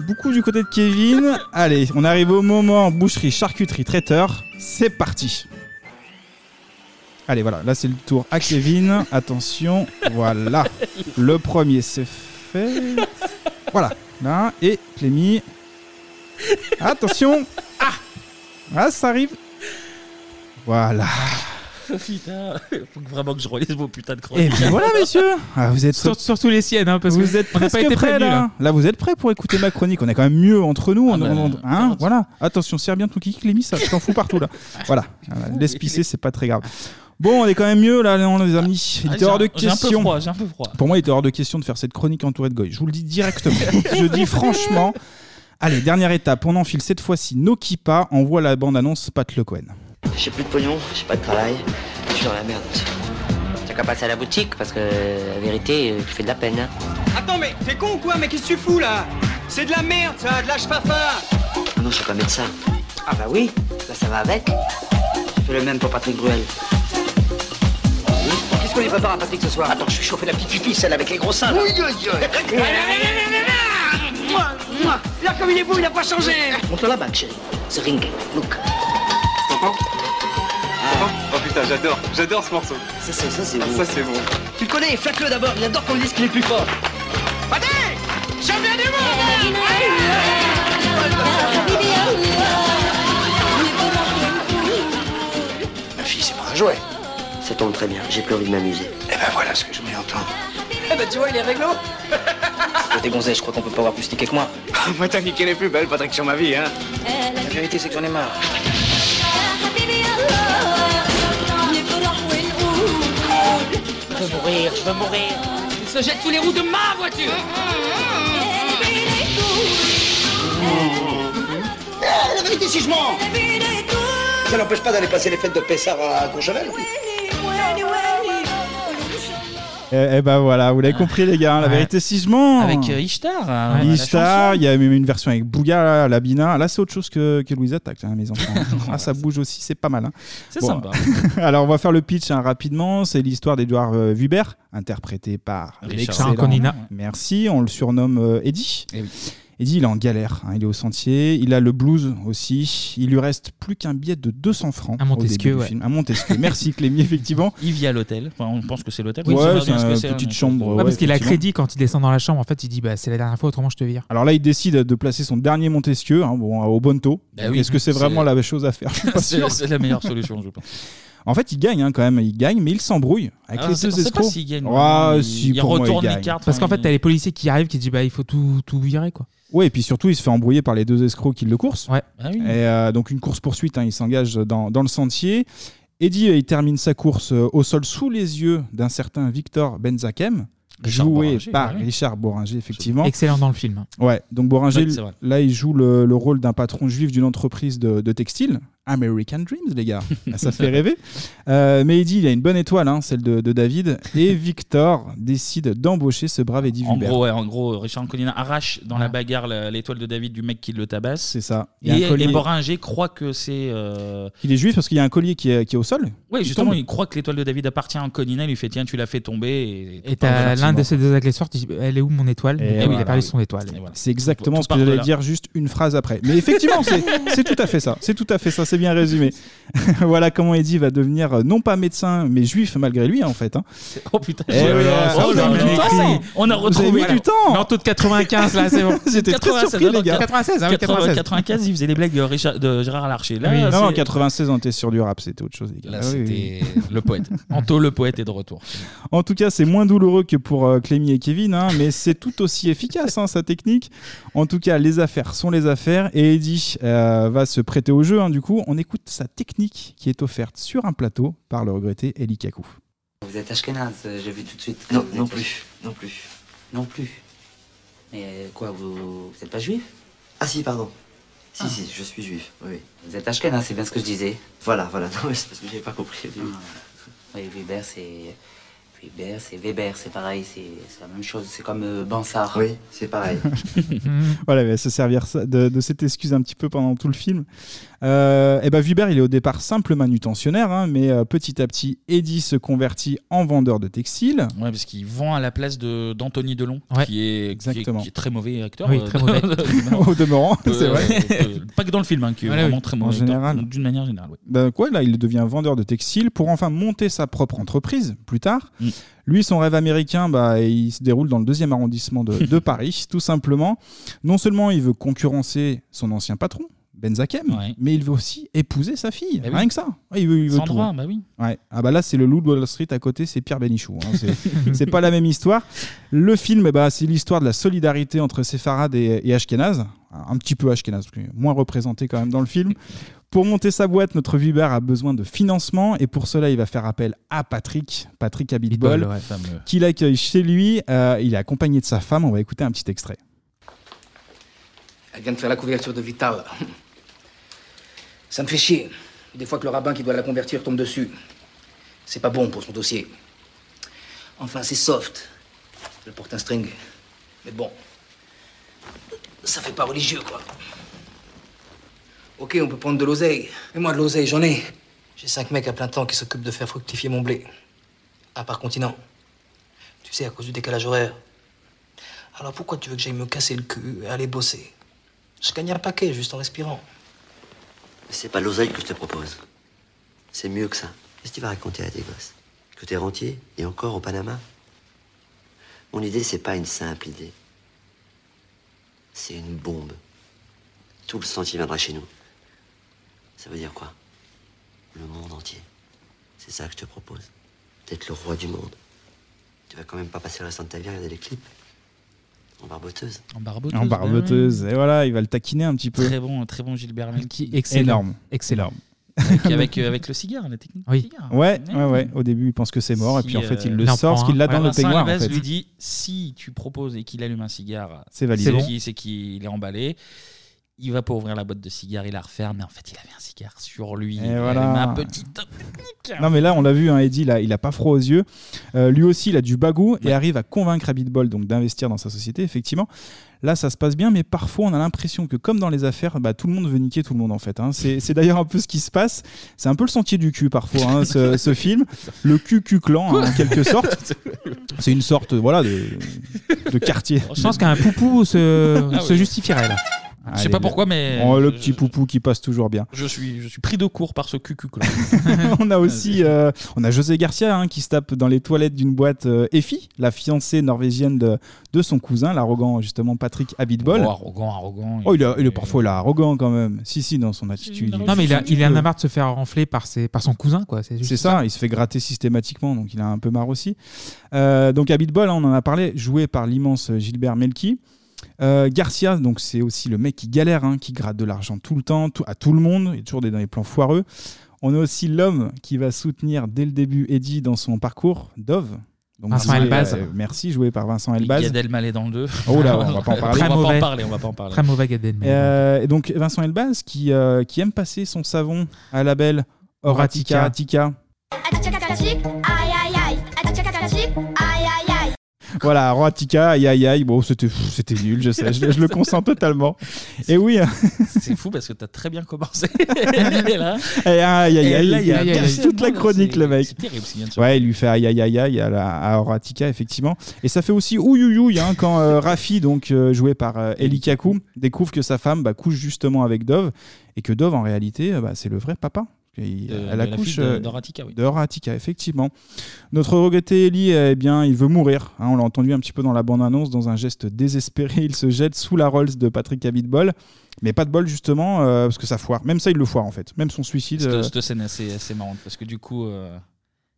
[SPEAKER 10] Beaucoup du côté de Kevin. Allez, on arrive au moment boucherie, charcuterie, traiteur. C'est parti. Allez, voilà, là c'est le tour à Kevin. Attention, voilà. Le premier, c'est fait. Voilà, là, et Clémy. Attention. Ah Ah, ça arrive. Voilà.
[SPEAKER 1] Putain, faut que vraiment que je relise vos putains de chroniques.
[SPEAKER 10] Et bien Eh ben, voilà, messieurs. Ah, vous êtes
[SPEAKER 7] Sur- surtout les siennes, hein, parce que
[SPEAKER 10] vous êtes
[SPEAKER 7] on n'a
[SPEAKER 10] presque
[SPEAKER 7] pas été
[SPEAKER 10] prêts
[SPEAKER 7] prévenus, hein.
[SPEAKER 10] là.
[SPEAKER 7] là.
[SPEAKER 10] Là, vous êtes prêts pour écouter ma chronique. On est quand même mieux entre
[SPEAKER 1] Ah,
[SPEAKER 10] nous.
[SPEAKER 1] bah,
[SPEAKER 10] On- on- on- hein, voilà. Attention, serre bien ton kick, Clémy, ça, je t'en fous partout là.
[SPEAKER 1] Ah,
[SPEAKER 10] Voilà. Voilà, Laisse pisser, c'est pas très grave. Bon, on est quand même mieux là, non, les amis. Il
[SPEAKER 1] Ah,
[SPEAKER 10] était hors de
[SPEAKER 1] j'ai un- j'ai un peu
[SPEAKER 10] question.
[SPEAKER 1] froid, j'ai un peu froid.
[SPEAKER 10] Pour moi, il était hors de question de faire cette chronique entourée de goy. Je vous le dis directement. je dis franchement. Allez, dernière étape. On enfile cette fois-ci nos kippas. On voit la bande-annonce Pat Le Cohen.
[SPEAKER 2] J'ai plus de pognon, j'ai pas de travail, je suis dans la merde. T'as qu'à passer à la boutique parce que la vérité, euh, tu fais de la peine. hein.
[SPEAKER 3] Attends, mais t'es con ou quoi Mais qu'est-ce que tu fous là C'est de la merde ça, de la ch'fafa
[SPEAKER 2] Ah non, je suis pas médecin. Ah bah oui, bah ça va avec. Je fais le même pour Patrick Bruel.
[SPEAKER 22] Qu'est-ce qu'on y prépare à Patrick ce soir Attends, je suis chauffé la petite pipi, celle avec les gros seins. là.
[SPEAKER 3] Allez, allez, allez, allez, Moi, moi Là, comme il est beau, il a pas changé
[SPEAKER 2] Montre-la back, chérie. The ring, look.
[SPEAKER 3] Oh putain, j'adore, j'adore ce morceau Ah,
[SPEAKER 2] Ça, ça, ça, c'est bon.
[SPEAKER 3] Ça, c'est bon
[SPEAKER 22] Tu le connais, flatte-le d'abord, il adore qu'on dise qu'il est plus fort.
[SPEAKER 3] Patrick J'aime bien du
[SPEAKER 19] hein.
[SPEAKER 3] monde
[SPEAKER 2] Ma fille, c'est pas un jouet. Ça tombe très bien, j'ai plus envie de m'amuser. Eh ben voilà ce que je voulais entendre.
[SPEAKER 22] Eh ben tu vois, il est réglo.
[SPEAKER 2] T'es gonzé, je crois qu'on peut pas avoir plus niqué que moi.
[SPEAKER 22] Ah, Moi, t'as niqué les plus belles, Patrick, sur ma vie, hein.
[SPEAKER 2] La vérité, c'est que j'en ai marre.
[SPEAKER 3] Je veux mourir, je veux mourir Il se jette sous les roues de ma voiture
[SPEAKER 22] Eh, la vérité, si je mens Ça l'empêche pas d'aller passer les fêtes de Pessard à Courchevel
[SPEAKER 10] Eh, eh ben voilà, vous l'avez compris les gars, hein, la
[SPEAKER 1] Ouais.
[SPEAKER 10] vérité si je mens.
[SPEAKER 1] Avec euh, Ishtar. euh, la
[SPEAKER 10] Ishtar, il y a même une version avec Bouga, là, Labina. Là, c'est autre chose que, que Louise Attaque, hein, mes enfants. ah, ça bouge aussi, c'est pas mal. hein.
[SPEAKER 1] C'est sympa.
[SPEAKER 10] Alors, on va faire le pitch hein, rapidement. C'est l'histoire d'Edouard euh, Hubert, interprété par
[SPEAKER 1] Richard
[SPEAKER 10] l'excellent-
[SPEAKER 1] Anconina.
[SPEAKER 10] Merci, on le surnomme euh, Eddie.
[SPEAKER 1] Eh
[SPEAKER 10] Eddie, il est en galère, hein, il est au sentier, il a le blues aussi, il lui reste plus qu'un billet de 200 francs.
[SPEAKER 7] À
[SPEAKER 10] au
[SPEAKER 7] Montesquieu,
[SPEAKER 10] début du
[SPEAKER 7] ouais.
[SPEAKER 10] film. À Montesquieu, merci Clémy, effectivement.
[SPEAKER 1] chanson. Il vit à l'hôtel. Enfin, on pense que c'est l'hôtel.
[SPEAKER 10] Ouais,
[SPEAKER 1] on sait pas
[SPEAKER 10] c'est
[SPEAKER 1] bien ce
[SPEAKER 10] une
[SPEAKER 1] que c'est,
[SPEAKER 10] petite
[SPEAKER 1] hein.
[SPEAKER 10] chambre.
[SPEAKER 7] Ouais,
[SPEAKER 10] ouais,
[SPEAKER 7] Ah, parce qu'il a
[SPEAKER 10] effectivement.
[SPEAKER 7] crédit quand il descend dans la chambre. En fait, il dit bah, c'est la dernière fois, autrement je te vire.
[SPEAKER 10] Alors là, il décide de placer son dernier Montesquieu hein, bon, au Bonneto.
[SPEAKER 1] Bah oui.
[SPEAKER 10] Est-ce que c'est
[SPEAKER 1] C'est-
[SPEAKER 10] vraiment la chose à faire Je suis pas
[SPEAKER 1] C'est
[SPEAKER 10] sûr.
[SPEAKER 1] c'est la meilleure solution, je pense.
[SPEAKER 10] En fait, il gagne hein, quand même. Il gagne, mais il s'embrouille avec
[SPEAKER 1] Ah,
[SPEAKER 10] les
[SPEAKER 1] c'est- on
[SPEAKER 10] deux
[SPEAKER 1] sait pas
[SPEAKER 10] escrocs.
[SPEAKER 1] s'il gagne.
[SPEAKER 10] Ah,
[SPEAKER 1] Il-
[SPEAKER 10] si,
[SPEAKER 1] il
[SPEAKER 10] pour moi,
[SPEAKER 1] retourne les
[SPEAKER 10] gagne.
[SPEAKER 1] cartes, hein,
[SPEAKER 7] Parce qu'en fait, t'as les policiers qui arrivent qui disent bah, il faut tout, tout virer. quoi.
[SPEAKER 10] Ouais, et puis surtout, il se fait embrouiller par les deux escrocs qui le coursent.
[SPEAKER 1] Ah oui.
[SPEAKER 10] Et euh, donc, une course-poursuite, hein, il s'engage dans, dans le sentier. Eddie, euh, il termine sa course euh, au sol sous les yeux d'un certain Victor Benzakem,
[SPEAKER 7] Richard bah
[SPEAKER 10] joué
[SPEAKER 7] Bohringer,
[SPEAKER 10] par
[SPEAKER 7] ouais.
[SPEAKER 10] Richard Boringer, effectivement.
[SPEAKER 7] Excellent dans le film.
[SPEAKER 10] Ouais, donc Boringer,
[SPEAKER 7] Ouais, c'est vrai.
[SPEAKER 10] là, il joue le, le rôle d'un patron juif d'une entreprise de, de textile. American Dreams, les gars. Ah, Ça fait rêver. Euh, mais Eddie, il a une bonne étoile, hein, celle de, de David. Et Victor décide d'embaucher ce brave Eddie
[SPEAKER 1] En
[SPEAKER 10] Hubert.
[SPEAKER 1] gros, ouais, en gros, Richard Anconina arrache dans la bagarre la- l'étoile de David du mec qui le tabasse.
[SPEAKER 10] C'est ça. Il y a
[SPEAKER 1] Et,
[SPEAKER 10] un collier.
[SPEAKER 1] et Boringer croit que c'est. euh,
[SPEAKER 10] Il est juif parce qu'il y a un collier qui est, qui est au sol.
[SPEAKER 1] Oui,
[SPEAKER 10] Il
[SPEAKER 1] justement,
[SPEAKER 10] tombe.
[SPEAKER 1] il croit que l'étoile de David appartient à Anconina. Il lui fait tiens, tu l'as fait tomber.
[SPEAKER 7] Et t'as l'un de ces deux agresseurs qui dit elle est où mon étoile
[SPEAKER 10] Et
[SPEAKER 7] Et oui, il
[SPEAKER 10] voilà.
[SPEAKER 7] a perdu son étoile.
[SPEAKER 10] C'est exactement
[SPEAKER 7] Tout
[SPEAKER 10] ce
[SPEAKER 7] part
[SPEAKER 10] que
[SPEAKER 7] de
[SPEAKER 10] j'allais
[SPEAKER 7] là.
[SPEAKER 10] dire juste une phrase après. Mais effectivement, c'est c'est tout à fait ça. C'est tout à fait ça. C'est bien résumé. voilà comment Eddie va devenir euh, non pas médecin, mais juif malgré lui, hein, en fait. hein.
[SPEAKER 1] Oh putain.
[SPEAKER 10] Eh oui, euh,
[SPEAKER 1] Oh, on
[SPEAKER 10] vous
[SPEAKER 1] a
[SPEAKER 10] avez
[SPEAKER 1] mis
[SPEAKER 10] bien
[SPEAKER 1] du temps,
[SPEAKER 10] écrit.
[SPEAKER 1] ça. On a
[SPEAKER 10] Vous
[SPEAKER 1] retrouvé,
[SPEAKER 10] avez mis
[SPEAKER 1] voilà.
[SPEAKER 10] du temps.
[SPEAKER 1] Mais en taux de 95, là, c'est bon.
[SPEAKER 10] J'étais très
[SPEAKER 1] 96,
[SPEAKER 10] surpris, les gars.
[SPEAKER 1] 96, hein, 96. 95, ils faisaient les blagues de, Richard- de Gérard Larcher. Là,
[SPEAKER 10] Oui, non, en
[SPEAKER 1] c'est-
[SPEAKER 10] 96, on était sur du rap, c'était autre chose, les gars.
[SPEAKER 1] Là,
[SPEAKER 10] Ah oui,
[SPEAKER 1] c'était
[SPEAKER 10] oui.
[SPEAKER 1] le poète. Anto, le poète, est de retour.
[SPEAKER 10] En tout cas, c'est moins douloureux que pour euh, Clémy et Kevin, hein, mais c'est tout aussi efficace, hein, sa technique. En tout cas, les affaires sont les affaires, et Eddie euh, va se prêter au jeu. hein, du coup, on écoute sa technique qui est offerte sur un plateau par le regretté Eli Kakou.
[SPEAKER 2] Vous êtes Ashkenaz, euh, j'ai vu tout de suite. Non, non plus, non plus, non plus. Mais euh, quoi, vous, vous êtes pas juif Ah si, pardon.
[SPEAKER 22] Si, si, je suis juif, oui.
[SPEAKER 2] Vous êtes Ashkenaz, c'est bien ce que je disais.
[SPEAKER 22] Voilà, voilà, non, mais c'est parce que j'avais pas compris.
[SPEAKER 2] Ah. Oui, Weber, c'est. Weber, c'est Weber, c'est pareil, c'est c'est la même chose. C'est comme euh, Bansard. Oui, c'est pareil.
[SPEAKER 10] voilà, elle va se servir ça- de, de cette excuse un petit peu pendant tout le film. Euh, et ben Hubert, il est au départ simple manutentionnaire, hein, mais euh, petit à petit, Eddie se convertit en vendeur de textiles.
[SPEAKER 1] Ouais, parce qu'il vend à la place de- d'Anthony Delon,
[SPEAKER 10] Ouais.
[SPEAKER 1] qui, est, qui, est,
[SPEAKER 10] Exactement.
[SPEAKER 1] qui est très mauvais acteur.
[SPEAKER 10] Oui,
[SPEAKER 1] euh,
[SPEAKER 10] très mauvais. Au demeurant,
[SPEAKER 1] Euh,
[SPEAKER 10] c'est vrai.
[SPEAKER 1] euh, pas que dans le film, hein, qui est
[SPEAKER 10] Voilà,
[SPEAKER 1] vraiment
[SPEAKER 10] oui.
[SPEAKER 1] très
[SPEAKER 10] En
[SPEAKER 1] mauvais. acteur,
[SPEAKER 10] général.
[SPEAKER 1] D'une manière générale, oui.
[SPEAKER 10] Ben quoi, là, il devient vendeur de textiles pour enfin monter sa propre entreprise plus tard.
[SPEAKER 1] Mm.
[SPEAKER 10] Lui, son rêve américain, bah, il se déroule dans le deuxième arrondissement de, de Paris, tout simplement. Non seulement il veut concurrencer son ancien patron, Benzakem, mais il veut aussi épouser sa fille.
[SPEAKER 1] Bah oui.
[SPEAKER 10] Rien que ça. Ouais, Il veut, il veut
[SPEAKER 1] Sans
[SPEAKER 10] tout.
[SPEAKER 1] droit, bah oui.
[SPEAKER 10] Ouais. Ah bah là, c'est le loup de Wall Street à côté, c'est Pierre Bénichou. hein. C'est- C'est pas la même histoire. Le film, bah, c'est l'histoire de la solidarité entre Séfarade et, et Ashkenaz. Un petit peu Ashkenaz, parce que moins représenté quand même dans le film. Pour monter sa boîte, notre Vibar a besoin de financement et pour cela, il va faire appel à Patrick, Patrick Abitbol,
[SPEAKER 1] Abitbol, ouais, fameux.
[SPEAKER 10] qu'il accueille chez lui. Euh, il est accompagné de sa femme. On va écouter un petit extrait.
[SPEAKER 2] Elle vient de faire la couverture de Vital. Ça me fait chier. Des fois que le rabbin qui doit la convertir tombe dessus. C'est pas bon pour son dossier. Enfin, c'est soft. Je porte un string. Mais bon. Ça fait pas religieux, quoi. Ok, on peut prendre de l'oseille.
[SPEAKER 5] Mais moi, de l'oseille, j'en ai. J'ai cinq mecs à plein temps qui s'occupent de faire fructifier mon blé. À part continent. Tu sais, à cause du décalage horaire. Alors pourquoi tu veux que j'aille me casser le cul et aller bosser Je gagne un paquet juste en respirant.
[SPEAKER 6] C'est pas l'oseille que je te propose. C'est mieux que ça. Qu'est-ce que tu vas raconter à tes gosses Que t'es rentier et encore au Panama Mon idée, c'est pas une simple idée. C'est une bombe. Tout le sentier viendra chez nous. Ça veut dire quoi Le monde entier. C'est ça que je te propose. D'être le roi du monde. Tu vas quand même pas passer le restant de ta vie à regarder les clips en barboteuse.
[SPEAKER 1] En barboteuse.
[SPEAKER 10] En barboteuse. Et voilà, il va le taquiner un petit peu.
[SPEAKER 1] bah Très bon, très bon Gilbert Melki.
[SPEAKER 10] Énorme. Excellent.
[SPEAKER 1] Avec, avec, euh, avec le cigare, la technique.
[SPEAKER 10] Oui. Ouais, ouais, ouais. Au début, il pense que c'est mort, et puis en fait, il le sort, parce qu'il l'a dans le peignoir. en
[SPEAKER 1] euh, Vincent Elbaz
[SPEAKER 10] fait.
[SPEAKER 1] lui dit si tu proposes et qu'il allume un cigare,
[SPEAKER 10] C'est validé.
[SPEAKER 1] C'est qu'il- C'est qu'il est emballé. Il va pas ouvrir la boîte de cigare, il la referme, mais en fait, il avait un cigare sur lui.
[SPEAKER 10] Et
[SPEAKER 1] il
[SPEAKER 10] voilà.
[SPEAKER 1] allume un petit toc.
[SPEAKER 10] Non mais là on l'a vu, hein, Eddie, là, il a pas froid aux yeux. Euh, lui aussi il a du bagou et arrive à convaincre Abid Ball donc d'investir dans sa société. Effectivement, là ça se passe bien, mais parfois on a l'impression que comme dans les affaires, bah, tout le monde veut niquer tout le monde en fait. hein. C'est c'est d'ailleurs un peu ce qui se passe. C'est un peu le sentier du cul parfois hein, ce, ce film, le cul cul clan hein, en quelque sorte. C'est une sorte voilà de, de quartier.
[SPEAKER 7] Je pense qu'un poupou se,
[SPEAKER 10] Ah
[SPEAKER 7] se
[SPEAKER 10] oui.
[SPEAKER 7] justifierait là.
[SPEAKER 1] Je sais pas pourquoi, mais-
[SPEAKER 10] Oh, le petit poupou qui passe toujours bien.
[SPEAKER 1] Je suis, je suis pris de court par ce cucu clan.
[SPEAKER 10] on a aussi euh, on a José Garcia hein, qui se tape dans les toilettes d'une boîte euh, Effie, la fiancée norvégienne de, de son cousin, l'arrogant justement Patrick Abitbol.
[SPEAKER 1] Oh, arrogant, arrogant.
[SPEAKER 10] Oh, il, a- il est parfois là, arrogant quand même. Si, si, dans son attitude. Euh,
[SPEAKER 7] Non, mais il, a, il en a marre de se faire renfler par, ses, par son cousin, quoi. C'est juste
[SPEAKER 10] C'est ça, il se fait gratter systématiquement, donc il a un peu marre aussi. Euh, donc Abitbol, hein, on en a parlé, joué par l'immense Gilbert Melki. Euh, Garcia, donc c'est aussi le mec qui galère, hein, qui gratte de l'argent tout le temps, tout- à tout le monde, il est toujours des- dans les plans foireux. On a aussi l'homme qui va soutenir dès le début Eddie dans son parcours, Dove. Donc,
[SPEAKER 1] Vincent
[SPEAKER 10] joué,
[SPEAKER 1] Elbaz.
[SPEAKER 10] euh, merci, joué par Vincent Elbaz.
[SPEAKER 1] Gad Elmaleh dans le deux.
[SPEAKER 10] Oh là, on va pas en parler.
[SPEAKER 1] Très On va pas en mauvais. parler, on va pas en parler. Très mauvais Gad Elmaleh.
[SPEAKER 10] Euh, et donc Vincent Elbaz qui, euh, qui aime passer son savon à la belle Horatica.
[SPEAKER 7] Horatica.
[SPEAKER 10] Attica.
[SPEAKER 8] aïe aïe aïe, aïe aïe aïe.
[SPEAKER 10] Voilà, Roatica, aïe aïe aïe, bon, c'était pff, c'était nul, je sais, je, je le consens totalement. Et oui,
[SPEAKER 1] C'est fou parce que t'as très bien commencé. Et là,
[SPEAKER 10] et Eh, aïe aïe
[SPEAKER 1] Et
[SPEAKER 10] aïe,
[SPEAKER 1] là,
[SPEAKER 10] il
[SPEAKER 1] il y a- il y a-
[SPEAKER 10] casse toute la chronique, le mec.
[SPEAKER 1] terrible, c'est bien sûr.
[SPEAKER 10] Ouais, il lui fait aïe aïe aïe aïe à, la- à Horatica, effectivement. Et ça fait aussi ouïe ouïe ouïe, hein, quand euh, Rafi, donc euh, joué par euh, Eli Kaku, découvre que sa femme bah, couche justement avec Dove et que Dove, en réalité, euh, bah, c'est le vrai papa. Et il-
[SPEAKER 1] Euh,
[SPEAKER 10] elle
[SPEAKER 1] de la
[SPEAKER 10] accouche
[SPEAKER 1] fille de-
[SPEAKER 10] euh,
[SPEAKER 1] d'Horatica, oui.
[SPEAKER 10] de Horatica, effectivement. Notre regretté Eli, eh bien, il veut mourir. hein, on l'a entendu un petit peu dans la bande-annonce, dans un geste désespéré, il se jette sous la Rolls de Patrick Abitbol. Mais pas de bol, justement, euh, parce que ça foire. Même ça, il le foire, en fait. Même son suicide.
[SPEAKER 1] Cette,
[SPEAKER 10] euh,
[SPEAKER 1] cette scène est assez, assez marrante parce que du coup, euh,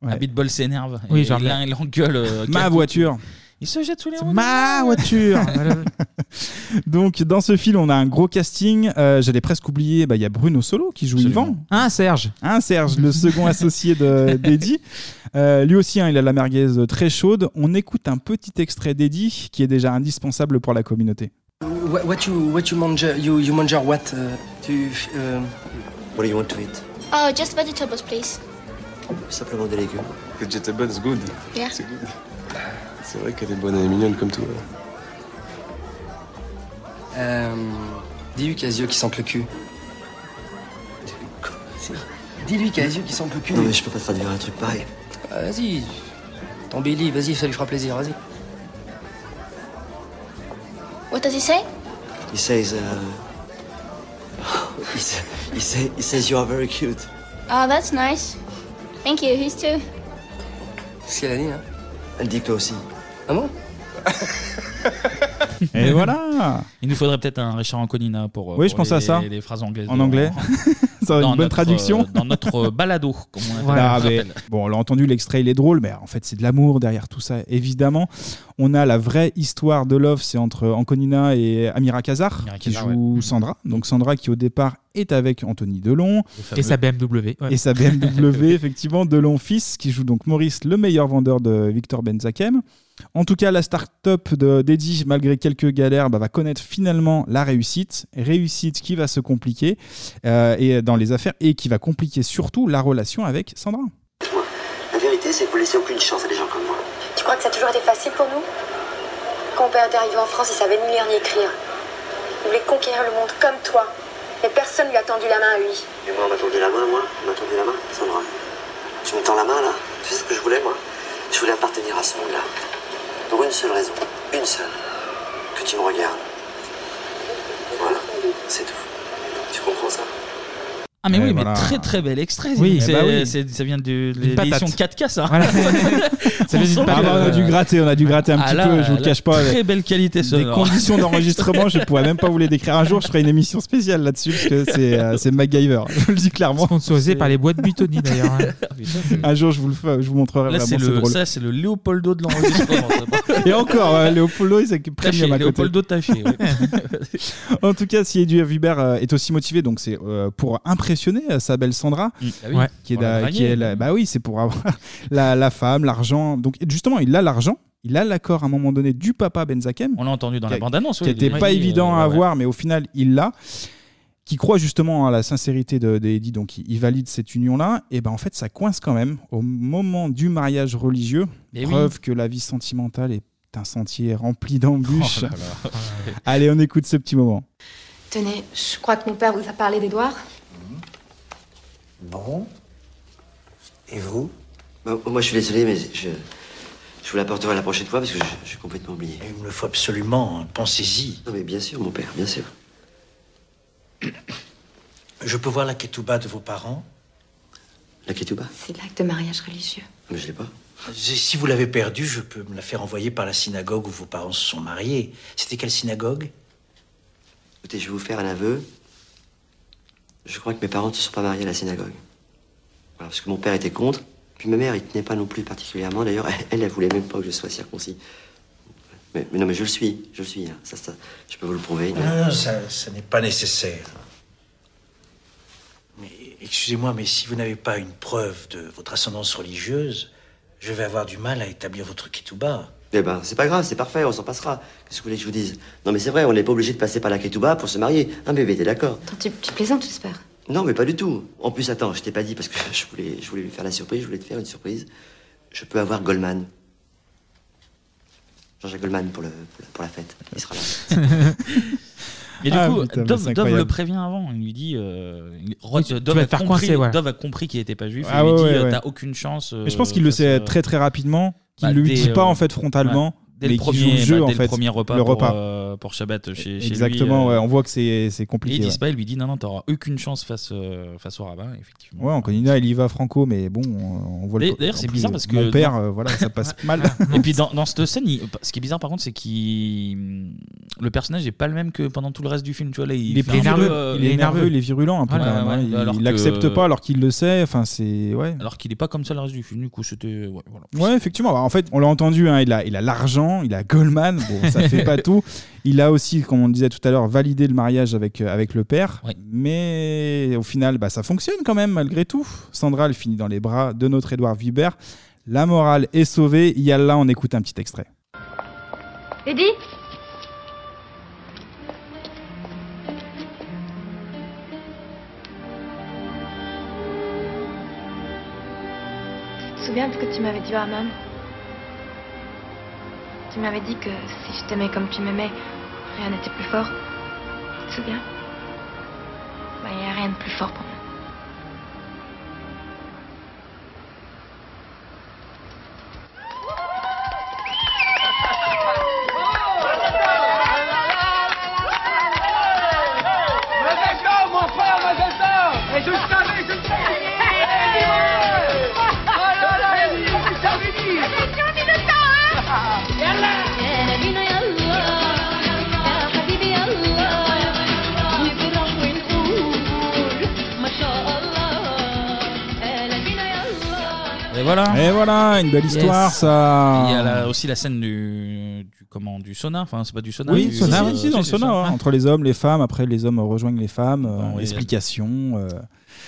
[SPEAKER 10] Ouais.
[SPEAKER 1] Abitbol s'énerve.
[SPEAKER 10] Oui,
[SPEAKER 1] et
[SPEAKER 10] genre,
[SPEAKER 1] l'un, il engueule. euh,
[SPEAKER 10] Ma
[SPEAKER 1] Kaku.
[SPEAKER 10] voiture.
[SPEAKER 1] Il se jette sous les roues.
[SPEAKER 10] Ma voiture Donc, dans ce film, on a un gros casting. Euh, J'allais presque oublier, bah, il y a Bruno Solo qui joue Yvan.
[SPEAKER 7] Un Serge.
[SPEAKER 10] Un Ah, Serge, le second associé de- d'Eddie. Euh, lui aussi, hein, il a la merguez très chaude. On écoute un petit extrait d'Eddie qui est déjà indispensable pour la communauté.
[SPEAKER 5] What, what you what you manger you you manger what euh, tu euh,
[SPEAKER 6] What do you want to eat
[SPEAKER 8] Oh, just vegetables, please.
[SPEAKER 6] Simplement des légumes.
[SPEAKER 9] Vegetables good.
[SPEAKER 8] Yeah.
[SPEAKER 9] C'est good. C'est vrai qu'elle est bonne, elle est mignonne comme tout. hein.
[SPEAKER 5] euh, dis-lui qu'il a les yeux qui sentent le cul. Dis-lui qu'il a les yeux qui sentent le cul. Euh,
[SPEAKER 6] Non, mais je peux pas traduire un truc pareil.
[SPEAKER 5] Vas-y. Ton Billy, vas-y, ça lui fera plaisir, vas-y.
[SPEAKER 8] What does he say?
[SPEAKER 6] He says, uh... he, sa- he, say, he says you are very cute.
[SPEAKER 8] Oh, that's nice. Thank you, he's too.
[SPEAKER 5] C'est ce qu'elle a dit, hein
[SPEAKER 6] Elle dit que toi aussi.
[SPEAKER 5] Ah bon
[SPEAKER 10] Et voilà
[SPEAKER 1] Il nous faudrait peut-être un Richard Anconina pour. euh,
[SPEAKER 10] Oui, je
[SPEAKER 1] pour
[SPEAKER 10] pense
[SPEAKER 1] les-
[SPEAKER 10] à ça.
[SPEAKER 1] Les phrases anglaises.
[SPEAKER 10] En
[SPEAKER 1] dans-
[SPEAKER 10] anglais. Ça aurait
[SPEAKER 1] dans
[SPEAKER 10] une bonne
[SPEAKER 1] notre,
[SPEAKER 10] traduction.
[SPEAKER 1] euh, dans notre euh, balado, comme on appelle.
[SPEAKER 10] Voilà,
[SPEAKER 1] on
[SPEAKER 10] mais-
[SPEAKER 1] appelle.
[SPEAKER 10] bon, on l'a entendu, l'extrait il est drôle, mais en fait c'est de l'amour derrière tout ça, évidemment. On a la vraie histoire de Love, c'est entre Anconina et Amira Kazar, qui
[SPEAKER 7] Kazar,
[SPEAKER 10] joue Sandra. Donc Sandra qui au départ est avec Anthony Delon.
[SPEAKER 7] Et sa BMW. ouais.
[SPEAKER 10] Et sa BMW, effectivement, Delon fils, qui joue donc Maurice, le meilleur vendeur de Victor Benzakem. En tout cas, la start-up de- d'Eddie, malgré quelques galères, bah, va connaître finalement la réussite. Réussite qui va se compliquer euh, et dans les affaires et qui va compliquer surtout la relation avec Sandra.
[SPEAKER 6] La vérité, c'est que vous laissez aucune chance à des gens comme moi.
[SPEAKER 11] Tu crois que ça a toujours été facile pour nous Quand mon père est arrivé en France, il savait ni lire ni écrire. Il voulait conquérir le monde comme toi. Mais personne lui a tendu la main à lui.
[SPEAKER 6] Et moi, on m'a tendu la main, moi. On m'a tendu la main, Sandra. Tu me tends la main, là. Tu sais ce que je voulais, moi Je voulais appartenir à ce monde-là. Pour une seule raison. Une seule. Que tu me regardes. Voilà. C'est tout. Tu comprends ça
[SPEAKER 1] Ah mais
[SPEAKER 10] Et
[SPEAKER 1] oui,
[SPEAKER 10] Eh, voilà.
[SPEAKER 1] mais très très bel extrait.
[SPEAKER 10] Oui,
[SPEAKER 1] c'est,
[SPEAKER 10] eh bah oui.
[SPEAKER 1] c'est- ça vient de l'édition hein.
[SPEAKER 10] patate.
[SPEAKER 1] 4K ça.
[SPEAKER 10] Ça vient d'une patate. Ah, on a dû gratter, on a dû gratter un
[SPEAKER 1] Ah
[SPEAKER 10] petit peu, je vous le cache pas.
[SPEAKER 1] Très belle qualité
[SPEAKER 10] Des
[SPEAKER 1] sonore.
[SPEAKER 10] conditions d'enregistrement, je pourrais même pas vous les décrire. Un jour, je ferai une émission spéciale là-dessus, parce que c'est euh, c'est MacGyver. Je vous le dis clairement.
[SPEAKER 7] Sponsorisé par les boîtes Butoni d'ailleurs. hein.
[SPEAKER 10] Un jour, je vous, le, fe- je vous montrerai
[SPEAKER 1] Là
[SPEAKER 10] vraiment,
[SPEAKER 1] c'est
[SPEAKER 10] c'est
[SPEAKER 1] le,
[SPEAKER 10] drôle.
[SPEAKER 1] ça c'est le Leopoldo de l'enregistrement.
[SPEAKER 10] Et encore, euh, Léopoldo, il est
[SPEAKER 1] Taché,
[SPEAKER 10] premium à côté.
[SPEAKER 1] Léopoldo taché. ouais.
[SPEAKER 10] En tout cas, si Edu Hubert euh, est aussi motivé, donc c'est euh, pour impressionner euh, sa belle Sandra,
[SPEAKER 1] Ah oui,
[SPEAKER 10] qui est,
[SPEAKER 1] pour la
[SPEAKER 10] da-
[SPEAKER 1] draguer.
[SPEAKER 10] qui est la- bah oui, c'est pour avoir la, la femme, l'argent. Donc justement, il a l'argent. Il a l'accord à un moment donné du papa Benzakem.
[SPEAKER 1] On l'a entendu dans la bande-annonce,
[SPEAKER 10] Qui
[SPEAKER 1] oui,
[SPEAKER 10] n'était
[SPEAKER 1] il
[SPEAKER 10] pas
[SPEAKER 1] dit,
[SPEAKER 10] évident
[SPEAKER 1] euh,
[SPEAKER 10] à
[SPEAKER 1] ouais.
[SPEAKER 10] avoir, mais au final, il l'a. Qui croit justement à la sincérité de- d'Eddie, donc il, il valide cette union-là. Et ben en fait, ça coince quand même au moment du mariage religieux.
[SPEAKER 1] Mais oui.
[SPEAKER 10] preuve que la vie sentimentale est un sentier rempli
[SPEAKER 1] Oh
[SPEAKER 10] d'embûches.
[SPEAKER 1] là là.
[SPEAKER 10] Allez, on écoute ce petit moment.
[SPEAKER 11] Tenez, je crois que mon père vous a parlé d'Edouard.
[SPEAKER 6] Bon. Et vous Bah, Moi, je suis désolé, mais je. Je vous l'apporterai la prochaine fois parce que je, je suis complètement oublié. Il me le faut absolument, pensez-y. Non mais bien sûr, mon père, bien sûr.
[SPEAKER 25] Je peux voir la ketouba de vos parents
[SPEAKER 6] La ketouba
[SPEAKER 11] C'est l'acte de mariage religieux.
[SPEAKER 6] Mais je l'ai pas.
[SPEAKER 25] Si vous l'avez perdue, je peux me la faire envoyer par la synagogue où vos parents se sont mariés. C'était quelle synagogue
[SPEAKER 6] Écoutez, je vais vous faire un aveu. Je crois que mes parents ne se sont pas mariés à la synagogue. Voilà, parce que mon père était contre. Puis ma mère, il tenait pas non plus particulièrement. D'ailleurs, elle, elle, elle voulait même pas que je sois circoncis. Mais, mais non, mais je le suis, je le suis. hein. Ça, ça, je peux vous le prouver.
[SPEAKER 25] Ah, Non, non, ça, ça n'est pas nécessaire. Mais excusez-moi, mais si vous n'avez pas une preuve de votre ascendance religieuse, je vais avoir du mal à établir votre ketouba.
[SPEAKER 6] Eh ben, c'est pas grave, c'est parfait, on s'en passera. Qu'est-ce que vous voulez que je vous dise Non, mais c'est vrai, on n'est pas obligé de passer par la Ketouba pour se marier. Un bébé, t'es d'accord
[SPEAKER 11] Attends, tu, tu plaisantes, j'espère.
[SPEAKER 6] Non, mais pas du tout. En plus, attends, je t'ai pas dit parce que je voulais, je voulais lui faire la surprise, je voulais te faire une surprise. Je peux avoir Goldman. Jean-Jacques Goldman pour, le, pour, la, pour la fête. Il sera là.
[SPEAKER 1] Mais du
[SPEAKER 6] Ah,
[SPEAKER 1] coup,
[SPEAKER 6] putain, mais
[SPEAKER 1] Dove, Dove
[SPEAKER 6] c'est
[SPEAKER 1] le
[SPEAKER 6] incroyable.
[SPEAKER 1] prévient avant. Il lui dit euh, il- Rod-
[SPEAKER 7] tu
[SPEAKER 1] Dove,
[SPEAKER 7] vas
[SPEAKER 1] a
[SPEAKER 7] te faire
[SPEAKER 1] compris,
[SPEAKER 7] coincer, ouais.
[SPEAKER 1] Dove a compris qu'il n'était pas juif.
[SPEAKER 10] Ah
[SPEAKER 1] il lui
[SPEAKER 10] ouais,
[SPEAKER 1] dit
[SPEAKER 10] ouais,
[SPEAKER 1] euh,
[SPEAKER 10] ouais.
[SPEAKER 1] T'as aucune chance. euh,
[SPEAKER 10] Mais je pense qu'il le sait très très rapidement, qu'il
[SPEAKER 1] ne
[SPEAKER 10] lui dit pas en fait frontalement,
[SPEAKER 1] euh, Dès
[SPEAKER 10] mais
[SPEAKER 1] le
[SPEAKER 10] qu'il joue
[SPEAKER 1] premier,
[SPEAKER 10] le jeu
[SPEAKER 1] bah,
[SPEAKER 10] en
[SPEAKER 1] dès
[SPEAKER 10] fait,
[SPEAKER 1] le premier repas,
[SPEAKER 10] le
[SPEAKER 1] pour,
[SPEAKER 10] repas.
[SPEAKER 1] euh, pour Shabbat chez, chez lui,
[SPEAKER 10] Exactement,
[SPEAKER 1] euh,
[SPEAKER 10] ouais, on voit que c'est
[SPEAKER 1] Et
[SPEAKER 10] c'est
[SPEAKER 1] ils
[SPEAKER 10] compliqué.
[SPEAKER 1] disent pas, ils lui dit non, non, t'auras aucune chance face, euh, face au rabbin, effectivement.
[SPEAKER 10] Ouais, en Conina, il y va franco, mais bon, on on voit le.
[SPEAKER 1] D'ailleurs, d'ailleurs,
[SPEAKER 10] en
[SPEAKER 1] c'est
[SPEAKER 10] plus,
[SPEAKER 1] bizarre parce que.
[SPEAKER 10] Mon père,
[SPEAKER 1] dans-
[SPEAKER 10] euh, voilà, ça passe mal.
[SPEAKER 1] Et puis dans, dans cette scène, il- ce qui est bizarre par contre, c'est qu'il. Le personnage n'est pas le même que pendant tout le reste du film. Tu vois, là, il,
[SPEAKER 10] Il est
[SPEAKER 1] fait un peu,
[SPEAKER 10] nerveux,
[SPEAKER 1] euh,
[SPEAKER 10] il est nerveux, il est virulent un peu
[SPEAKER 1] Ouais,
[SPEAKER 10] quand même.
[SPEAKER 1] ouais,
[SPEAKER 10] hein.
[SPEAKER 1] ouais, alors
[SPEAKER 10] Il-
[SPEAKER 1] que-
[SPEAKER 10] Il l'accepte pas alors qu'il le sait. Enfin, c'est. Ouais.
[SPEAKER 1] Alors qu'il n'est pas comme ça le reste du film. Du coup, c'était. ouais, voilà.
[SPEAKER 10] Ouais, effectivement. Bah, En fait, on l'a entendu, hein, il a il a l'argent, il a Goldman, bon, ça fait pas tout. Il a aussi, comme on le disait tout à l'heure, validé le mariage avec, euh, avec le père. Mais au final, bah, ça fonctionne quand même, malgré tout. Sandra, elle finit dans les bras de notre Édouard Vibert. La morale est sauvée. Yalla, on écoute un petit extrait.
[SPEAKER 8] Eddie Tu te souviens de ce que tu m'avais dit à Amam Tu m'avais dit que si je t'aimais comme tu m'aimais, rien n'était plus fort. Tu te souviens Bah, il n'y a rien de plus fort pour moi.
[SPEAKER 3] mon frère, ma belle Et je le savais, je le savais Oh là là, Eddie, tu savais dire. Et Allah.
[SPEAKER 1] voilà.
[SPEAKER 10] Et Eh voilà, une belle
[SPEAKER 1] Yes.
[SPEAKER 10] histoire, ça.
[SPEAKER 1] Il y a là aussi la scène du, du comment du sauna, enfin c'est pas du sauna.
[SPEAKER 10] Oui,
[SPEAKER 1] du-
[SPEAKER 10] sauna,
[SPEAKER 1] euh,
[SPEAKER 10] oui, si, dans le
[SPEAKER 1] c'est
[SPEAKER 10] sauna,
[SPEAKER 1] ça.
[SPEAKER 10] ouais, entre les hommes, les femmes. Après, les hommes rejoignent les femmes. euh,
[SPEAKER 1] oui,
[SPEAKER 10] explication. euh.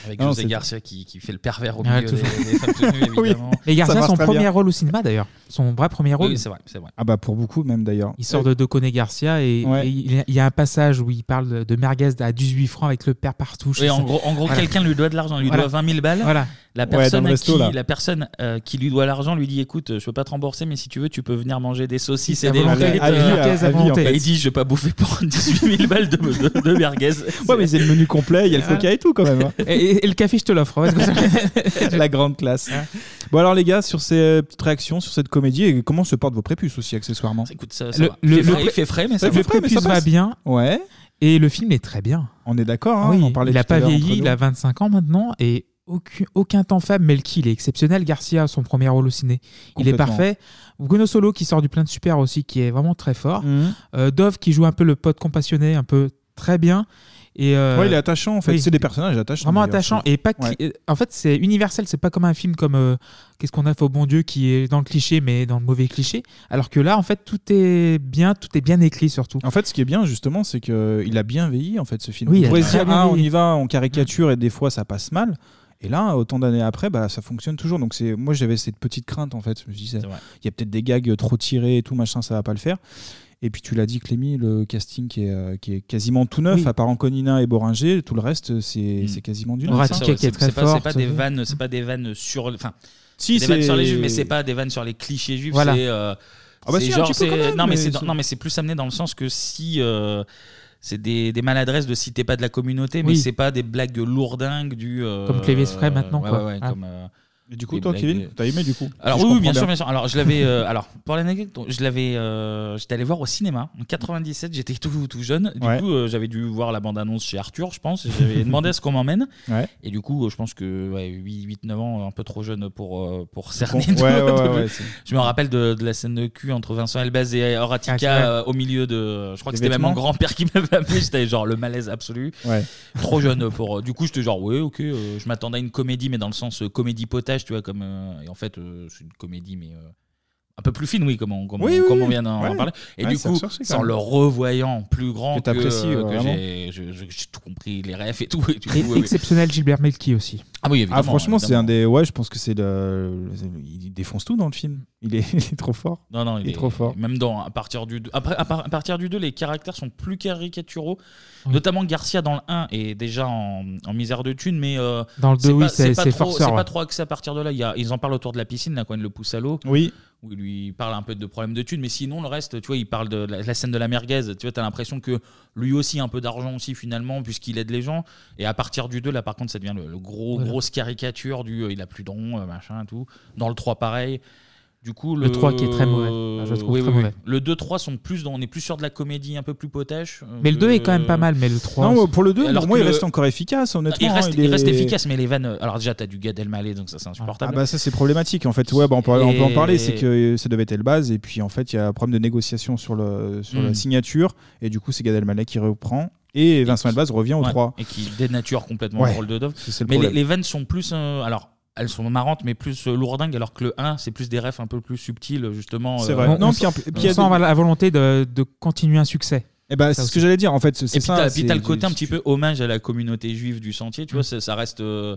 [SPEAKER 1] Avec
[SPEAKER 10] Non,
[SPEAKER 1] José
[SPEAKER 10] c'est-
[SPEAKER 1] Garcia qui, qui fait le pervers au
[SPEAKER 10] Ouais,
[SPEAKER 1] milieu
[SPEAKER 10] tout-
[SPEAKER 1] des, des femmes tenues,
[SPEAKER 10] Oui.
[SPEAKER 1] évidemment.
[SPEAKER 7] Les
[SPEAKER 10] Ça
[SPEAKER 7] Garcia,
[SPEAKER 10] marche
[SPEAKER 7] son
[SPEAKER 10] très
[SPEAKER 7] premier
[SPEAKER 10] bien.
[SPEAKER 7] rôle au cinéma d'ailleurs. Son vrai premier rôle.
[SPEAKER 1] Oui, c'est vrai, c'est vrai.
[SPEAKER 10] Ah bah pour beaucoup même d'ailleurs. Euh,
[SPEAKER 7] Il sort de Doconé Garcia et,
[SPEAKER 10] Ouais.
[SPEAKER 7] et il y a- il y a un passage où il parle de- de merguez à 18 francs avec le père partout.
[SPEAKER 1] Oui, en gros, en gros quelqu'un lui doit de l'argent, il lui doit 20 000 balles.
[SPEAKER 7] Voilà.
[SPEAKER 1] La personne, à qui, la personne euh, qui lui doit l'argent lui dit écoute, euh, je peux pas te rembourser, mais si tu veux, tu peux venir manger des saucisses
[SPEAKER 7] À
[SPEAKER 1] et des euh,
[SPEAKER 7] volonté,
[SPEAKER 1] frites,
[SPEAKER 7] à vie, à- à vie, euh, en
[SPEAKER 1] Et
[SPEAKER 7] fait.
[SPEAKER 1] il dit je vais pas bouffer pour 18 000 balles de, de, de merguez.
[SPEAKER 10] Ouais, mais c'est le menu complet, il y a le
[SPEAKER 7] Ah.
[SPEAKER 1] Voilà.
[SPEAKER 10] coca et tout quand même. hein.
[SPEAKER 7] Et, et- et le café, je te l'offre. ouais, c'est
[SPEAKER 10] comme ça. la grande classe.
[SPEAKER 7] Ah.
[SPEAKER 10] Bon alors les gars, sur ces euh, petites réactions, sur cette comédie, et comment se portent vos prépuces aussi accessoirement
[SPEAKER 1] Écoute, ça- ça Le- va. Il fait frais- il fait frais, mais ça
[SPEAKER 10] Il fait
[SPEAKER 1] va.
[SPEAKER 10] frais, mais ça
[SPEAKER 7] Prépuce va
[SPEAKER 10] passe.
[SPEAKER 7] bien.
[SPEAKER 10] Ouais.
[SPEAKER 7] Et le film est très bien.
[SPEAKER 10] On est d'accord, hein,
[SPEAKER 7] Oui,
[SPEAKER 10] on en parlait
[SPEAKER 7] il a
[SPEAKER 10] tout à
[SPEAKER 7] pas
[SPEAKER 10] l'heure entre
[SPEAKER 7] vieilli,
[SPEAKER 10] nous.
[SPEAKER 7] il a 25 ans maintenant et aucun, aucun temps faible. Melky, il est exceptionnel. Garcia, son premier rôle au ciné, il est
[SPEAKER 10] Complètement.
[SPEAKER 7] parfait. Bruno Solo qui sort du plein de super aussi, qui est vraiment très fort.
[SPEAKER 10] Mhm.
[SPEAKER 7] Euh, Dove qui joue un peu le pote compassionné, un peu très bien. Et euh,
[SPEAKER 10] Ouais, il est attachant en fait.
[SPEAKER 7] oui.
[SPEAKER 10] C'est des personnages attachants.
[SPEAKER 7] Vraiment
[SPEAKER 10] d'ailleurs,
[SPEAKER 7] attachant
[SPEAKER 10] je trouve.
[SPEAKER 7] et pas.
[SPEAKER 10] Ouais.
[SPEAKER 7] cli- euh, En fait, c'est universel. C'est pas comme un film comme euh, Qu'est-ce qu'on a fait au bon Dieu qui est dans le cliché mais dans le mauvais cliché. Alors que là, en fait, tout est bien, tout est bien écrit surtout.
[SPEAKER 10] En fait, ce qui est bien justement, c'est que euh, il a bien vieilli en fait ce film.
[SPEAKER 7] Oui, il
[SPEAKER 10] on
[SPEAKER 7] a
[SPEAKER 10] pourrait se
[SPEAKER 7] très
[SPEAKER 10] dire
[SPEAKER 7] bien
[SPEAKER 10] ah, on
[SPEAKER 7] vieilli.
[SPEAKER 10] y va, on caricature et des fois ça passe mal. Et là, autant d'années après, bah, ça fonctionne toujours. Donc c'est moi j'avais cette petite crainte en fait. Je me disais, il y a peut-être des gags trop tirés et tout machin, ça va pas le faire. Et puis tu l'as dit Clémy, le casting qui est, euh, qui est quasiment tout neuf,
[SPEAKER 7] Oui.
[SPEAKER 10] à part Anconina et Boringer, tout le reste c'est c'est quasiment du neuf. hein.
[SPEAKER 7] Ratica
[SPEAKER 10] ça.
[SPEAKER 7] qui est
[SPEAKER 1] Mm. C'est
[SPEAKER 7] très
[SPEAKER 1] c'est pas, c'est
[SPEAKER 7] forte.
[SPEAKER 1] pas des vannes, c'est pas des vannes sur, enfin,
[SPEAKER 10] Si,
[SPEAKER 1] des vannes
[SPEAKER 10] c'est-
[SPEAKER 1] sur les juifs, mais c'est pas des vannes sur les clichés juifs.
[SPEAKER 10] Voilà.
[SPEAKER 1] C'est euh,
[SPEAKER 10] Ah bah
[SPEAKER 1] c'est
[SPEAKER 10] si, un
[SPEAKER 1] genre,
[SPEAKER 10] petit peu
[SPEAKER 1] c'est-
[SPEAKER 10] quand même,
[SPEAKER 1] non mais
[SPEAKER 10] mais
[SPEAKER 1] c'est dans-
[SPEAKER 10] c'est-
[SPEAKER 1] non mais c'est plus amené dans le sens que si. euh, c'est des, des maladresses de si t'es pas de la communauté, mais
[SPEAKER 7] Oui.
[SPEAKER 1] c'est pas des blagues lourdingues du. euh,
[SPEAKER 7] Comme Clévis Frey maintenant,
[SPEAKER 1] ouais,
[SPEAKER 7] quoi.
[SPEAKER 1] ouais, ouais,
[SPEAKER 7] Ah.
[SPEAKER 1] comme, euh,
[SPEAKER 10] Et du coup,
[SPEAKER 1] des
[SPEAKER 10] toi,
[SPEAKER 1] blagues
[SPEAKER 10] Kevin,
[SPEAKER 1] de-
[SPEAKER 10] t'as aimé, du coup
[SPEAKER 1] Alors
[SPEAKER 10] Si je
[SPEAKER 1] oui, oui,
[SPEAKER 10] comprends
[SPEAKER 1] bien sûr,
[SPEAKER 10] bien.
[SPEAKER 1] bien sûr. Alors je l'avais. euh, alors pour l'anecdote, je l'avais. euh, J'étais allé voir au cinéma en 97. J'étais tout tout jeune. Du
[SPEAKER 10] Ouais.
[SPEAKER 1] coup, euh, j'avais dû voir la bande annonce chez Arthur, je pense. J'avais demandé à ce qu'on m'emmène.
[SPEAKER 10] Ouais.
[SPEAKER 1] Et du coup, euh, je pense que 8-9 ans, un peu trop jeune pour, euh, pour
[SPEAKER 10] Je
[SPEAKER 1] cerner.
[SPEAKER 10] comprends. Ouais,
[SPEAKER 1] tout-
[SPEAKER 10] ouais, ouais,
[SPEAKER 1] tout-
[SPEAKER 10] ouais, c'est-
[SPEAKER 1] je me rappelle de, de la scène de cul entre Vincent Elbaz et Horatica
[SPEAKER 10] Ah, c'est vrai.
[SPEAKER 1] euh, au milieu de. Je crois que
[SPEAKER 10] Des
[SPEAKER 1] c'était même mon
[SPEAKER 10] vêtements.
[SPEAKER 1] grand-père qui m'avait appelé. J'étais genre le malaise absolu.
[SPEAKER 10] Ouais.
[SPEAKER 1] Trop jeune pour. euh, du coup, j'étais genre, ouais, ok, euh, je m'attendais à une comédie, mais dans le sens euh, comédie potage, tu vois, comme. euh, et en fait, euh, c'est une comédie, mais. euh, un peu plus fine, oui, comme on, comme
[SPEAKER 10] Oui,
[SPEAKER 1] on-
[SPEAKER 10] oui,
[SPEAKER 1] comme on
[SPEAKER 10] oui.
[SPEAKER 1] vient d'en
[SPEAKER 10] Ouais.
[SPEAKER 1] parler. Et
[SPEAKER 10] Ouais,
[SPEAKER 1] du
[SPEAKER 10] ça
[SPEAKER 1] coup,
[SPEAKER 10] ressortit quand
[SPEAKER 1] sans
[SPEAKER 10] même.
[SPEAKER 1] le revoyant plus grand
[SPEAKER 10] Que
[SPEAKER 1] que,
[SPEAKER 10] t'apprécies,
[SPEAKER 1] euh,
[SPEAKER 10] ouais,
[SPEAKER 1] que
[SPEAKER 10] vraiment.
[SPEAKER 1] j'ai je- je- j'ai tout compris, les refs et tout. Et du
[SPEAKER 7] Et
[SPEAKER 1] coup, oui, oui.
[SPEAKER 7] exceptionnel Gilbert Melki aussi.
[SPEAKER 1] Ah oui, évidemment.
[SPEAKER 10] Ah, franchement, c'est
[SPEAKER 1] évidemment.
[SPEAKER 10] un des. Ouais, je pense que c'est le. Il défonce tout dans le film. Il est, il est trop fort. Ah
[SPEAKER 1] Non, non, il, est
[SPEAKER 10] trop fort.
[SPEAKER 1] Même dans, à partir du 2, après, à, par- à partir du 2, les caractères sont plus caricaturaux, notamment Garcia dans le 1 est déjà en, en misère de thune, mais euh,
[SPEAKER 7] Dans le deux,
[SPEAKER 1] c'est
[SPEAKER 7] oui,
[SPEAKER 1] pas-
[SPEAKER 7] c'est-
[SPEAKER 1] c'est pas
[SPEAKER 7] c'est
[SPEAKER 1] trop-
[SPEAKER 7] forceur,
[SPEAKER 1] c'est pas
[SPEAKER 7] ouais.
[SPEAKER 1] trop axé à partir de là. Il y a- ils en parlent autour de la piscine, là, quand il le pousse à l'eau,
[SPEAKER 10] Oui.
[SPEAKER 1] où il lui parle un peu de problème de thune, mais sinon, le reste, tu vois, il parle de la, la scène de la merguez, tu vois, t'as l'impression que lui aussi a un peu d'argent aussi, finalement, puisqu'il aide les gens, et à partir du 2, là, par contre, ça devient le, le gros,
[SPEAKER 7] Voilà.
[SPEAKER 1] grosse caricature du euh, il a plus de rond, euh, machin, tout. Dans le 3, pareil. Du coup, Euh,
[SPEAKER 7] Le 3 qui est très mauvais. Enfin, je le trouve
[SPEAKER 1] Oui,
[SPEAKER 7] très
[SPEAKER 1] oui, oui.
[SPEAKER 7] mauvais.
[SPEAKER 1] Le 2, 3 sont plus dans, on est plus sur de la comédie un peu plus potache. euh,
[SPEAKER 7] Mais le
[SPEAKER 1] que-
[SPEAKER 7] 2 est quand même pas mal, mais le 3.
[SPEAKER 10] Non, pour le 2,
[SPEAKER 1] Alors
[SPEAKER 10] pour moi,
[SPEAKER 1] que
[SPEAKER 10] il
[SPEAKER 1] le-
[SPEAKER 10] reste encore efficace, honnêtement.
[SPEAKER 1] Il reste,
[SPEAKER 10] hein,
[SPEAKER 1] il reste
[SPEAKER 10] est-
[SPEAKER 1] efficace, mais les vannes. euh, Alors déjà, t'as du Gad Elmaleh, donc ça c'est
[SPEAKER 10] Ah
[SPEAKER 1] insupportable.
[SPEAKER 10] bah ça c'est problématique en fait ouais bah, on, peut, on peut en
[SPEAKER 1] Et-
[SPEAKER 10] parler c'est que ça devait être Elbaz et puis en fait il y a un problème de négociation sur, le, sur
[SPEAKER 1] Mm.
[SPEAKER 10] la signature et du coup c'est Gad Elmaleh qui reprend et Vincent Elbaz revient au
[SPEAKER 1] Ouais,
[SPEAKER 10] 3
[SPEAKER 1] Et qui dénature complètement
[SPEAKER 10] Ouais,
[SPEAKER 1] le rôle de Dove.
[SPEAKER 10] c'est- c'est le
[SPEAKER 1] mais les,
[SPEAKER 10] problème.
[SPEAKER 1] les vannes sont plus. euh, alors, elles sont marrantes, mais plus euh, lourdingues, alors que le 1, c'est plus des refs un peu plus subtils, justement. euh,
[SPEAKER 7] On, non, puis, sent la volonté de, de continuer un succès.
[SPEAKER 10] et bah c'est ce que j'allais dire en fait c'est
[SPEAKER 1] Et puis
[SPEAKER 10] ça
[SPEAKER 1] t'as-
[SPEAKER 10] c'est
[SPEAKER 1] puis t'as le
[SPEAKER 10] du- Mm.
[SPEAKER 1] côté un petit peu hommage à la communauté juive du sentier, tu vois, ça, ça reste. euh,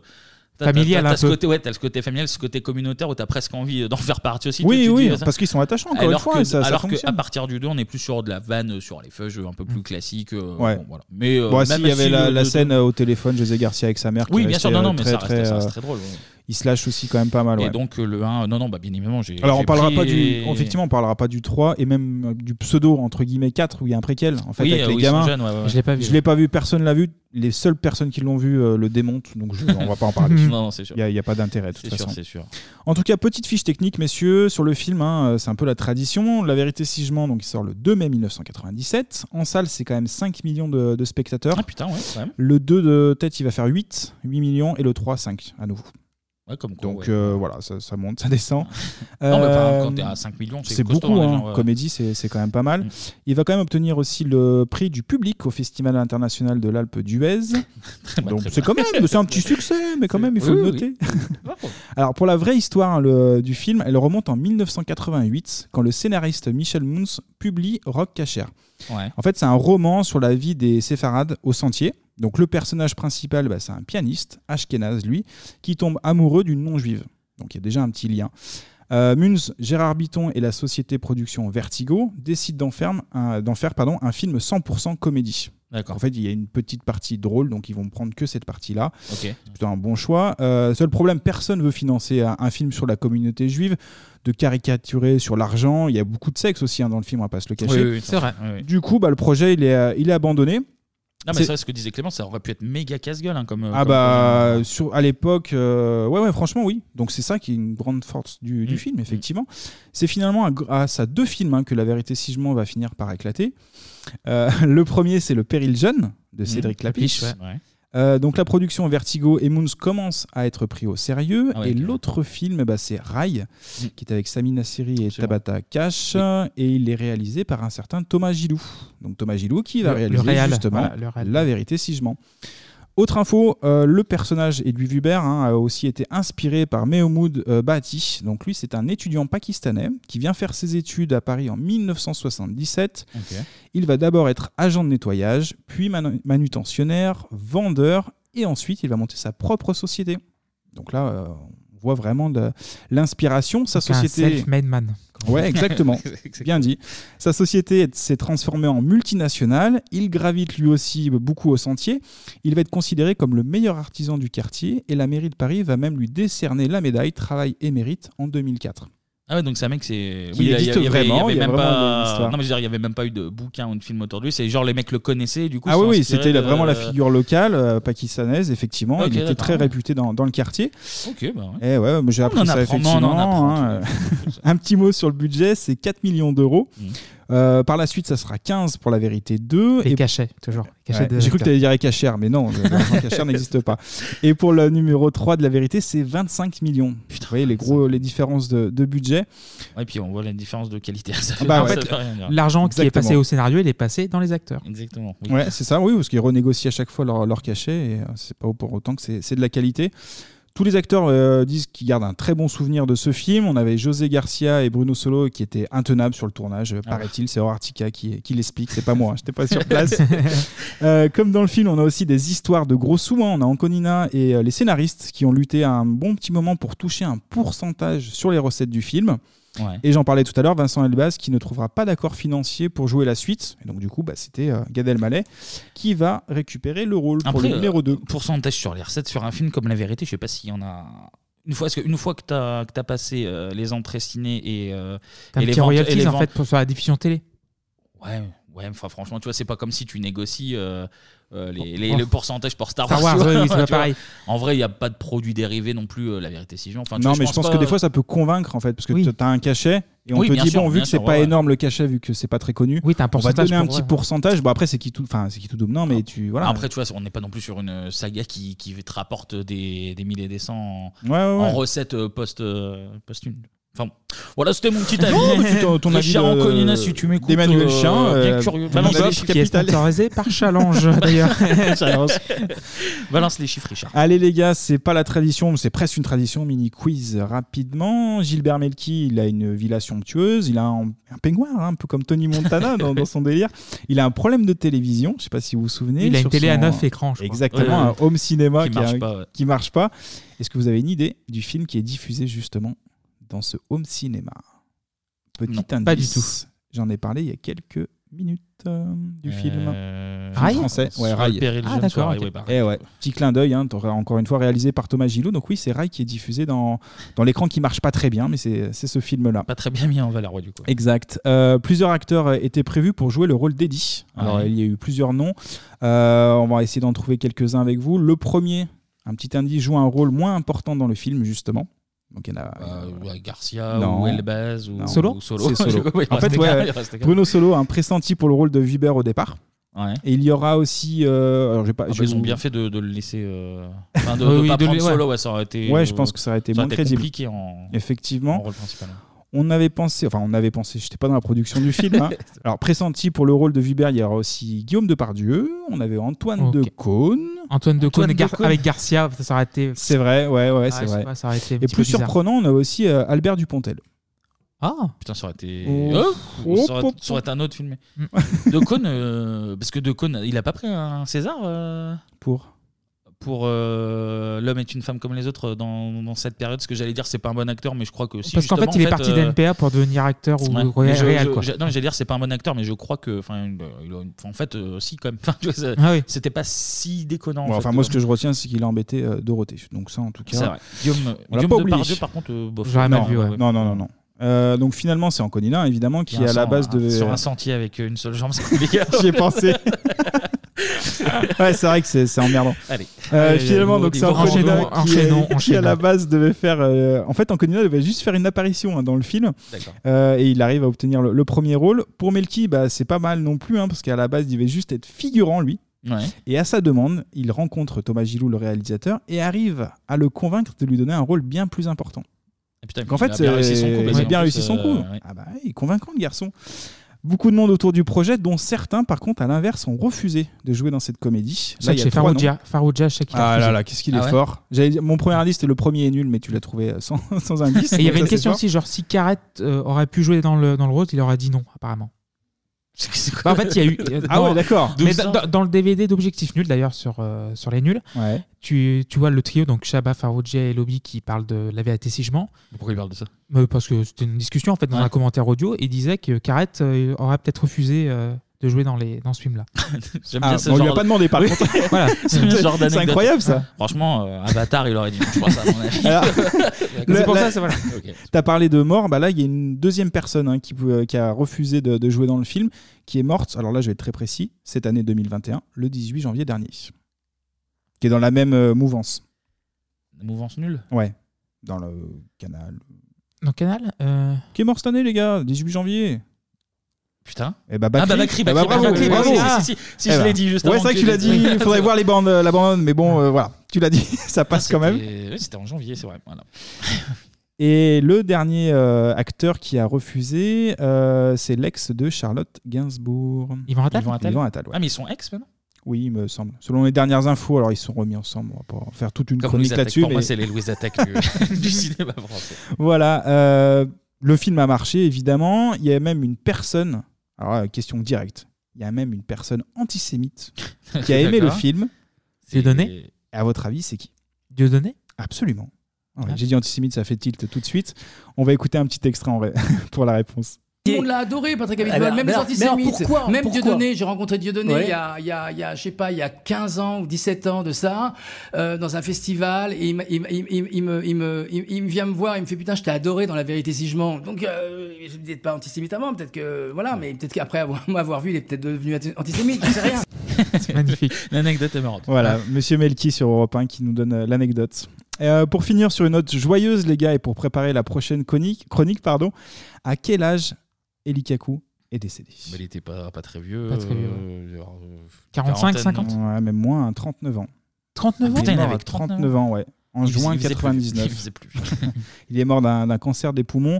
[SPEAKER 1] t'as-
[SPEAKER 10] Familial
[SPEAKER 1] t'as- t'as
[SPEAKER 10] un
[SPEAKER 1] ce
[SPEAKER 10] peu.
[SPEAKER 1] côté, ouais, t'as ce côté familial, ce côté communautaire où t'as presque envie euh, d'en faire partie aussi.
[SPEAKER 10] Oui,
[SPEAKER 1] tu- tu
[SPEAKER 10] oui,
[SPEAKER 1] dis, euh, ça.
[SPEAKER 10] parce qu'ils sont attachants, encore une
[SPEAKER 1] alors
[SPEAKER 10] fois,
[SPEAKER 1] que,
[SPEAKER 10] et ça- ça
[SPEAKER 1] alors que à
[SPEAKER 10] fonctionne. Mm.
[SPEAKER 1] partir du 2, on est plus sur de la vanne, euh, sur les feux, un peu plus classique. euh,
[SPEAKER 10] ouais
[SPEAKER 1] bon, voilà. Mais euh,
[SPEAKER 10] Bon,
[SPEAKER 1] même
[SPEAKER 10] s'il y avait
[SPEAKER 1] si
[SPEAKER 10] la,
[SPEAKER 1] le-
[SPEAKER 10] la
[SPEAKER 1] le-
[SPEAKER 10] scène euh, au téléphone José Garcia avec sa mère qui
[SPEAKER 1] Oui, bien sûr,
[SPEAKER 10] restait,
[SPEAKER 1] non, non,
[SPEAKER 10] euh,
[SPEAKER 1] mais
[SPEAKER 10] très,
[SPEAKER 1] ça reste-
[SPEAKER 10] très,
[SPEAKER 1] ça
[SPEAKER 10] euh,
[SPEAKER 1] reste très drôle, ouais.
[SPEAKER 10] il se lâche aussi quand même pas mal
[SPEAKER 1] Et
[SPEAKER 10] ouais.
[SPEAKER 1] donc euh, le 1, non, non, bah, bien évidemment, j'ai.
[SPEAKER 10] Alors on
[SPEAKER 1] j'ai
[SPEAKER 10] parlera
[SPEAKER 1] pris-
[SPEAKER 10] pas du effectivement on parlera pas du 3 et même euh, du pseudo entre guillemets 4 où il y a un préquel en fait
[SPEAKER 1] Oui,
[SPEAKER 10] avec
[SPEAKER 1] euh, où
[SPEAKER 10] les
[SPEAKER 1] ils sont
[SPEAKER 10] gamins.
[SPEAKER 1] jeunes, ouais, ouais, ouais.
[SPEAKER 7] Je l'ai pas vu.
[SPEAKER 10] Je l'ai pas vu, personne l'a vu, les seules personnes qui l'ont vu euh, le démontent donc je, on va pas en parler.
[SPEAKER 1] Non, non, c'est sûr.
[SPEAKER 10] Il y a- il y a pas d'intérêt de toute
[SPEAKER 1] C'est sûr,
[SPEAKER 10] façon.
[SPEAKER 1] c'est sûr.
[SPEAKER 10] En tout cas, petite fiche technique, messieurs, sur le film, hein, euh, c'est un peu la tradition. La vérité, si je mens, donc il sort le 2 mai 1997. En salle, c'est quand même 5 millions de, de
[SPEAKER 1] Ah,
[SPEAKER 10] spectateurs.
[SPEAKER 1] putain, ouais, quand même.
[SPEAKER 10] Le 2 de tête, il va faire 8, 8 millions, et le 3, 5, à nouveau.
[SPEAKER 1] Ouais, comme quoi,
[SPEAKER 10] Donc
[SPEAKER 1] ouais.
[SPEAKER 10] euh, voilà, ça, ça monte, ça descend.
[SPEAKER 1] Non, mais
[SPEAKER 10] Euh,
[SPEAKER 1] enfin, quand t'es à 5 millions, c'est
[SPEAKER 10] c'est
[SPEAKER 1] costaud,
[SPEAKER 10] beaucoup.
[SPEAKER 1] hein,
[SPEAKER 10] hein.
[SPEAKER 1] genre, Mm. ouais.
[SPEAKER 10] Comédie, c'est c'est quand même pas mal. Il va quand même obtenir aussi le prix du public au Festival international de l'Alpe d'Huez.
[SPEAKER 1] Bah,
[SPEAKER 10] Donc c'est quand même, c'est un petit succès, mais quand même, il faut
[SPEAKER 1] Oui,
[SPEAKER 10] le
[SPEAKER 1] oui,
[SPEAKER 10] noter. Alors pour la vraie histoire hein, le- du film, elle remonte en 1988 quand le scénariste Michel Mouns publie Rock Cachère.
[SPEAKER 1] Ouais.
[SPEAKER 10] En fait, c'est un roman sur la vie des séfarades au sentier. Donc le personnage principal, bah, c'est un pianiste, Ashkenaz lui, qui tombe amoureux d'une non-juive. Donc il y a déjà un petit lien. Euh, Munz, Gérard Bitton et la société production Vertigo décident d'en faire, un, d'en faire, pardon, un film 100% comédie.
[SPEAKER 1] D'accord.
[SPEAKER 10] En fait, il y a une petite partie drôle, donc ils vont prendre que cette partie-là.
[SPEAKER 1] Ok.
[SPEAKER 10] C'est plutôt un bon choix. Euh, seul problème, personne veut financer un, un film sur la communauté juive, de caricaturer sur l'argent. Il y a beaucoup de sexe aussi hein, dans le film, on va pas se le cacher.
[SPEAKER 1] Oui, oui, oui, c'est vrai. Oui, oui.
[SPEAKER 10] Du coup, bah, le projet, il est, euh, il est abandonné.
[SPEAKER 1] Non, mais
[SPEAKER 10] C'est-
[SPEAKER 1] ça, ce que disait Clément, ça aurait pu être méga casse-gueule. hein, comme,
[SPEAKER 10] ah
[SPEAKER 1] comme-
[SPEAKER 10] bah sur, à l'époque, euh, ouais ouais franchement oui. Donc c'est ça qui est une grande force du,
[SPEAKER 1] Mm.
[SPEAKER 10] du film effectivement. C'est finalement à gr- grâce à deux films hein, que la vérité si je mens va finir par éclater. Euh, le premier c'est Le Péril jeune de
[SPEAKER 1] Mhm.
[SPEAKER 10] Cédric Lapiche.
[SPEAKER 1] Lapiche, ouais. Ouais.
[SPEAKER 10] Euh, donc la production Vertigo et Moons commence à être pris au sérieux
[SPEAKER 1] Ah ouais, Mm.
[SPEAKER 10] et l'autre film bah, c'est Rai qui est avec Samina Seri et Tabata Cash et il est réalisé par un certain Thomas Gilou. Donc Thomas Gilou qui va
[SPEAKER 7] Le- le
[SPEAKER 10] réaliser
[SPEAKER 7] réal,
[SPEAKER 10] justement
[SPEAKER 7] voilà, le réal.
[SPEAKER 10] La vérité si je mens. Autre info, euh, le personnage Edwige Hubert hein, a aussi été inspiré par Mehmoud euh, Bati. Donc lui, c'est un étudiant pakistanais qui vient faire ses études à Paris en 1977.
[SPEAKER 1] Ok.
[SPEAKER 10] Il va d'abord être agent de nettoyage, puis manu- manutentionnaire, vendeur, et ensuite il va monter sa propre société. Donc là, euh, on voit vraiment de l'inspiration. Sa
[SPEAKER 7] Donc, un
[SPEAKER 10] société.
[SPEAKER 7] self-made man.
[SPEAKER 10] Ouais, exactement. Bien dit. Sa société s'est transformée en multinationale. Il gravite lui aussi beaucoup au sentier. Il va être considéré comme le meilleur artisan du quartier et la mairie de Paris va même lui décerner la médaille Travail et Mérite en 2004.
[SPEAKER 1] Ah ouais, donc c'est un mec, c'est.
[SPEAKER 10] Qui existe vraiment, il y a
[SPEAKER 1] même
[SPEAKER 10] vraiment
[SPEAKER 1] pas.
[SPEAKER 10] une histoire.
[SPEAKER 1] Non, mais je veux dire, il y avait même pas eu de bouquin ou de film autour de lui. C'est genre les mecs le connaissaient, du coup.
[SPEAKER 10] Ah
[SPEAKER 1] ils
[SPEAKER 10] oui,
[SPEAKER 1] sont
[SPEAKER 10] oui,
[SPEAKER 1] inspirés
[SPEAKER 10] c'était la-
[SPEAKER 1] de-
[SPEAKER 10] vraiment la figure locale euh, pakistanaise, effectivement.
[SPEAKER 1] Ok,
[SPEAKER 10] il était
[SPEAKER 1] d'accord.
[SPEAKER 10] très réputé dans, dans le quartier.
[SPEAKER 1] Ok, bah ouais.
[SPEAKER 10] Eh ouais, moi, j'ai
[SPEAKER 1] On
[SPEAKER 10] appris
[SPEAKER 1] en
[SPEAKER 10] ça
[SPEAKER 1] apprend, on en
[SPEAKER 10] effectivement.
[SPEAKER 1] apprend,
[SPEAKER 10] hein. Un petit mot sur le budget, c'est 4 millions d'euros.
[SPEAKER 1] Mmh.
[SPEAKER 10] Euh, par la suite, ça sera 15 pour la vérité 2.
[SPEAKER 7] Et cachet, toujours. Cachet
[SPEAKER 10] Ouais,
[SPEAKER 7] de
[SPEAKER 10] J'ai cru que
[SPEAKER 7] l'acteur.
[SPEAKER 10] tu allais dire cachère, mais non, l'argent cachère n'existe pas. Et pour le numéro 3 de la vérité, c'est 25 millions. Vous voyez les, gros, les différences de, de budget.
[SPEAKER 1] Ouais, puis on voit la différence de qualité. Ça-
[SPEAKER 10] Bah
[SPEAKER 1] ça
[SPEAKER 10] ouais.
[SPEAKER 1] veut rien dire.
[SPEAKER 7] L'argent qui est
[SPEAKER 10] Exactement.
[SPEAKER 7] passé au scénario, il est passé dans les acteurs.
[SPEAKER 1] Exactement.
[SPEAKER 10] Ouais, c'est ça, oui, parce qu'ils renégocient à chaque fois leur, leur cachet, et euh, c'est pas pour autant que c'est c'est de la qualité. Tous les acteurs euh, disent qu'ils gardent un très bon souvenir de ce film. On avait José Garcia et Bruno Solo qui étaient intenables sur le tournage, euh,
[SPEAKER 1] Ah.
[SPEAKER 10] paraît-il. C'est Hortica qui, qui l'explique, c'est pas moi, hein, j'étais pas sur place. Euh, comme dans le film, on a aussi des histoires de gros sous. hein. On a Anconina et euh, les scénaristes qui ont lutté à un bon petit moment pour toucher un pourcentage sur les recettes du film.
[SPEAKER 1] Ouais.
[SPEAKER 10] Et j'en parlais tout à l'heure, Vincent Elbaz qui ne trouvera pas d'accord financier pour jouer la suite. Et donc du coup, bah, c'était euh, Gad Elmaleh qui va récupérer le rôle pour
[SPEAKER 1] Après,
[SPEAKER 10] le numéro
[SPEAKER 1] euh,
[SPEAKER 10] 2.
[SPEAKER 1] Pourcentage sur les recettes sur un film comme La Vérité, je sais pas s'il y en a. Une fois, parce que une fois que tu as, passé euh, les entrées ciné et, euh,
[SPEAKER 7] T'as
[SPEAKER 1] et
[SPEAKER 7] un
[SPEAKER 1] les
[SPEAKER 7] petit
[SPEAKER 1] ventes, et les
[SPEAKER 7] royalties en
[SPEAKER 1] ventes-
[SPEAKER 7] fait pour sur la diffusion télé.
[SPEAKER 1] Ouais, ouais, enfin franchement, tu vois, c'est pas comme si tu négocies euh, euh, les, les-
[SPEAKER 7] Oh.
[SPEAKER 1] le pourcentage pour Star Wars.
[SPEAKER 7] Star Wars,
[SPEAKER 1] tu vois,
[SPEAKER 7] oui, oui,
[SPEAKER 1] tu
[SPEAKER 7] c'est pas
[SPEAKER 1] vois.
[SPEAKER 7] pareil.
[SPEAKER 1] En vrai, il n'y a pas de produit dérivé non plus, euh, la vérité si je mens. Enfin, tu
[SPEAKER 10] non,
[SPEAKER 1] vois,
[SPEAKER 10] mais je pense
[SPEAKER 1] pas- euh,
[SPEAKER 10] que des fois, ça peut convaincre en fait, parce que tu as un cachet. Et on
[SPEAKER 1] Oui,
[SPEAKER 10] te
[SPEAKER 1] bien
[SPEAKER 10] dit,
[SPEAKER 1] sûr,
[SPEAKER 10] bon, vu
[SPEAKER 1] bien
[SPEAKER 10] que
[SPEAKER 1] sûr,
[SPEAKER 10] c'est pas
[SPEAKER 1] ouais, ouais.
[SPEAKER 10] énorme le cachet, vu que c'est pas très connu,
[SPEAKER 7] Oui, t'as un
[SPEAKER 10] on va
[SPEAKER 7] pourcentage
[SPEAKER 10] donner un
[SPEAKER 7] pour-
[SPEAKER 10] petit
[SPEAKER 7] ouais.
[SPEAKER 10] pourcentage. Bon, après, c'est qui tout, enfin, c'est qui tout double, non, mais tu, voilà.
[SPEAKER 1] Après, tu vois, on n'est pas non plus sur une saga qui, qui te rapporte des, des mille et des cents en,
[SPEAKER 10] Ouais, ouais,
[SPEAKER 1] en
[SPEAKER 10] ouais.
[SPEAKER 1] recettes euh, post, euh, post une. Enfin, bon. voilà, c'était mon petit avis.
[SPEAKER 10] Non, mais c'est ton- ton avis
[SPEAKER 1] Richard
[SPEAKER 10] de-
[SPEAKER 1] Anconina, si tu m'écoutes.
[SPEAKER 10] d'Emmanuel
[SPEAKER 1] euh,
[SPEAKER 10] Chien,
[SPEAKER 1] bien
[SPEAKER 10] euh,
[SPEAKER 1] curieux.
[SPEAKER 10] mon
[SPEAKER 1] Balance
[SPEAKER 10] avis
[SPEAKER 1] les
[SPEAKER 10] qui est
[SPEAKER 1] chiffres.
[SPEAKER 10] sponsorisé
[SPEAKER 7] par Challenge, d'ailleurs.
[SPEAKER 1] Challenge. Balance les chiffres, Richard.
[SPEAKER 10] Allez les gars, c'est pas la tradition, mais c'est presque une tradition, mini quiz rapidement. Gilbert Melki, il a une villa somptueuse, il a un, un peignoir, hein, un peu comme Tony Montana dans, dans son délire. Il a un problème de télévision, je sais pas si vous vous souvenez.
[SPEAKER 7] Il a une
[SPEAKER 10] sur
[SPEAKER 7] télé à
[SPEAKER 10] son-
[SPEAKER 7] neuf écrans, je crois.
[SPEAKER 10] Exactement,
[SPEAKER 7] Ouais, ouais.
[SPEAKER 10] un home cinéma
[SPEAKER 7] Qui
[SPEAKER 10] qui,
[SPEAKER 7] marche
[SPEAKER 10] a-
[SPEAKER 7] pas, ouais.
[SPEAKER 10] qui marche pas. Est-ce que vous avez une idée du film qui est diffusé justement dans ce home cinéma Petit
[SPEAKER 7] Non,
[SPEAKER 10] indice.
[SPEAKER 7] pas du tout.
[SPEAKER 10] J'en ai parlé il y a quelques minutes euh, du film.
[SPEAKER 1] Euh,
[SPEAKER 10] Film
[SPEAKER 1] Rail
[SPEAKER 10] français. Ouais,
[SPEAKER 1] Sur
[SPEAKER 10] Rail.
[SPEAKER 1] le péril Ah, jeune, sur d'accord, Rail, ok. oui, par
[SPEAKER 10] Eh ouais. Petit clin d'œil, hein, t'auras encore une fois réalisé par Thomas Gillot. Donc oui, c'est Rail qui est diffusé dans, dans l'écran qui marche pas très bien, mais c'est c'est ce film-là.
[SPEAKER 1] Pas très bien mis en valeur, ouais, du coup.
[SPEAKER 10] Exact. Euh, plusieurs acteurs euh, étaient prévus pour jouer le rôle d'Eddie. Alors,
[SPEAKER 1] Ouais.
[SPEAKER 10] il y a eu plusieurs noms. Euh, on va essayer d'en trouver quelques-uns avec vous. Le premier, un petit indice, joue un rôle moins important dans le film, justement. Donc, il y en a.
[SPEAKER 1] Ouais, bah, Garcia
[SPEAKER 10] Non.
[SPEAKER 1] Ah, ou Elbaz ou
[SPEAKER 10] Non.
[SPEAKER 1] ou Solo.
[SPEAKER 10] C'est Solo.
[SPEAKER 1] Oui, il
[SPEAKER 10] en
[SPEAKER 1] reste
[SPEAKER 10] fait,
[SPEAKER 1] qu'un,
[SPEAKER 10] ouais,
[SPEAKER 1] il reste qu'un.
[SPEAKER 10] Bruno Solo, un pressenti pour le rôle de Viber au départ. Et il y aura aussi. euh, alors, j'ai pas,
[SPEAKER 1] Ah bah,
[SPEAKER 10] j'ai-
[SPEAKER 1] ils ont bien fait de, de le laisser. euh, enfin, de
[SPEAKER 10] Oui,
[SPEAKER 1] ne
[SPEAKER 10] oui,
[SPEAKER 1] pas
[SPEAKER 10] de
[SPEAKER 1] prendre
[SPEAKER 10] le- ouais.
[SPEAKER 1] solo, ouais, ça aurait été.
[SPEAKER 10] Ouais,
[SPEAKER 1] euh,
[SPEAKER 10] je pense que ça aurait été moins crédible.
[SPEAKER 1] compliqué en.
[SPEAKER 10] Effectivement.
[SPEAKER 1] en rôle principal.
[SPEAKER 10] On avait pensé, enfin on avait pensé, j'étais pas dans la production du film. hein. Alors pressenti pour le rôle de Vibert, il y aura aussi Guillaume Depardieu, on avait Antoine
[SPEAKER 7] Ok.
[SPEAKER 10] Decaune.
[SPEAKER 7] Antoine Decaune et Gar- avec
[SPEAKER 10] Garcia, ça s'aurait été. C'est vrai, ouais, ouais,
[SPEAKER 7] Ouais,
[SPEAKER 10] c'est
[SPEAKER 7] je sais
[SPEAKER 10] vrai.
[SPEAKER 7] pas, Ah, ça aurait été un
[SPEAKER 10] et
[SPEAKER 7] petit
[SPEAKER 10] plus
[SPEAKER 7] peu bizarre.
[SPEAKER 10] surprenant, on a aussi euh, Albert Dupontel.
[SPEAKER 7] Ah
[SPEAKER 1] Putain, ça aurait été.
[SPEAKER 10] Oh.
[SPEAKER 1] Oh, ça,
[SPEAKER 10] Oh,
[SPEAKER 1] aurait,
[SPEAKER 10] oh,
[SPEAKER 1] ça aurait été un autre film. De Cône, euh, parce que De Cône, il a pas pris un César euh,
[SPEAKER 10] Pour
[SPEAKER 1] pour euh, L'homme est une femme comme les autres euh, dans, dans cette période. Ce que j'allais dire, c'est pas un bon acteur, mais je crois que si.
[SPEAKER 7] Parce qu'en fait,
[SPEAKER 1] justement,
[SPEAKER 7] il est
[SPEAKER 1] en
[SPEAKER 7] parti
[SPEAKER 1] euh,
[SPEAKER 7] d'NPA pour devenir acteur ou
[SPEAKER 1] Ouais.
[SPEAKER 7] ré-
[SPEAKER 1] Mais je-
[SPEAKER 7] réel,
[SPEAKER 1] je-
[SPEAKER 7] quoi.
[SPEAKER 1] je- non, j'allais dire c'est pas un bon acteur, mais je crois que, enfin, il a- il a une- enfin, en fait, euh, si quand même. Enfin, tu vois, ça-
[SPEAKER 7] Ah oui.
[SPEAKER 1] C'était pas si déconnant. en
[SPEAKER 10] Bon,
[SPEAKER 1] fait, euh,
[SPEAKER 10] enfin,
[SPEAKER 1] de-
[SPEAKER 10] moi, ce que je retiens, c'est qu'il a embêté euh, Dorothée. Donc, ça, en tout
[SPEAKER 1] C'est
[SPEAKER 10] cas.
[SPEAKER 1] vrai. Guillaume-
[SPEAKER 10] on l'a
[SPEAKER 1] Guillaume
[SPEAKER 10] pas oublié.
[SPEAKER 1] Depardieu, par contre, euh, bof.
[SPEAKER 7] J'aurais mal
[SPEAKER 10] non,
[SPEAKER 7] vu, ouais.
[SPEAKER 10] Non, non, non. non. Euh, donc, finalement, c'est Anconina, évidemment, qui
[SPEAKER 1] Il y a
[SPEAKER 10] est à
[SPEAKER 1] un
[SPEAKER 10] la
[SPEAKER 1] sang-
[SPEAKER 10] base
[SPEAKER 1] un-
[SPEAKER 10] de.
[SPEAKER 1] hein, Sur un sentier avec une seule jambe, c'est Ah, compliqué.
[SPEAKER 10] J'y ai pensé. ouais, c'est vrai que c'est c'est emmerdant.
[SPEAKER 1] Allez.
[SPEAKER 10] Euh,
[SPEAKER 1] Allez,
[SPEAKER 10] finalement,
[SPEAKER 1] allez,
[SPEAKER 10] donc c'est
[SPEAKER 1] maudit.
[SPEAKER 10] Anconina
[SPEAKER 1] Enchaînons,
[SPEAKER 10] qui, est-
[SPEAKER 1] enchaînons,
[SPEAKER 10] qui, à la
[SPEAKER 1] enchaînons.
[SPEAKER 10] base devait faire. euh, En fait, Anconina devait juste faire une apparition hein, dans le film.
[SPEAKER 1] D'accord.
[SPEAKER 10] Euh, et il arrive à obtenir le, le premier rôle. Pour Melky, bah, c'est pas mal non plus, hein, parce qu'à la base, il devait juste être figurant, lui.
[SPEAKER 1] Ouais.
[SPEAKER 10] Et à sa demande, il rencontre Thomas Gilou, le réalisateur, et arrive à le convaincre de lui donner un rôle bien plus important.
[SPEAKER 1] putain,
[SPEAKER 10] Donc en
[SPEAKER 1] il
[SPEAKER 10] fait,
[SPEAKER 1] a bien réussi son coup,
[SPEAKER 10] euh,
[SPEAKER 1] parce
[SPEAKER 10] il a
[SPEAKER 1] qu'en
[SPEAKER 10] bien
[SPEAKER 1] plus,
[SPEAKER 10] réussi son
[SPEAKER 1] euh,
[SPEAKER 10] coup.
[SPEAKER 1] ouais.
[SPEAKER 10] Ah bah, il est convaincant le garçon. Beaucoup de monde autour du projet, dont certains, par contre, à l'inverse, ont refusé de jouer dans cette comédie.
[SPEAKER 7] Ça,
[SPEAKER 10] il y a
[SPEAKER 7] c'est
[SPEAKER 10] trois
[SPEAKER 7] Farouja.
[SPEAKER 10] noms.
[SPEAKER 7] Farouja, je sais qu'il a
[SPEAKER 10] Ah
[SPEAKER 7] refusé.
[SPEAKER 10] là là, qu'est-ce qu'il
[SPEAKER 7] Ah
[SPEAKER 10] est
[SPEAKER 7] ouais
[SPEAKER 10] fort. J'allais dire- mon premier indice, c'était le premier est nul, mais tu l'as trouvé euh, sans, sans indice.
[SPEAKER 7] Et il y
[SPEAKER 10] donc
[SPEAKER 7] avait
[SPEAKER 10] ça,
[SPEAKER 7] une
[SPEAKER 10] c'est
[SPEAKER 7] question
[SPEAKER 10] fort.
[SPEAKER 7] aussi, genre si Carrette euh, aurait pu jouer dans le, dans le rôle, il aurait dit non, apparemment. Bah, en fait, il y a eu. euh,
[SPEAKER 10] Ah
[SPEAKER 7] dans-
[SPEAKER 10] ouais, d'accord.
[SPEAKER 7] Mais
[SPEAKER 10] D'où
[SPEAKER 7] dans,
[SPEAKER 10] ça
[SPEAKER 7] dans- dans le DVD d'Objectif Nul, d'ailleurs, sur, euh, sur les nuls,
[SPEAKER 10] Ouais.
[SPEAKER 7] tu, tu vois le trio, donc Shaba, Farouja et Lobby, qui parlent de la vérité si je mens.
[SPEAKER 1] Pourquoi ils parlent de ça
[SPEAKER 7] Bah, Parce que c'était une discussion, en fait, dans
[SPEAKER 1] Ouais.
[SPEAKER 7] un commentaire audio, et il disait que Carrette euh, aurait peut-être refusé. euh, de jouer dans, les, dans ce film-là.
[SPEAKER 1] J'aime
[SPEAKER 10] Ah,
[SPEAKER 1] bien ce
[SPEAKER 10] on lui a
[SPEAKER 1] genre
[SPEAKER 10] pas
[SPEAKER 1] de-
[SPEAKER 10] demandé, par
[SPEAKER 1] Oui.
[SPEAKER 10] contre.
[SPEAKER 7] Voilà.
[SPEAKER 1] C'est bien ce genre
[SPEAKER 10] C'est
[SPEAKER 1] d'anecdote.
[SPEAKER 10] incroyable, ça.
[SPEAKER 1] Franchement, euh, Avatar, il aurait dit non, je pense à mon avis.
[SPEAKER 10] Alors,
[SPEAKER 1] C'est
[SPEAKER 10] le-
[SPEAKER 1] pour
[SPEAKER 10] la-
[SPEAKER 1] ça, c'est voilà. Ok.
[SPEAKER 10] T'as parlé de mort, bah là il y a une deuxième personne hein, qui, peut- qui a refusé de, de jouer dans le film, qui est morte. Alors là, je vais être très précis. Cette année 2021, le 18 janvier dernier, qui est dans la même euh, mouvance.
[SPEAKER 1] Mouvance nulle.
[SPEAKER 10] Ouais, dans le canal.
[SPEAKER 7] Dans Canal euh,
[SPEAKER 10] Qui est mort cette année, les gars 18 janvier.
[SPEAKER 1] Putain.
[SPEAKER 10] Eh bah, Bakri.
[SPEAKER 1] Ah bah, Bakri,
[SPEAKER 10] Eh bah,
[SPEAKER 1] Bakri,
[SPEAKER 10] bravo,
[SPEAKER 1] Bakri,
[SPEAKER 10] bravo.
[SPEAKER 1] Bakri, si, si, si, si,
[SPEAKER 10] Eh
[SPEAKER 1] je
[SPEAKER 10] bah.
[SPEAKER 1] l'ai dit juste
[SPEAKER 10] Ouais,
[SPEAKER 1] avant
[SPEAKER 10] c'est vrai
[SPEAKER 1] que
[SPEAKER 10] que tu
[SPEAKER 1] tu
[SPEAKER 10] l'as dit.
[SPEAKER 1] l'aies dit.
[SPEAKER 10] Il faudrait voir les bandes, euh, la bande, mais bon, euh, voilà, tu l'as dit. Ça passe quand même.
[SPEAKER 1] Et, ouais, C'était en janvier, c'est vrai. Voilà.
[SPEAKER 10] Et le dernier euh, acteur qui a refusé, euh, c'est l'ex de Charlotte Gainsbourg.
[SPEAKER 7] Yvan Attal
[SPEAKER 10] Yvan Attal, ouais.
[SPEAKER 1] Ah, mais ils sont ex maintenant
[SPEAKER 10] Oui, il me semble. Selon les dernières infos, alors ils se sont remis ensemble. On va pas faire toute une
[SPEAKER 1] Comme Louise
[SPEAKER 10] chronique
[SPEAKER 1] Attaque.
[SPEAKER 10] là-dessus.
[SPEAKER 1] Pour moi,
[SPEAKER 10] mais-
[SPEAKER 1] c'est les Louise Attaque du, du cinéma français.
[SPEAKER 10] Voilà. euh, le film a marché, évidemment. Il y a même une personne. Alors, euh, question directe. Il y a même une personne antisémite qui a aimé le
[SPEAKER 7] D'accord.
[SPEAKER 10] film.
[SPEAKER 7] C'est donné
[SPEAKER 10] Et à votre avis, c'est qui
[SPEAKER 7] Dieudonné
[SPEAKER 10] Absolument. Ah ouais,
[SPEAKER 7] Ah.
[SPEAKER 10] J'ai dit antisémite, ça fait tilt tout de suite. On va écouter un petit extrait en vrai pour la réponse.
[SPEAKER 26] Tout le monde l'a adoré, Patrick Abitbol,
[SPEAKER 27] Alors,
[SPEAKER 26] même
[SPEAKER 27] mais
[SPEAKER 26] les
[SPEAKER 27] alors- mais alors
[SPEAKER 26] antisémites.
[SPEAKER 27] bah, pourquoi
[SPEAKER 26] même
[SPEAKER 27] Pourquoi
[SPEAKER 26] Dieudonné, j'ai rencontré Dieudonné
[SPEAKER 27] Ouais.
[SPEAKER 26] il, y a, il, y a, il y a, je sais pas, il y a 15 ans ou 17 ans de ça, euh, dans un festival, et il, m'a- il, m'a- il, il- il me, il, me, il, il me vient me voir, il me fait putain, je t'ai adoré dans La Vérité si je mens. Donc, euh, je peut-être pas antisémite avant, peut-être que, voilà, mais peut-être qu'après avoir, m'avoir vu, il est peut-être devenu anti- antisémite, je sais rien.
[SPEAKER 7] C'est magnifique.
[SPEAKER 1] L'anecdote est marrante.
[SPEAKER 10] Voilà, Monsieur Melki sur Europe 1 qui nous donne euh, l'anecdote. Euh, pour finir sur une note joyeuse, les gars, et pour préparer la prochaine chronique, chronique pardon, à quel âge Eli Kaku est décédé
[SPEAKER 1] Mais il était pas, pas très vieux.
[SPEAKER 7] Pas très vieux,
[SPEAKER 1] euh, alors, euh, quarantaine.
[SPEAKER 10] Ouais, même moins, hein, 39 ans.
[SPEAKER 7] 39
[SPEAKER 1] ans
[SPEAKER 10] il
[SPEAKER 1] Putain,
[SPEAKER 10] est
[SPEAKER 1] il
[SPEAKER 10] mort
[SPEAKER 1] avait
[SPEAKER 10] à 39
[SPEAKER 1] 39
[SPEAKER 10] ans, ouais. En
[SPEAKER 1] Il faisait-
[SPEAKER 10] juin
[SPEAKER 1] il faisait plus.
[SPEAKER 10] 99.
[SPEAKER 1] Il faisait plus.
[SPEAKER 10] Il est mort d'un d'un cancer des poumons.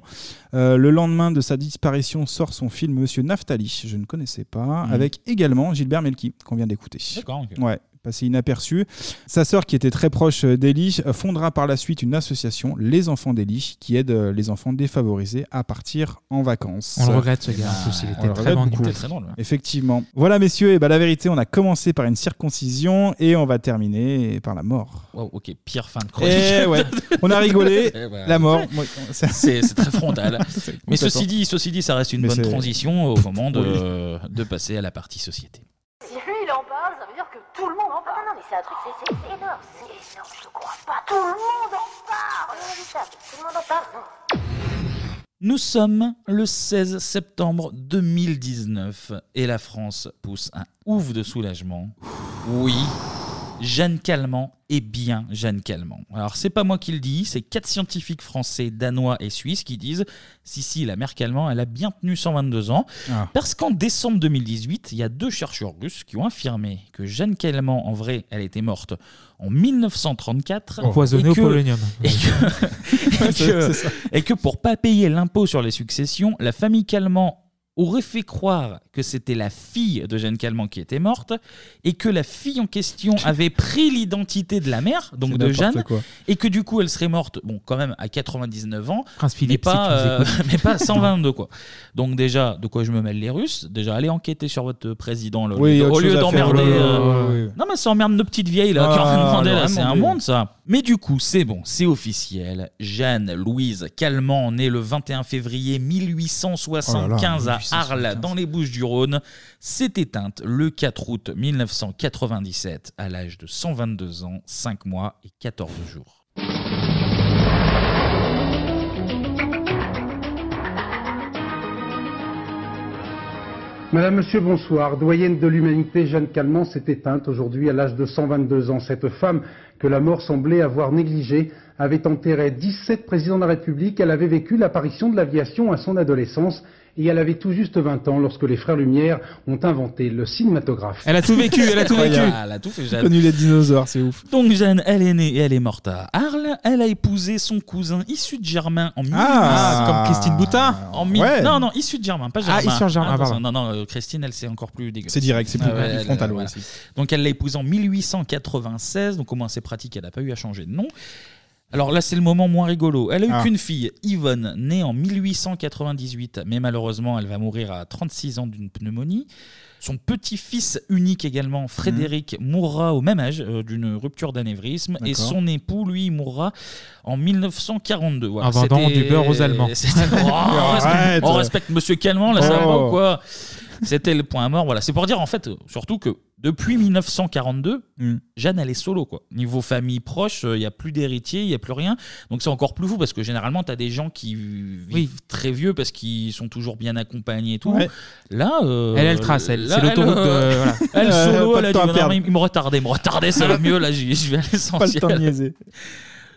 [SPEAKER 10] Euh, le lendemain de sa disparition sort son film Monsieur Naftali, je ne connaissais pas,
[SPEAKER 1] Mhm.
[SPEAKER 10] avec également Gilbert Melki, qu'on vient d'écouter.
[SPEAKER 1] D'accord, ok.
[SPEAKER 10] Ouais, passé inaperçu. Sa sœur, qui était très proche euh, d'Eli, euh, fondera par la suite une association, Les Enfants d'Eli, qui aide euh, les enfants défavorisés à partir en vacances.
[SPEAKER 7] On le regrette, ce gars,
[SPEAKER 10] Eh ben,
[SPEAKER 7] en plus, il était
[SPEAKER 10] on le
[SPEAKER 7] très
[SPEAKER 10] regrette
[SPEAKER 7] bon, il
[SPEAKER 10] beaucoup.
[SPEAKER 7] était très drôle, ouais.
[SPEAKER 10] Effectivement. Voilà, messieurs, et ben, la vérité, on a commencé par une circoncision et on va terminer par la mort.
[SPEAKER 1] Wow, ok, pire fin de chronique.
[SPEAKER 10] Eh ouais, on a rigolé.
[SPEAKER 1] Eh ben,
[SPEAKER 10] La mort.
[SPEAKER 1] ouais.
[SPEAKER 10] Moi, ça-
[SPEAKER 1] C'est c'est très frontal.
[SPEAKER 10] C'est
[SPEAKER 1] Mais
[SPEAKER 10] complètement.
[SPEAKER 1] ceci dit, ceci dit, ça reste une
[SPEAKER 10] Mais
[SPEAKER 1] bonne
[SPEAKER 10] c'est-
[SPEAKER 1] transition au moment de,
[SPEAKER 10] Oui.
[SPEAKER 1] de passer à la partie société.
[SPEAKER 15] Si lui il en parle, ça veut dire que tout le monde en parle. Non, non, mais c'est un truc, c'est énorme. C'est énorme, je crois pas. Tout le monde en parle. Tout le monde en parle, non.
[SPEAKER 1] Nous sommes le 16 septembre 2019 et la France pousse un ouf de soulagement. Oui, Jeanne Calment est bien Jeanne Calment. Alors, c'est pas moi qui le dis, c'est quatre scientifiques français, danois et suisses qui disent si, si, la mère Calment, elle a bien tenu 122 ans.
[SPEAKER 10] Ah.
[SPEAKER 1] Parce qu'en décembre 2018, il y a deux chercheurs russes qui ont affirmé que Jeanne Calment, en vrai, elle était morte en 1934.
[SPEAKER 7] Empoisonnée
[SPEAKER 1] et
[SPEAKER 7] au
[SPEAKER 1] que-
[SPEAKER 7] polonium.
[SPEAKER 1] Et que, et,
[SPEAKER 7] c'est
[SPEAKER 1] que,
[SPEAKER 7] ça.
[SPEAKER 1] et que pour pas payer l'impôt sur les successions, la famille Calment aurait fait croire que c'était la fille de Jeanne Calment qui était morte et que la fille en question avait pris l'identité de la mère, donc
[SPEAKER 7] C'est
[SPEAKER 1] de
[SPEAKER 7] n'importe
[SPEAKER 1] Jeanne,
[SPEAKER 7] quoi.
[SPEAKER 1] et que du coup elle serait morte, bon quand même à 99 ans,
[SPEAKER 7] Prince
[SPEAKER 1] mais
[SPEAKER 7] Philippe,
[SPEAKER 1] pas,
[SPEAKER 7] si tu nous
[SPEAKER 1] euh,
[SPEAKER 7] écoutes.
[SPEAKER 1] mais pas à 122 quoi. Donc déjà, de quoi je me mêle les Russes Déjà allez enquêter sur votre président là, au
[SPEAKER 10] Oui,
[SPEAKER 1] lieu-
[SPEAKER 10] autre
[SPEAKER 1] au lieu
[SPEAKER 10] chose à faire,
[SPEAKER 1] d'emmerder.
[SPEAKER 10] ouais,
[SPEAKER 7] Ah,
[SPEAKER 1] euh,
[SPEAKER 10] ouais, ouais, ouais.
[SPEAKER 1] Non mais ça emmerde nos petites vieilles là, qui ont rien
[SPEAKER 10] Ah,
[SPEAKER 1] demandé, là,
[SPEAKER 10] alors,
[SPEAKER 1] c'est un
[SPEAKER 10] vraiment,
[SPEAKER 1] monde ça. Mais du coup, c'est bon, c'est officiel. Jeanne Louise Calment, née le 21 février 1875
[SPEAKER 7] Oh là là,
[SPEAKER 1] à Arles, dans les Bouches-du-Rhône, s'est éteinte le 4 août 1997 à l'âge de 122 ans, 5 mois et 14 jours.
[SPEAKER 4] Madame, Monsieur, bonsoir. Doyenne de l'humanité, Jeanne Calment s'est éteinte aujourd'hui à l'âge de 122 ans. Cette femme que la mort semblait avoir négligée avait enterré 17 présidents de la République. Elle avait vécu l'apparition de l'aviation à son adolescence et elle avait tout juste 20 ans lorsque les frères Lumière ont inventé le cinématographe.
[SPEAKER 7] Elle a tout vécu, elle a tout vécu.
[SPEAKER 1] Incroyable. Elle a tout fait, Jeanne. Connu
[SPEAKER 10] les dinosaures, c'est ouf.
[SPEAKER 1] Donc Jeanne, elle est née et elle est morte à Arles. Elle a épousé son cousin issu de Germain en 1800.
[SPEAKER 7] Ah, comme Christine Boutin.
[SPEAKER 1] En mille-
[SPEAKER 7] Ouais.
[SPEAKER 1] Non, non, issu de Germain, pas Germain.
[SPEAKER 7] Ah, issu de Germain,
[SPEAKER 1] Attention,
[SPEAKER 7] pardon.
[SPEAKER 1] Non, non, euh, Christine, elle, c'est encore plus dégueulasse.
[SPEAKER 10] C'est direct, c'est plus- plus
[SPEAKER 1] elle,
[SPEAKER 10] frontal,
[SPEAKER 1] euh,
[SPEAKER 10] ouais,
[SPEAKER 1] voilà.
[SPEAKER 10] c'est-
[SPEAKER 1] Donc elle l'a épousé en 1896, donc au moins c'est pratique, elle n'a pas eu à changer de nom. Alors là, c'est le moment moins rigolo. Elle a eu
[SPEAKER 10] Ah.
[SPEAKER 1] qu'une fille, Yvonne, née en 1898, mais malheureusement, elle va mourir à 36 ans d'une pneumonie. Son petit-fils unique également, Frédéric, mourra au même âge euh, d'une rupture d'anévrisme. Et
[SPEAKER 7] D'accord.
[SPEAKER 1] son époux, lui, mourra en 1942. Voilà,
[SPEAKER 7] En vendant
[SPEAKER 1] c'était-
[SPEAKER 7] du beurre aux Allemands.
[SPEAKER 1] C'était- Oh, on,
[SPEAKER 7] Arrête.
[SPEAKER 1] respecte, on respecte Monsieur Calment, là, ça
[SPEAKER 7] Oh.
[SPEAKER 1] va ou quoi C'était le point mort. Voilà, c'est pour dire en fait, euh, surtout que depuis 1942,
[SPEAKER 7] Hmm.
[SPEAKER 1] Jeanne elle est solo quoi. Niveau famille proche, euh, il n'y a plus d'héritier, il n'y a plus rien. Donc c'est encore plus fou parce que généralement tu as des gens qui vivent très vieux parce qu'ils sont toujours bien accompagnés et tout.
[SPEAKER 7] Ouais.
[SPEAKER 1] Là, euh,
[SPEAKER 7] Elle, elle trace, elle.
[SPEAKER 1] là,
[SPEAKER 7] C'est l'autoroute
[SPEAKER 1] euh,
[SPEAKER 7] de- voilà.
[SPEAKER 1] Elle
[SPEAKER 7] Euh,
[SPEAKER 1] solo,
[SPEAKER 7] pas
[SPEAKER 1] elle
[SPEAKER 7] de
[SPEAKER 1] a dit
[SPEAKER 7] temps à
[SPEAKER 1] non,
[SPEAKER 7] perdre.
[SPEAKER 1] mais il me retardait, il me retardait, ça va mieux là, j'y- je vais à l'essentiel.
[SPEAKER 10] temps de niaiser.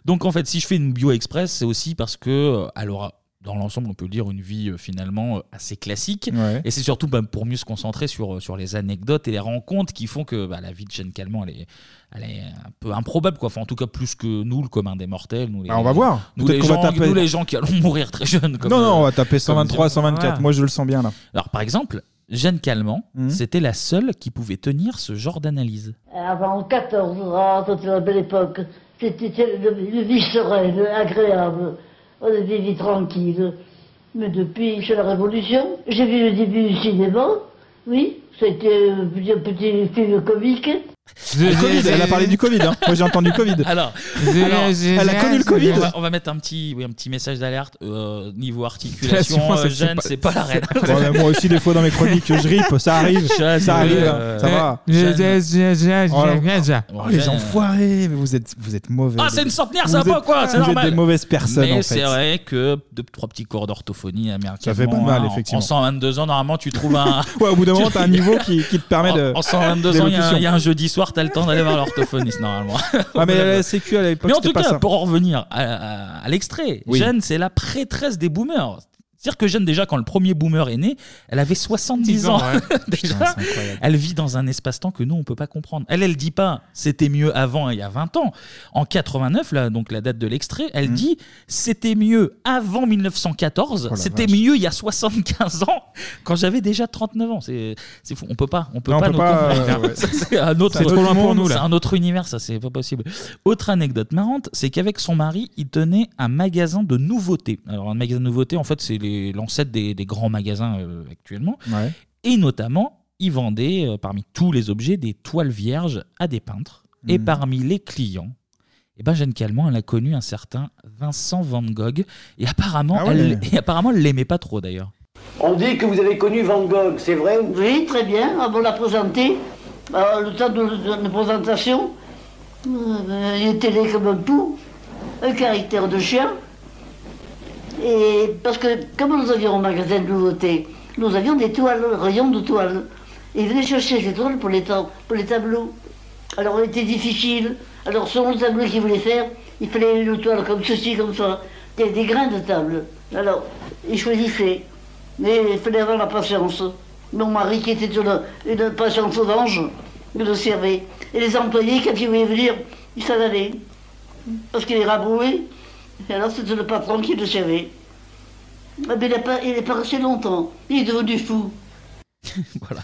[SPEAKER 1] Donc en fait, si je fais une bio express, c'est aussi parce que euh, elle aura dans l'ensemble, on peut le dire, une vie euh, finalement euh, assez classique.
[SPEAKER 10] Ouais.
[SPEAKER 1] Et c'est surtout bah, pour mieux se concentrer sur, euh, sur les anecdotes et les rencontres qui font que bah, la vie de Jeanne Calment, elle est, elle est un peu improbable. Quoi. Enfin, en tout cas, plus que nous, le commun des mortels. Nous, les,
[SPEAKER 10] Bah, on va voir.
[SPEAKER 1] Nous les,
[SPEAKER 10] Peut-être qu'on va
[SPEAKER 1] gens,
[SPEAKER 10] taper-
[SPEAKER 1] nous, les gens qui allons mourir très jeunes. comme,
[SPEAKER 10] non, non, on va
[SPEAKER 1] euh,
[SPEAKER 10] taper
[SPEAKER 1] comme
[SPEAKER 10] 123,
[SPEAKER 1] dire.
[SPEAKER 10] 124.
[SPEAKER 1] Voilà. Ah,
[SPEAKER 10] Moi, je Mmh. le sens bien là.
[SPEAKER 1] Alors, par exemple, Jeanne Calment, c'était la seule qui pouvait tenir ce genre d'analyse.
[SPEAKER 27] Euh, Avant 14 ans, toute la belle époque, c'était une vie sereine, agréable. On avait une vie tranquille. Mais depuis, c'est la Révolution. J'ai vu le début du cinéma, oui. C'était un petit, un petit film comique.
[SPEAKER 10] Le Covid, elle a parlé du Covid. hein. Moi, j'ai entendu Covid.
[SPEAKER 1] Alors,
[SPEAKER 10] The-
[SPEAKER 1] alors,
[SPEAKER 10] the- elle a connu le Covid.
[SPEAKER 1] On va, on va mettre un petit, oui, un petit message d'alerte euh, niveau articulation.
[SPEAKER 10] Moi,
[SPEAKER 1] euh, Jeanne, c'est pas la reine.
[SPEAKER 10] Bon, mais moi aussi, des fois, dans mes chroniques, je rippe. Ça arrive.
[SPEAKER 1] Jeanne,
[SPEAKER 10] ça arrive.
[SPEAKER 1] euh,
[SPEAKER 10] hein. ça
[SPEAKER 7] Ah,
[SPEAKER 10] va.
[SPEAKER 1] Jeanne.
[SPEAKER 10] Oh, là-
[SPEAKER 1] Bon,
[SPEAKER 10] oh, les
[SPEAKER 1] Jeanne,
[SPEAKER 10] enfoirés. Mais vous êtes, vous êtes mauvais.
[SPEAKER 1] Ah, c'est une centenaire, ça
[SPEAKER 10] Vous
[SPEAKER 1] va pas
[SPEAKER 10] êtes-
[SPEAKER 1] quoi, c'est
[SPEAKER 10] Vous
[SPEAKER 1] normal.
[SPEAKER 10] êtes des mauvaises personnes
[SPEAKER 1] Mais
[SPEAKER 10] en
[SPEAKER 1] c'est
[SPEAKER 10] fait.
[SPEAKER 1] vrai que deux, trois petits cours d'orthophonie américaine.
[SPEAKER 10] Ça fait pas mal,
[SPEAKER 1] hein, en-
[SPEAKER 10] effectivement.
[SPEAKER 1] En 122 ans, normalement, tu trouves un.
[SPEAKER 10] Ouais, au bout d'un
[SPEAKER 1] tu-
[SPEAKER 10] moment, t'as un niveau qui, qui te permet de.
[SPEAKER 1] En 122 ans, il y, a un-
[SPEAKER 10] d'élocution.
[SPEAKER 1] il y a un jeudi soir, t'as le temps d'aller voir l'orthophoniste normalement.
[SPEAKER 10] Ouais, Ah, mais la sécu à l'époque,
[SPEAKER 1] Mais en
[SPEAKER 10] c'était
[SPEAKER 1] tout
[SPEAKER 10] pas
[SPEAKER 1] cas,
[SPEAKER 10] ça.
[SPEAKER 1] pour en revenir à, à- à l'extrait,
[SPEAKER 10] Oui.
[SPEAKER 1] Jeanne, c'est la prêtresse des boomers. C'est-à-dire que Jeanne, déjà, quand le premier boomer est né, elle avait 70 ans.
[SPEAKER 10] ans, ouais.
[SPEAKER 1] déjà,
[SPEAKER 10] Putain, c'est incroyable.
[SPEAKER 1] elle vit dans un espace-temps que nous, on peut pas comprendre. Elle, elle dit pas c'était mieux avant, hein, il y a 20 ans. En 89, là, donc la date de l'extrait, elle dit c'était mieux avant 1914,
[SPEAKER 10] Mm. Oh la
[SPEAKER 1] c'était mieux il y a 75 ans, quand j'avais déjà 39 ans. C'est c'est fou, on peut pas. On peut
[SPEAKER 10] Non, on
[SPEAKER 1] pas
[SPEAKER 10] peut
[SPEAKER 1] nous
[SPEAKER 10] pas,
[SPEAKER 1] comprendre.
[SPEAKER 10] euh, ouais.
[SPEAKER 1] Ça, c'est un autre
[SPEAKER 10] C'est trop loin pour nous, là.
[SPEAKER 1] c'est un autre univers, ça, c'est pas possible. Autre anecdote marrante, c'est qu'avec son mari, il tenait un magasin de nouveautés. Alors, un magasin de nouveautés, en fait, c'est les- l'ancêtre des, des grands magasins euh, actuellement. Et notamment, il vendait, euh, parmi tous les objets, des toiles vierges à des peintres. Et
[SPEAKER 10] Mhm.
[SPEAKER 1] parmi les clients, eh ben Jeanne Calment, elle a connu un certain Vincent Van Gogh. Et apparemment,
[SPEAKER 10] Ah ouais.
[SPEAKER 1] elle, et apparemment, elle l'aimait pas trop, d'ailleurs.
[SPEAKER 27] On dit que vous avez connu Van Gogh, c'est vrai Oui, très bien. Ah, on l'a présenté. Ah, le temps de, de- de présentation, euh, euh, il était laid comme un pou, un caractère de chien. Et parce que, comme nous avions au magasin de nouveautés, nous avions des toiles, un rayon de toiles. Et ils venaient chercher ces toiles pour les, ta- pour les tableaux. Alors on était difficile. Alors selon le tableau qu'il voulait faire, il fallait une toile comme ceci, comme ça. Il y avait des grains de table. Alors, il choisissait. Mais il fallait avoir la patience. Mon mari, qui était une, une patience sauvage, il le servait. Et les employés, quand ils voulaient venir, ils s'en allaient. Parce qu'il les rabrouait. Et alors c'était le patron qui le servait. Ah, Mais il n'est pas, il est pas resté longtemps. Il est devenu fou.
[SPEAKER 10] Ouais,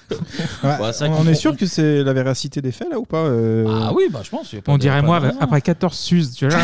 [SPEAKER 1] Bah, c'est vrai
[SPEAKER 10] on
[SPEAKER 1] qu'on-
[SPEAKER 10] est sûr que c'est la véracité des faits là ou pas euh
[SPEAKER 1] Ah oui, bah je pense. il y a pas
[SPEAKER 7] On
[SPEAKER 1] de-
[SPEAKER 7] dirait
[SPEAKER 1] pas
[SPEAKER 7] moi,
[SPEAKER 1] de raison.
[SPEAKER 7] après 14 sus. Tu vois,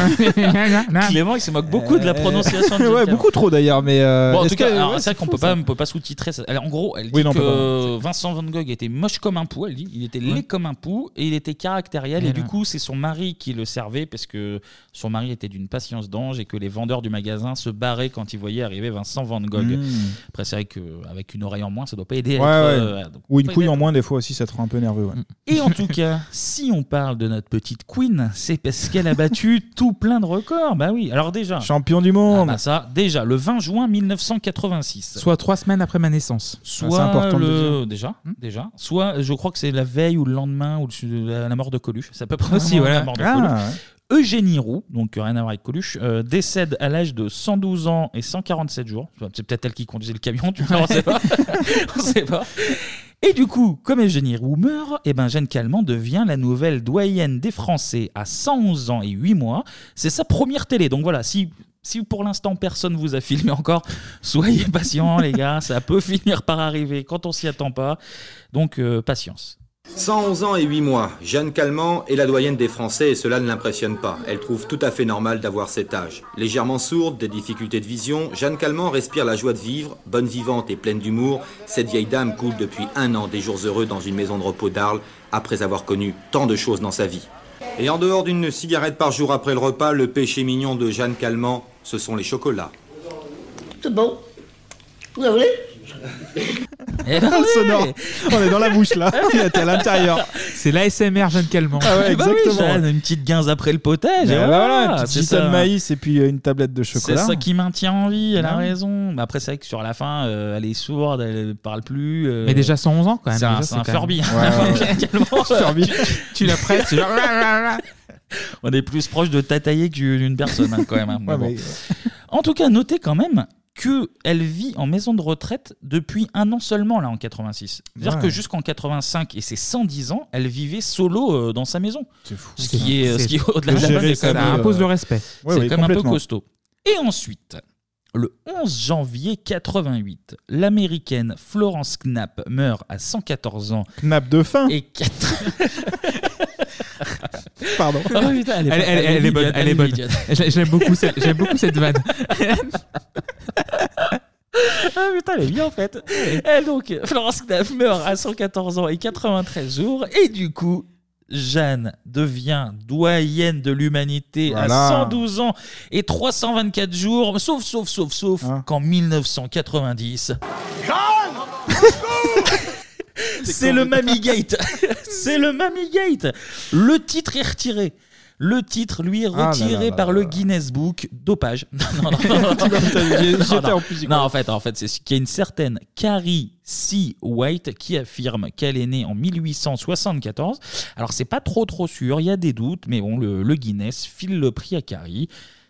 [SPEAKER 1] Clément, il se moque beaucoup de la prononciation de
[SPEAKER 10] ouais,
[SPEAKER 1] Jim Carrey.
[SPEAKER 10] beaucoup trop d'ailleurs, mais. euh,
[SPEAKER 1] Bon, en
[SPEAKER 10] est-ce
[SPEAKER 1] tout
[SPEAKER 10] que-
[SPEAKER 1] cas, alors,
[SPEAKER 10] ouais,
[SPEAKER 1] c'est vrai qu'on
[SPEAKER 10] fou,
[SPEAKER 1] peut
[SPEAKER 10] ça.
[SPEAKER 1] pas, on peut pas sous-titrer. ça. Alors, en gros, elle dit
[SPEAKER 10] Oui, non, on peut
[SPEAKER 1] que Vincent Van Gogh était moche comme un pou. Elle dit, il était laid comme un pou et il était caractériel. Et,
[SPEAKER 10] Et
[SPEAKER 1] du
[SPEAKER 10] là.
[SPEAKER 1] coup, c'est son mari qui le servait parce que son mari était d'une patience d'ange et que les vendeurs du magasin se barraient quand ils voyaient arriver Vincent Van Gogh.
[SPEAKER 10] Mm.
[SPEAKER 1] Après, c'est vrai qu'avec une oreille en moins, ça doit pas aider.
[SPEAKER 10] Ouais,
[SPEAKER 1] à être,
[SPEAKER 10] ouais.
[SPEAKER 1] euh, voilà, donc,
[SPEAKER 10] Ou une
[SPEAKER 1] pas Eh,
[SPEAKER 10] couille en moins, des fois aussi, ça te rend un peu nerveux. ouais.
[SPEAKER 1] et en tout cas, si on parle de notre petite queen, c'est parce qu'elle a battu tout plein de records. Bah oui, alors déjà.
[SPEAKER 10] Champion du monde.
[SPEAKER 1] Ah bah ça, déjà, le 20 juin 1986.
[SPEAKER 7] Soit trois semaines après ma naissance.
[SPEAKER 10] Ah,
[SPEAKER 1] Soit le- déjà,
[SPEAKER 7] Hmm
[SPEAKER 1] déjà. Soit, euh, je crois que c'est la veille ou le lendemain ou le- la la mort de Coluche. Ça peut prendre
[SPEAKER 7] Aussi, voilà.
[SPEAKER 1] la mort de
[SPEAKER 7] Ah,
[SPEAKER 1] Coluche.
[SPEAKER 7] ouais.
[SPEAKER 1] Eugénie Roux, donc euh, rien à voir avec Coluche, euh, décède à l'âge de 112 ans et 147 jours. C'est peut-être elle qui conduisait le camion, tu vois, on sait pas. on sait pas. Et du coup, comme Eugénie Roux meurt, eh ben Jeanne Calment devient la nouvelle doyenne des Français à 111 ans et 8 mois. C'est sa première télé. Donc voilà, si, si pour l'instant personne vous a filmé encore, soyez patients les gars, ça peut finir par arriver quand on s'y attend pas. Donc euh, patience.
[SPEAKER 16] 111 ans et 8 mois, Jeanne Calment est la doyenne des Français et cela ne l'impressionne pas. Elle trouve tout à fait normal d'avoir cet âge. Légèrement sourde, des difficultés de vision, Jeanne Calment respire la joie de vivre, bonne vivante et pleine d'humour. Cette vieille dame coule depuis un an des jours heureux dans une maison de repos d'Arles après avoir connu tant de choses dans sa vie. Et en dehors d'une cigarette par jour après le repas, le péché mignon de Jeanne Calment, ce sont les chocolats.
[SPEAKER 27] C'est bon. Vous en voulez
[SPEAKER 1] Eh ben
[SPEAKER 10] Le sonore. On est dans la bouche là. Il était à l'intérieur.
[SPEAKER 7] C'est l'ASMR Jeanne Calment.
[SPEAKER 10] Ah ouais,
[SPEAKER 1] Bah oui,
[SPEAKER 10] exactement.
[SPEAKER 1] Jeanne, une petite guinze après le potage.
[SPEAKER 10] Bah
[SPEAKER 1] et
[SPEAKER 10] voilà, un petit
[SPEAKER 1] c'est
[SPEAKER 10] gita de
[SPEAKER 1] ça.
[SPEAKER 10] maïs et puis euh, une tablette de chocolat. Bah
[SPEAKER 1] C'est ça qui maintient en vie, elle a
[SPEAKER 10] Non.
[SPEAKER 1] raison. Mais après, c'est vrai que sur la fin, euh, elle est sourde, elle parle plus. euh,
[SPEAKER 7] Mais déjà 111 ans quand même.
[SPEAKER 1] C'est un,
[SPEAKER 7] déjà,
[SPEAKER 1] c'est un
[SPEAKER 7] quand
[SPEAKER 1] Furby.
[SPEAKER 7] même- Furby. Tu la presses, c'est genre.
[SPEAKER 1] On est plus proche de tatailler que d'une personne, hein, quand même. hein. Mais
[SPEAKER 10] Ouais,
[SPEAKER 1] bon.
[SPEAKER 10] mais-
[SPEAKER 1] En tout cas, notez quand même que elle vit en maison de retraite depuis un an seulement, là, en 86. C'est-à-dire
[SPEAKER 10] Ouais.
[SPEAKER 1] que jusqu'en 85 et ses 110 ans, elle vivait solo euh, dans sa maison.
[SPEAKER 10] C'est fou.
[SPEAKER 1] Ce qui est, euh, ce qui est au-delà de la
[SPEAKER 7] Ça
[SPEAKER 1] mode, c'est quand même, euh,
[SPEAKER 7] impose le respect.
[SPEAKER 1] c'est quand même un peu costaud. Et ensuite, le 11 janvier 88, l'américaine Florence Knapp meurt à 114 ans.
[SPEAKER 10] Knapp de faim.
[SPEAKER 1] Et 4.
[SPEAKER 10] Pardon.
[SPEAKER 1] Ah ouais, putain, elle est
[SPEAKER 7] Elle-
[SPEAKER 1] pas-
[SPEAKER 7] elle-
[SPEAKER 1] elle est
[SPEAKER 7] elle est bonne.
[SPEAKER 1] idiote,
[SPEAKER 7] Elle est
[SPEAKER 1] elle est
[SPEAKER 7] bonne.
[SPEAKER 1] idiote.
[SPEAKER 7] Je- J'aime beaucoup cette- j'aime beaucoup cette vanne.
[SPEAKER 1] ah putain, elle est bien en fait. Et donc, Florence Knapp meurt à 114 ans et 93 jours. Et du coup, Jeanne devient doyenne de l'humanité
[SPEAKER 10] Voilà.
[SPEAKER 1] à 112 ans et 324 jours. Sauf, sauf, sauf, sauf
[SPEAKER 10] Hein
[SPEAKER 1] qu'en 1990. C'est le Mammy Gate. C'est le Mammy Gate. Le titre est retiré. Le titre, lui, est
[SPEAKER 10] Ah là là
[SPEAKER 1] retiré
[SPEAKER 10] là
[SPEAKER 1] par
[SPEAKER 10] là
[SPEAKER 1] le
[SPEAKER 10] là.
[SPEAKER 1] Guinness Book. Dopage. Non, non, non. non, non.
[SPEAKER 10] J'y- j'y étais
[SPEAKER 1] Non,
[SPEAKER 10] en plus, j'y
[SPEAKER 1] non, en fait, en fait c'est qu'il y a une certaine Carrie C. White qui affirme qu'elle est née en 1874. Alors, c'est pas trop, trop sûr. Il y a des doutes, mais bon, le, le Guinness file le prix à Carrie.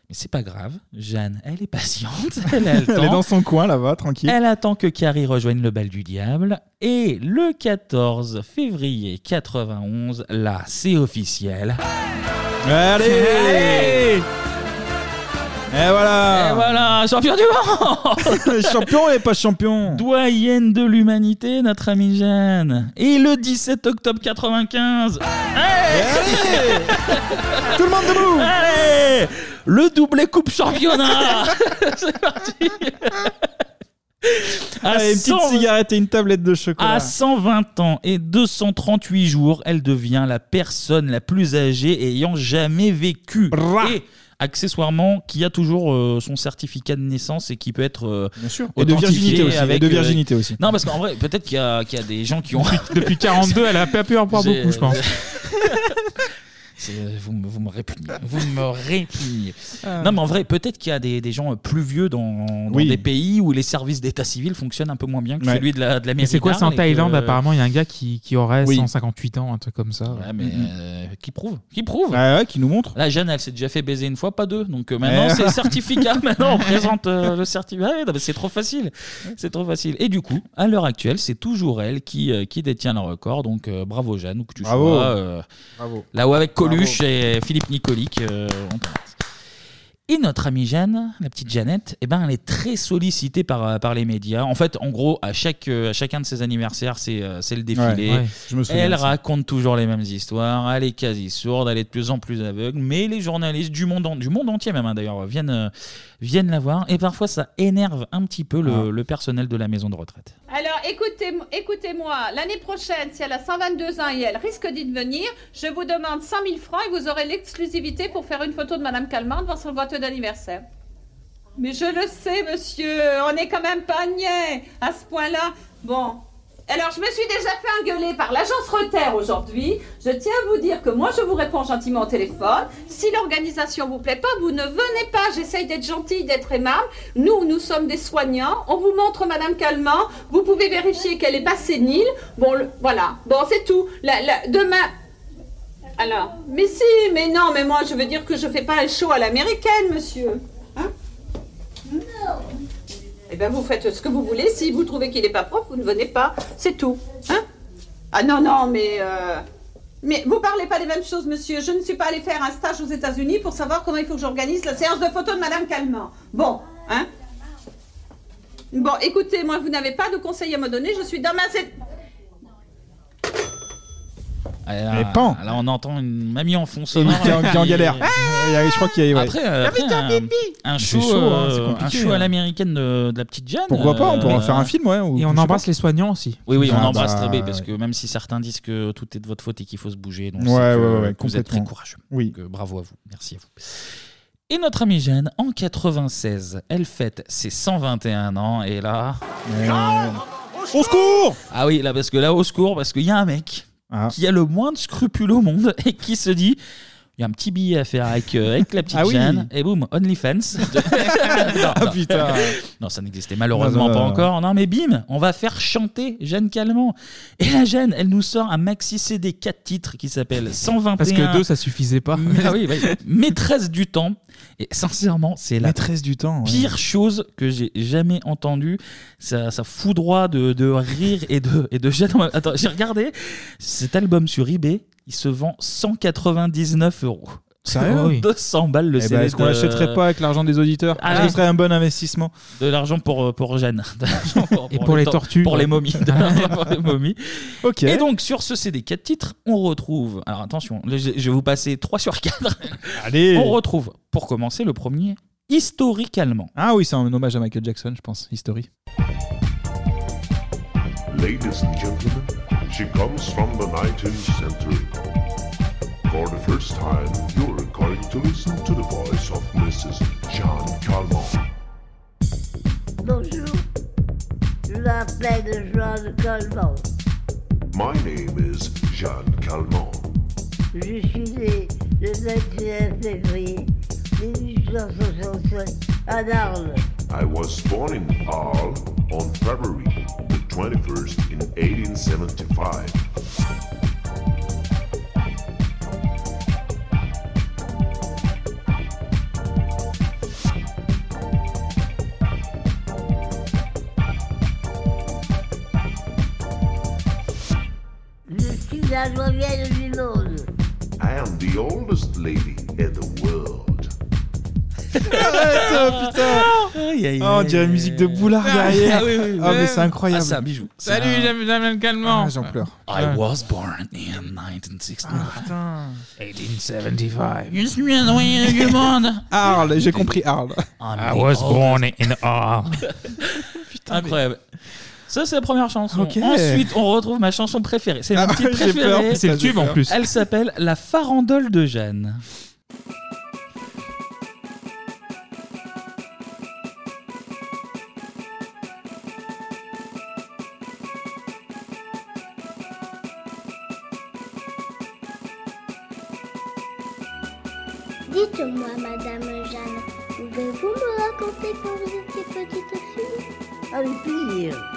[SPEAKER 1] Mais c'est pas grave. Jeanne, elle est patiente. Elle, a le
[SPEAKER 10] Elle est
[SPEAKER 1] temps.
[SPEAKER 10] dans son coin là-bas, tranquille.
[SPEAKER 1] Elle attend que Carrie rejoigne le bal du diable. Et le 14 février 91, là, c'est officiel.
[SPEAKER 10] Allez Et voilà
[SPEAKER 1] Et voilà, champion du monde
[SPEAKER 10] Champion et pas champion
[SPEAKER 1] Doyenne de l'humanité, notre amie Jeanne. Et le 17 octobre 95,
[SPEAKER 10] Tout le monde debout
[SPEAKER 1] Allez Le doublé coupe championnat C'est parti À
[SPEAKER 10] Allez, une petite
[SPEAKER 1] 100
[SPEAKER 10] cigarette et une tablette de chocolat.
[SPEAKER 1] À 120 ans et 238 jours, elle devient la personne la plus âgée ayant jamais vécu. Et accessoirement, qui a toujours euh, son certificat de naissance et qui peut être euh,
[SPEAKER 10] Et de
[SPEAKER 1] authentifié
[SPEAKER 10] virginité aussi, et
[SPEAKER 1] avec,
[SPEAKER 10] de
[SPEAKER 1] euh,
[SPEAKER 10] virginité aussi.
[SPEAKER 1] Non, parce qu'en vrai, peut-être qu'il y, a- qu'il y a des gens qui ont
[SPEAKER 7] Depuis 42, elle a pas pu en boire
[SPEAKER 1] J'ai-
[SPEAKER 7] beaucoup, je pense.
[SPEAKER 1] C'est- Vous, me- vous me répugnez. Vous me répugnez. Non, mais en vrai, peut-être qu'il y a des, des gens plus vieux dans, dans
[SPEAKER 7] Ah. Oui.
[SPEAKER 1] des pays où les services d'état civil fonctionnent un peu moins bien que
[SPEAKER 7] Ouais.
[SPEAKER 1] celui de la, de la
[SPEAKER 7] Mais
[SPEAKER 1] mairie.
[SPEAKER 7] c'est quoi, c'est en
[SPEAKER 1] d'Arles et que-
[SPEAKER 7] Thaïlande apparemment, il y a un gars qui, qui aurait
[SPEAKER 1] Oui.
[SPEAKER 7] 158 ans, un truc comme ça.
[SPEAKER 1] Ouais, mais
[SPEAKER 7] Mhm.
[SPEAKER 1] euh, qui prouve Qui prouve
[SPEAKER 7] Ouais, ouais, qui nous montre.
[SPEAKER 1] La Jeanne, elle s'est déjà fait baiser une fois, pas deux. Donc euh, maintenant,
[SPEAKER 7] Ouais.
[SPEAKER 1] c'est certificat. Maintenant, on présente euh, le certificat. Ouais, non, mais c'est trop facile. C'est trop facile. Et du coup, à l'heure actuelle, c'est toujours elle qui, euh, qui détient le record. Donc euh, bravo, Jeanne, où que tu
[SPEAKER 10] Bravo.
[SPEAKER 1] sois. euh,
[SPEAKER 10] Bravo.
[SPEAKER 1] Là-haut avec Coluche
[SPEAKER 10] Bravo.
[SPEAKER 1] et Philippe Nicolic. euh, on t'embrasse. et notre amie Jeanne, la petite Jeannette, eh ben, elle est très sollicitée par, euh, par les médias. En fait, en gros, à, chaque, euh, à chacun de ses anniversaires, c'est euh, c'est le défilé.
[SPEAKER 10] Ouais, ouais, je me souviens
[SPEAKER 1] elle
[SPEAKER 10] de ça.
[SPEAKER 1] raconte toujours les mêmes histoires, elle est quasi sourde, elle est de plus en plus aveugle, mais les journalistes du monde, en- du monde entier même hein, d'ailleurs viennent, euh, viennent la voir et parfois ça énerve un petit peu
[SPEAKER 10] Ah.
[SPEAKER 1] le, le personnel de la maison de retraite.
[SPEAKER 17] Alors écoutez-moi, écoutez-moi. l'année prochaine, si elle a 122 ans et elle risque d'y devenir, je vous demande 100 000 francs et vous aurez l'exclusivité pour faire une photo de Madame Calment devant son boiteux d'anniversaire. Mais je le sais, monsieur, on est quand même pas niais à ce point-là. Bon, alors je me suis déjà fait engueuler par l'agence Reterre aujourd'hui. Je tiens à vous dire que moi je vous réponds gentiment au téléphone. Si l'organisation vous plaît pas, vous ne venez pas. J'essaye d'être gentille, d'être aimable. Nous, nous sommes des soignants. On vous montre Madame Calment. Vous pouvez vérifier qu'elle est pas sénile. Bon, le- voilà. Bon, c'est tout. La- la- demain, alors, mais si, mais non, mais moi je veux dire que je fais pas un show à l'américaine, monsieur. Hein Non. Eh bien, vous faites ce que vous voulez. Si vous trouvez qu'il n'est pas propre, vous ne venez pas. C'est tout. Hein Ah non, non, mais. euh, Mais vous parlez pas des mêmes choses, monsieur. Je ne suis pas allée faire un stage aux États-Unis pour savoir comment il faut que j'organise la séance de photo de Madame Calment. Bon, hein Bon, écoutez, moi, vous n'avez pas de conseils à me donner. Je suis dans ma. sé-
[SPEAKER 1] Et Là,
[SPEAKER 10] Mais pan
[SPEAKER 1] là, on entend une mamie en fond sonore.
[SPEAKER 10] qui est en- qui est en
[SPEAKER 1] Et-
[SPEAKER 10] galère. Je crois qu'il y a. ouais.
[SPEAKER 1] Après, euh, après, un, un
[SPEAKER 10] C'est
[SPEAKER 1] show,
[SPEAKER 10] chaud, hein,
[SPEAKER 1] euh,
[SPEAKER 10] c'est compliqué,
[SPEAKER 1] un show
[SPEAKER 10] hein.
[SPEAKER 1] à l'américaine de, de la petite Jeanne.
[SPEAKER 10] Pourquoi pas, on pourrait en faire un film, ouais, ou-
[SPEAKER 7] Et on
[SPEAKER 10] je sais
[SPEAKER 7] embrasse les soignants aussi.
[SPEAKER 1] Euh, Oui, oui, on
[SPEAKER 10] Ah,
[SPEAKER 1] embrasse
[SPEAKER 10] bah,
[SPEAKER 1] très bien parce que même si certains disent que tout est de votre faute et qu'il faut se bouger, donc
[SPEAKER 10] Ouais,
[SPEAKER 1] c'est que
[SPEAKER 10] ouais, ouais,
[SPEAKER 1] vous êtes très
[SPEAKER 10] complètement.
[SPEAKER 1] courageux.
[SPEAKER 10] Oui.
[SPEAKER 1] Donc, euh, bravo à vous, merci à vous. Et notre amie Jeanne, en 96, elle fête ses 121 ans et là.
[SPEAKER 10] Au secours Ah.
[SPEAKER 1] Ah oui, là, parce que là, au secours, parce qu'il y a un mec qui a le moins de scrupules au monde et qui se dit. Il y a un petit billet à faire avec, euh, avec la petite
[SPEAKER 10] Ah oui.
[SPEAKER 1] Jeanne. Et boum, OnlyFans. ah
[SPEAKER 10] putain.
[SPEAKER 1] Non, ça n'existait malheureusement
[SPEAKER 10] Non, non,
[SPEAKER 1] pas
[SPEAKER 10] non, non.
[SPEAKER 1] encore. Non, mais bim, on va faire chanter Jeanne Calment. Et la Jeanne, elle nous sort un maxi CD 4 titres qui s'appelle 121.
[SPEAKER 7] Parce que deux, ça suffisait pas.
[SPEAKER 1] Ah oui, oui. Maîtresse du temps. Et sincèrement, c'est la
[SPEAKER 10] Maîtresse du temps. ouais.
[SPEAKER 1] pire chose que j'ai jamais entendue. Ça, ça foudroie de, de rire et de, et de jet. Attends, j'ai regardé cet album sur eBay. Il se vend 199 euros.
[SPEAKER 10] Sérieux
[SPEAKER 1] Oh, 200 balles le
[SPEAKER 10] Eh ben,
[SPEAKER 1] CD
[SPEAKER 10] Est-ce qu'on
[SPEAKER 1] de-
[SPEAKER 10] l'achèterait pas avec l'argent des auditeurs
[SPEAKER 1] Ah,
[SPEAKER 10] Ce
[SPEAKER 1] ouais.
[SPEAKER 10] serait un bon investissement.
[SPEAKER 1] de l'argent pour, euh, pour Jeanne. De l'argent
[SPEAKER 10] Et pour les
[SPEAKER 1] tor-
[SPEAKER 10] tortues.
[SPEAKER 1] Pour les momies. De l'argent pour les momies.
[SPEAKER 10] Ok.
[SPEAKER 1] Et donc, sur ce CD 4 titres, on retrouve. Alors attention, là, je je vais vous passer 3 sur 4.
[SPEAKER 10] Allez.
[SPEAKER 1] On retrouve, pour commencer, le premier, historiquement.
[SPEAKER 10] Ah oui, c'est un hommage à Michael Jackson, je pense. History.
[SPEAKER 18] Ladies and gentlemen, she comes from the 19th century. For the first time, you're going to listen to the voice of Mrs. Jean Calment.
[SPEAKER 19] Bonjour, je m'appelle Jean Colmont.
[SPEAKER 18] My name is Jean Calment.
[SPEAKER 19] Je suis né le 21 février 1865 à Arles.
[SPEAKER 18] I was born in Arles on February the 21st in 1875.
[SPEAKER 19] Je suis la moyenne du monde.
[SPEAKER 18] I am the oldest lady in the world.
[SPEAKER 10] Arrête, putain Ah, On dirait musique de boulard derrière.
[SPEAKER 7] Ah, oui, oui, oui.
[SPEAKER 10] Ah, mais c'est incroyable.
[SPEAKER 1] Ah, c'est un bijou. C'est
[SPEAKER 7] Salut,
[SPEAKER 1] un-
[SPEAKER 7] j'aime Damien Calment.
[SPEAKER 10] Ah, j'en pleure.
[SPEAKER 1] I
[SPEAKER 10] Ouais. Ah,
[SPEAKER 1] was born in 1969.
[SPEAKER 7] Putain.
[SPEAKER 1] 1875.
[SPEAKER 7] Je suis un doyen du monde. Ah, oh.
[SPEAKER 10] Arles, j'ai compris Arles. Ah,
[SPEAKER 1] I Ah, was born in Arles. Incroyable. Ça, c'est la première chanson.
[SPEAKER 10] Ok.
[SPEAKER 1] Ensuite, on retrouve ma chanson préférée. C'est ma
[SPEAKER 10] Ah,
[SPEAKER 1] petite
[SPEAKER 10] j'ai peur,
[SPEAKER 1] préférée.
[SPEAKER 10] putain, C'est le j'ai tube, en peur. plus.
[SPEAKER 1] Elle s'appelle La farandole de Jeanne.
[SPEAKER 19] Dites-moi, Madame Jeanne, pouvez-vous me raconter quand vous étiez petite fille
[SPEAKER 27] Avec plaisir.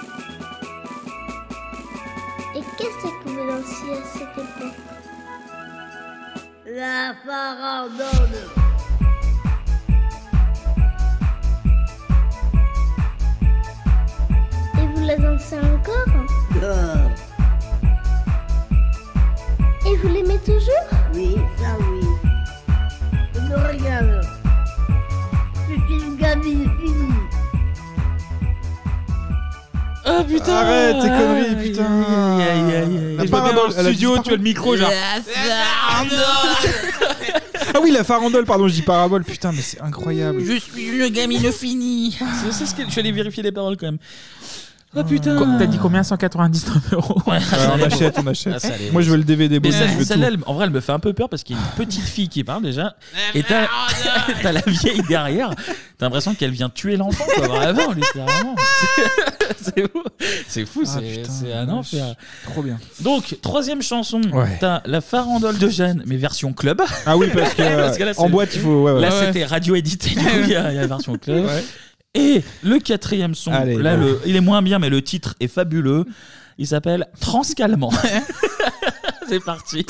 [SPEAKER 19] Et qu'est-ce que vous lanciez à cette époque
[SPEAKER 27] La farandole.
[SPEAKER 19] Et vous la dansez encore
[SPEAKER 27] Ah,
[SPEAKER 19] Et vous l'aimez toujours
[SPEAKER 27] oui, ça oui. Je me régale. C'est une gamine finie.
[SPEAKER 1] Ah putain
[SPEAKER 10] Arrête tes conneries, putain
[SPEAKER 7] Et je vois bien dans le studio, tu as le micro, genre.
[SPEAKER 10] Ah oui, la farandole, pardon, je dis parabole, putain, mais c'est
[SPEAKER 7] Mmh.
[SPEAKER 10] incroyable.
[SPEAKER 1] Je suis le gamine fini. C'est c'est ce que je suis allé vérifier les paroles quand même. Ah putain.
[SPEAKER 7] Co- T'as dit combien 199 euros
[SPEAKER 1] Ah,
[SPEAKER 10] on achète, on achète. Moi, je veux le DVD
[SPEAKER 1] Mais
[SPEAKER 10] bonus,
[SPEAKER 1] celle-
[SPEAKER 10] je veux
[SPEAKER 1] celle-là,
[SPEAKER 10] tout.
[SPEAKER 1] elle- en vrai, elle me fait un peu peur parce qu'il y a une petite fille qui parle déjà. Et t'as t'as la vieille derrière. T'as l'impression qu'elle vient tuer l'enfant, quoi, vraiment, littéralement. C'est- C'est fou. C'est fou,
[SPEAKER 10] Ah,
[SPEAKER 1] c'est-
[SPEAKER 10] putain,
[SPEAKER 1] c'est un enfer.
[SPEAKER 10] Trop bien.
[SPEAKER 1] Donc, troisième chanson,
[SPEAKER 10] Ouais.
[SPEAKER 1] t'as La farandole de Jeanne, mais version club.
[SPEAKER 10] Ah oui, parce que,
[SPEAKER 1] là,
[SPEAKER 10] en
[SPEAKER 1] c'est-
[SPEAKER 10] boîte, il faut- ouais, ouais.
[SPEAKER 1] Là,
[SPEAKER 10] Ouais, ouais.
[SPEAKER 1] c'était radio-édité, du coup, il y a il y a la version club.
[SPEAKER 10] Ouais.
[SPEAKER 1] Et le quatrième son,
[SPEAKER 10] Allez,
[SPEAKER 1] là,
[SPEAKER 10] bon.
[SPEAKER 1] le- il est moins bien, mais le titre est fabuleux. Il s'appelle Transcalmant. c'est parti.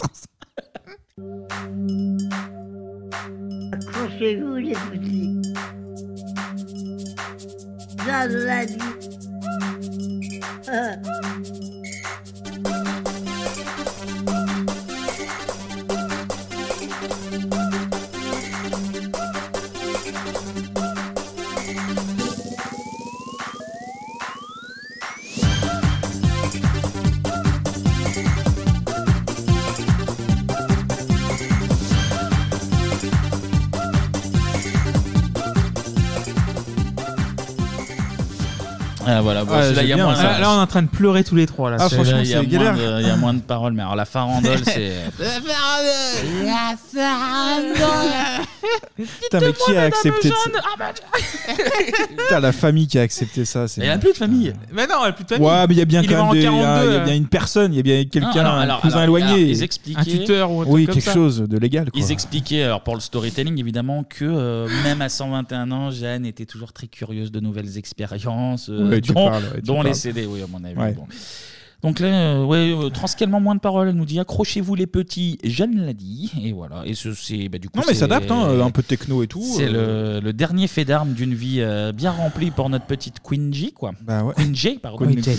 [SPEAKER 27] Accrochez-vous les petits. Jeanne l'a dit. Ah.
[SPEAKER 1] Ah, voilà, bon,
[SPEAKER 7] Ah,
[SPEAKER 1] celui-là,
[SPEAKER 7] j'ai
[SPEAKER 1] il y a
[SPEAKER 7] bien,
[SPEAKER 1] moins
[SPEAKER 7] ça.
[SPEAKER 1] de-
[SPEAKER 7] Là, là, on est en train de pleurer tous les trois. Là.
[SPEAKER 1] Ah,
[SPEAKER 7] Celui-là,
[SPEAKER 1] franchement,
[SPEAKER 7] il y a
[SPEAKER 1] c'est
[SPEAKER 7] moins
[SPEAKER 1] galère.
[SPEAKER 7] de-
[SPEAKER 1] Il y a moins de paroles, mais alors la farandole, c'est.
[SPEAKER 27] La farandole La farandole
[SPEAKER 10] Putain, mais qui a accepté de-
[SPEAKER 7] Ah,
[SPEAKER 10] Putain, la famille qui a accepté ça, c'est.
[SPEAKER 1] Il n'y a plus de famille.
[SPEAKER 7] Mais non, elle a plus de famille.
[SPEAKER 10] Ouais, mais il y a bien
[SPEAKER 7] Il est mort
[SPEAKER 10] quand même
[SPEAKER 7] en
[SPEAKER 10] des- il y a-
[SPEAKER 7] 42,
[SPEAKER 10] il y a bien
[SPEAKER 7] euh.
[SPEAKER 10] une personne, il y a bien quelqu'un,
[SPEAKER 1] Ah, alors, alors,
[SPEAKER 10] un cousin
[SPEAKER 1] alors,
[SPEAKER 10] éloigné.
[SPEAKER 1] alors, ils expliquaient,
[SPEAKER 10] Oui, quelque chose de légal. Quoi.
[SPEAKER 1] Ils expliquaient, alors pour le storytelling évidemment, que euh, même à 121 ans, Jeanne était toujours très curieuse de nouvelles expériences, euh,
[SPEAKER 10] Ouais, tu
[SPEAKER 1] dont,
[SPEAKER 10] parles, ouais, tu
[SPEAKER 1] dont les
[SPEAKER 10] parles.
[SPEAKER 1] CD, oui, à mon avis.
[SPEAKER 10] Ouais.
[SPEAKER 1] bon. Donc là, euh, ouais, euh, transcalement moins de paroles, elle nous dit accrochez-vous les petits, Jeanne l'a dit, et voilà. Et ce, c'est bah, du coup.
[SPEAKER 10] Non, mais
[SPEAKER 1] c'est-
[SPEAKER 10] ça adapte, hein, un peu de techno et tout. euh.
[SPEAKER 1] C'est le, le dernier fait d'armes d'une vie euh, bien remplie pour notre petite Queen G, quoi. Queen J, pardon.
[SPEAKER 10] Bah Queen J.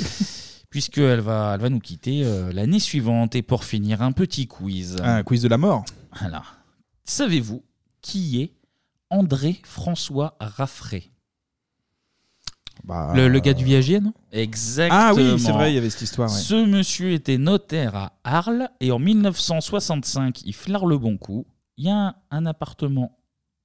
[SPEAKER 1] Puisqu'elle va, elle va nous quitter euh, l'année suivante. Et pour finir, un petit quiz.
[SPEAKER 10] Ah, un quiz de la mort.
[SPEAKER 1] Alors, savez-vous qui est André-François Raffray
[SPEAKER 10] Bah,
[SPEAKER 7] Le, le gars du viagier, non
[SPEAKER 1] Exactement.
[SPEAKER 10] Ah oui, c'est vrai, il y avait cette histoire, ouais.
[SPEAKER 1] Ce monsieur était notaire à Arles et en 1965, il flaire le bon coup. Il y a un, un appartement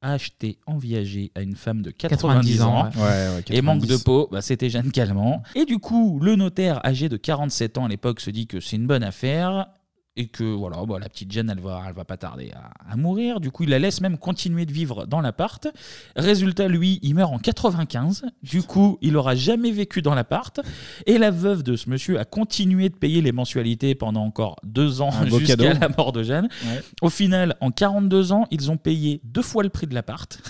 [SPEAKER 1] à acheter en viager à une femme de 90,
[SPEAKER 7] 90 ans,
[SPEAKER 1] ans.
[SPEAKER 7] ouais. Ouais, ouais,
[SPEAKER 1] Et manque de
[SPEAKER 7] 90.
[SPEAKER 1] peau, bah, c'était Jeanne Calment. Et du coup, le notaire âgé de 47 ans à l'époque se dit que c'est une bonne affaire. Et que voilà, bah, la petite Jeanne, elle va, elle va pas tarder à, à mourir. Du coup, il la laisse même continuer de vivre dans l'appart. Résultat, lui, il meurt en 95. Du coup, il aura jamais vécu dans l'appart. Et la veuve de ce monsieur a continué de payer les mensualités pendant encore deux ans
[SPEAKER 10] Un beau
[SPEAKER 1] jusqu'à
[SPEAKER 10] cadeau.
[SPEAKER 1] la mort de Jeanne.
[SPEAKER 10] Ouais.
[SPEAKER 1] Au final, en 42 ans, ils ont payé deux fois le prix de l'appart.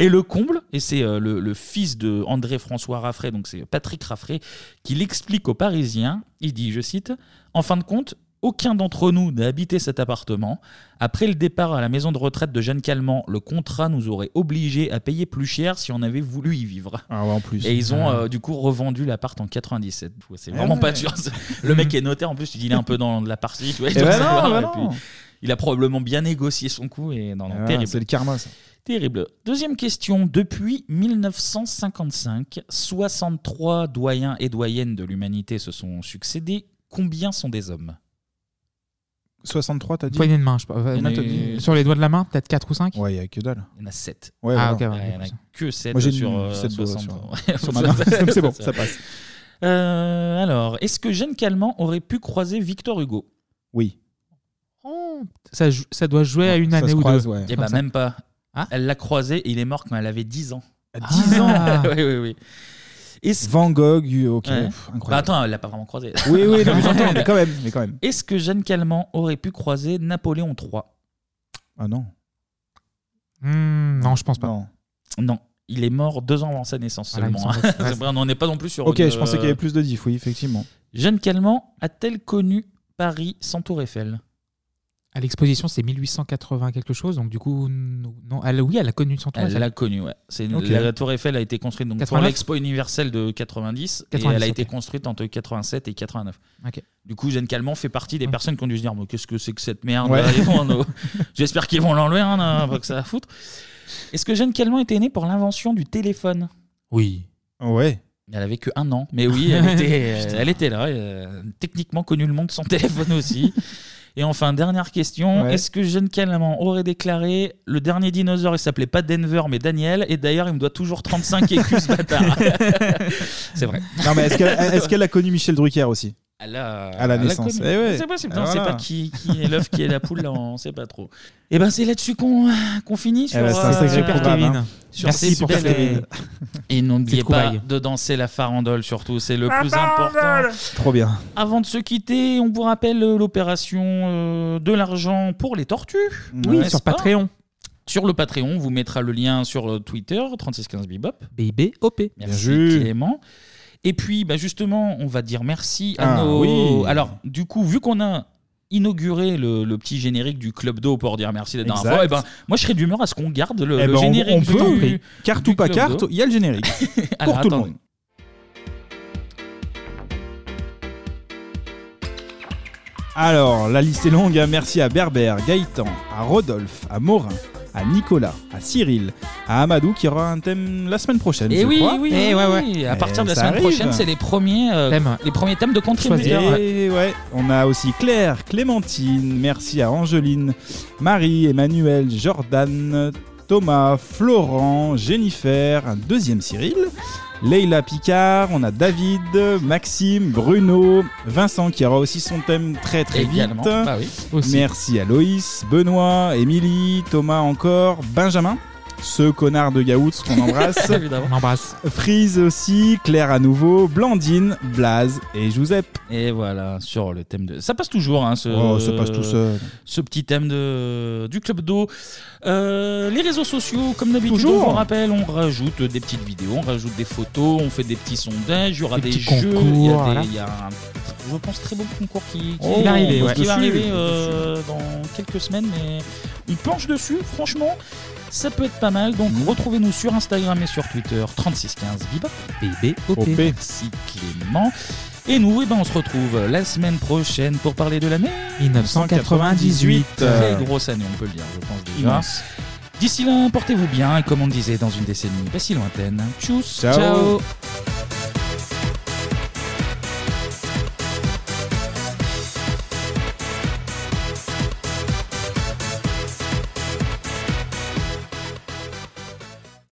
[SPEAKER 1] et le comble, et c'est euh, le, le fils de André-François Raffray, donc c'est Patrick Raffray, qui l'explique aux Parisiens. Il dit, je cite, En fin de compte, aucun d'entre nous n'a habité cet appartement. Après le départ à la maison de retraite de Jeanne Calment, le contrat nous aurait obligés à payer plus cher si on avait voulu y vivre.
[SPEAKER 10] en plus.
[SPEAKER 1] Et ils ont
[SPEAKER 10] Ah.
[SPEAKER 1] euh, du coup revendu l'appart en 97. C'est
[SPEAKER 10] Ah
[SPEAKER 1] vraiment pas
[SPEAKER 10] ouais.
[SPEAKER 1] dur. Le mec est notaire en plus, tu dis, il est un peu dans de la partie. Tu vois,
[SPEAKER 10] Eh
[SPEAKER 1] il doit
[SPEAKER 10] ben
[SPEAKER 1] savoir,
[SPEAKER 10] non, ben
[SPEAKER 1] et puis,
[SPEAKER 10] non.
[SPEAKER 1] il a probablement bien négocié son coup et non, non,
[SPEAKER 10] Ah,
[SPEAKER 1] terrible.
[SPEAKER 10] c'est le karma, ça.
[SPEAKER 1] Terrible. Deuxième question. Depuis 1955, 63 doyens et doyennes de l'humanité se sont succédés. Combien sont des hommes
[SPEAKER 10] 63, t'as dit
[SPEAKER 7] Poignée de main, je sais pas.
[SPEAKER 10] Il y en a,
[SPEAKER 7] Euh,
[SPEAKER 10] t'as dit-
[SPEAKER 7] Sur les doigts de la main, peut-être 4 ou 5
[SPEAKER 10] Ouais, il y a que dalle.
[SPEAKER 1] Il y en a 7.
[SPEAKER 10] Ouais,
[SPEAKER 7] ah,
[SPEAKER 10] voilà.
[SPEAKER 7] ok, ouais,
[SPEAKER 1] Il y en a que 7
[SPEAKER 10] Moi, j'ai
[SPEAKER 1] sur
[SPEAKER 10] une-
[SPEAKER 1] euh,
[SPEAKER 10] sept doigts
[SPEAKER 1] 60.
[SPEAKER 10] sur- sur ma main. Donc c'est bon, ça passe.
[SPEAKER 1] Euh, alors, est-ce que Jeanne Calment aurait pu croiser Victor Hugo
[SPEAKER 10] Oui.
[SPEAKER 7] Ça, jou- ça doit jouer à une année ou deux. Ah.
[SPEAKER 1] Eh
[SPEAKER 7] Comme
[SPEAKER 1] ben,
[SPEAKER 7] ça.
[SPEAKER 1] même pas. elle l'a croisé et il est mort quand elle avait 10 ans.
[SPEAKER 10] À
[SPEAKER 1] 10
[SPEAKER 10] ans
[SPEAKER 1] Oui, oui, oui.
[SPEAKER 10] Van Gogh, euh, ok.
[SPEAKER 1] Ouais.
[SPEAKER 10] pff,
[SPEAKER 1] Bah,
[SPEAKER 10] incroyable.
[SPEAKER 1] attends, elle l'a pas vraiment croisé.
[SPEAKER 10] Oui, oui, non, mais j'entends, mais quand même, mais quand même.
[SPEAKER 1] Est-ce que Jeanne Calment aurait pu croiser Napoléon III
[SPEAKER 10] Ah non.
[SPEAKER 7] Hmm, non, je pense pas. Ah
[SPEAKER 1] Non, il est mort deux ans avant sa naissance
[SPEAKER 7] Voilà, il
[SPEAKER 1] seulement.
[SPEAKER 7] me semble.
[SPEAKER 1] C'est vrai, on n'est pas non plus sur.
[SPEAKER 10] Ok,
[SPEAKER 1] une-
[SPEAKER 10] je pensais qu'il y avait plus de diff, oui, effectivement.
[SPEAKER 1] Jeanne Calment a-t-elle connu Paris sans Tour Eiffel
[SPEAKER 7] À l'exposition, c'est 1880 quelque chose, donc du coup, n- non, elle, oui, elle a connu son tour.
[SPEAKER 1] Elle l'a connue, ouais. C'est
[SPEAKER 7] Ok.
[SPEAKER 1] La Tour Eiffel a été construite donc, pour
[SPEAKER 7] 89?
[SPEAKER 1] l'Expo universelle de 90, et
[SPEAKER 7] 90,
[SPEAKER 1] elle a
[SPEAKER 7] ok.
[SPEAKER 1] été construite entre 87 et 89.
[SPEAKER 7] Ok.
[SPEAKER 1] Du coup, Jeanne Calment fait partie des personnes qui ont dû se dire Mais qu'est-ce que c'est que cette merde
[SPEAKER 10] Ouais.
[SPEAKER 1] là, ils vont nous- J'espère qu'ils vont l'enlever, hein, non, pas que ça à foutre. Est-ce que Jeanne Calment était née pour l'invention du téléphone
[SPEAKER 7] Oui.
[SPEAKER 10] Ouais.
[SPEAKER 1] Elle avait que un an, mais oui, elle était, euh, elle était là. euh, techniquement connu le monde sans téléphone aussi. Et enfin, dernière question.
[SPEAKER 10] Ouais.
[SPEAKER 1] Est-ce que Jeanne Calment aurait déclaré le dernier dinosaure, il s'appelait pas Denver, mais Daniel, et d'ailleurs, il me doit toujours 35 écus, ce bâtard
[SPEAKER 10] Ah,
[SPEAKER 1] C'est vrai.
[SPEAKER 10] Non, mais est-ce qu'elle est-ce qu'elle a connu Michel Drucker aussi
[SPEAKER 1] À la,
[SPEAKER 10] À la naissance.
[SPEAKER 1] connu.
[SPEAKER 10] Eh ouais.
[SPEAKER 1] C'est possible.
[SPEAKER 10] Ah,
[SPEAKER 1] Non,
[SPEAKER 10] voilà.
[SPEAKER 1] C'est pas qui, qui est l'œuf, qui est la poule, là, on sait pas trop. Et ben c'est là-dessus qu'on qu'on finit
[SPEAKER 7] Eh
[SPEAKER 1] sur euh,
[SPEAKER 10] ben, c'est un sacré programme, hein.
[SPEAKER 1] Sur
[SPEAKER 10] Merci
[SPEAKER 1] six
[SPEAKER 10] pour
[SPEAKER 1] belles-
[SPEAKER 10] Kevin.
[SPEAKER 1] Et n'oubliez
[SPEAKER 10] Petite
[SPEAKER 1] pas
[SPEAKER 10] trouvaille.
[SPEAKER 1] de danser la farandole surtout, c'est le
[SPEAKER 10] La
[SPEAKER 1] plus
[SPEAKER 10] farandole.
[SPEAKER 1] important.
[SPEAKER 10] Trop bien.
[SPEAKER 1] Avant de se quitter, on vous rappelle euh, l'opération euh, de l'argent pour les tortues.
[SPEAKER 7] Oui,
[SPEAKER 1] n'est-ce
[SPEAKER 7] sur
[SPEAKER 1] pas
[SPEAKER 7] Patreon.
[SPEAKER 1] Sur le Patreon, on vous mettra le lien sur euh, Twitter, 3615bibop.
[SPEAKER 7] BIBOP.
[SPEAKER 1] Merci
[SPEAKER 7] Bien vu.
[SPEAKER 1] Clément. Et puis, bah, justement, on va dire merci à
[SPEAKER 10] Ah,
[SPEAKER 1] nos...
[SPEAKER 10] oui.
[SPEAKER 1] Alors, du coup, vu qu'on a inauguré le, le petit générique du Club d'eau pour dire merci la dernière
[SPEAKER 10] Exact.
[SPEAKER 1] fois, eh ben, moi, je serais d'humeur à ce qu'on garde le,
[SPEAKER 10] Eh
[SPEAKER 1] le
[SPEAKER 10] ben, on-
[SPEAKER 1] générique.
[SPEAKER 10] on
[SPEAKER 1] du-
[SPEAKER 10] peut,
[SPEAKER 1] du-
[SPEAKER 10] carte
[SPEAKER 1] du
[SPEAKER 10] ou pas
[SPEAKER 1] Club
[SPEAKER 10] carte,
[SPEAKER 1] d'eau.
[SPEAKER 10] il y a le générique.
[SPEAKER 1] Alors,
[SPEAKER 10] Pour tout le
[SPEAKER 1] attendez.
[SPEAKER 10] monde. Alors, la liste est longue. hein. Merci à Berber, Gaëtan, à Rodolphe, à Morin, à Nicolas, à Cyril, à Amadou qui aura un thème la semaine prochaine.
[SPEAKER 1] Et
[SPEAKER 10] je
[SPEAKER 1] Eh oui,
[SPEAKER 10] crois.
[SPEAKER 1] oui, oui, oui. À
[SPEAKER 10] Eh,
[SPEAKER 1] partir de la
[SPEAKER 10] ça
[SPEAKER 1] semaine
[SPEAKER 10] arrive.
[SPEAKER 1] prochaine, c'est les premiers, euh, les premiers thèmes de contributeurs.
[SPEAKER 10] Et ouais, on a aussi Claire, Clémentine, merci à Angeline, Marie, Emmanuel, Jordan, Thomas, Florent, Jennifer, un deuxième Cyril, Leila Picard, on a David, Maxime, Bruno, Vincent qui aura aussi son thème très très
[SPEAKER 1] Également,
[SPEAKER 10] vite.
[SPEAKER 1] bah oui, aussi.
[SPEAKER 10] Merci à Loïs, Benoît, Émilie, Thomas encore, Benjamin. Ce connard de Yaourt qu'on embrasse.
[SPEAKER 1] Évidemment.
[SPEAKER 7] On embrasse.
[SPEAKER 10] Freeze aussi, Claire à nouveau, Blandine, Blaze et Joseph.
[SPEAKER 1] Et voilà, sur le thème de. Ça passe toujours, hein, ce,
[SPEAKER 10] Oh, ça passe tout seul.
[SPEAKER 1] ce petit thème de, du club d'eau. Euh, les réseaux sociaux, comme d'habitude, on
[SPEAKER 10] Toujours.
[SPEAKER 1] vous rappelle, on rajoute des petites vidéos, on rajoute des photos, on fait des petits sondages, il y aura des,
[SPEAKER 7] Des petits
[SPEAKER 1] jeux,
[SPEAKER 7] concours,
[SPEAKER 1] il y a des-
[SPEAKER 7] voilà.
[SPEAKER 1] il y a un, je pense, très beau concours qui, qui
[SPEAKER 7] Oh,
[SPEAKER 1] va arriver,
[SPEAKER 7] on bosse
[SPEAKER 1] qui va
[SPEAKER 7] dessus.
[SPEAKER 1] arriver euh, dans quelques semaines, mais on penche dessus, franchement. Ça peut être pas mal, donc retrouvez-nous sur Instagram et sur Twitter 3615 Bibop.
[SPEAKER 7] OP.
[SPEAKER 1] Merci Clément. Et nous, eh ben, on se retrouve la semaine prochaine pour parler de l'année
[SPEAKER 7] 1998.
[SPEAKER 1] Très grosse année, on peut le dire, je pense déjà.
[SPEAKER 7] Immense.
[SPEAKER 1] D'ici là, portez-vous bien et comme on le disait dans une décennie pas si lointaine, tchuss,
[SPEAKER 7] Ciao.
[SPEAKER 1] ciao.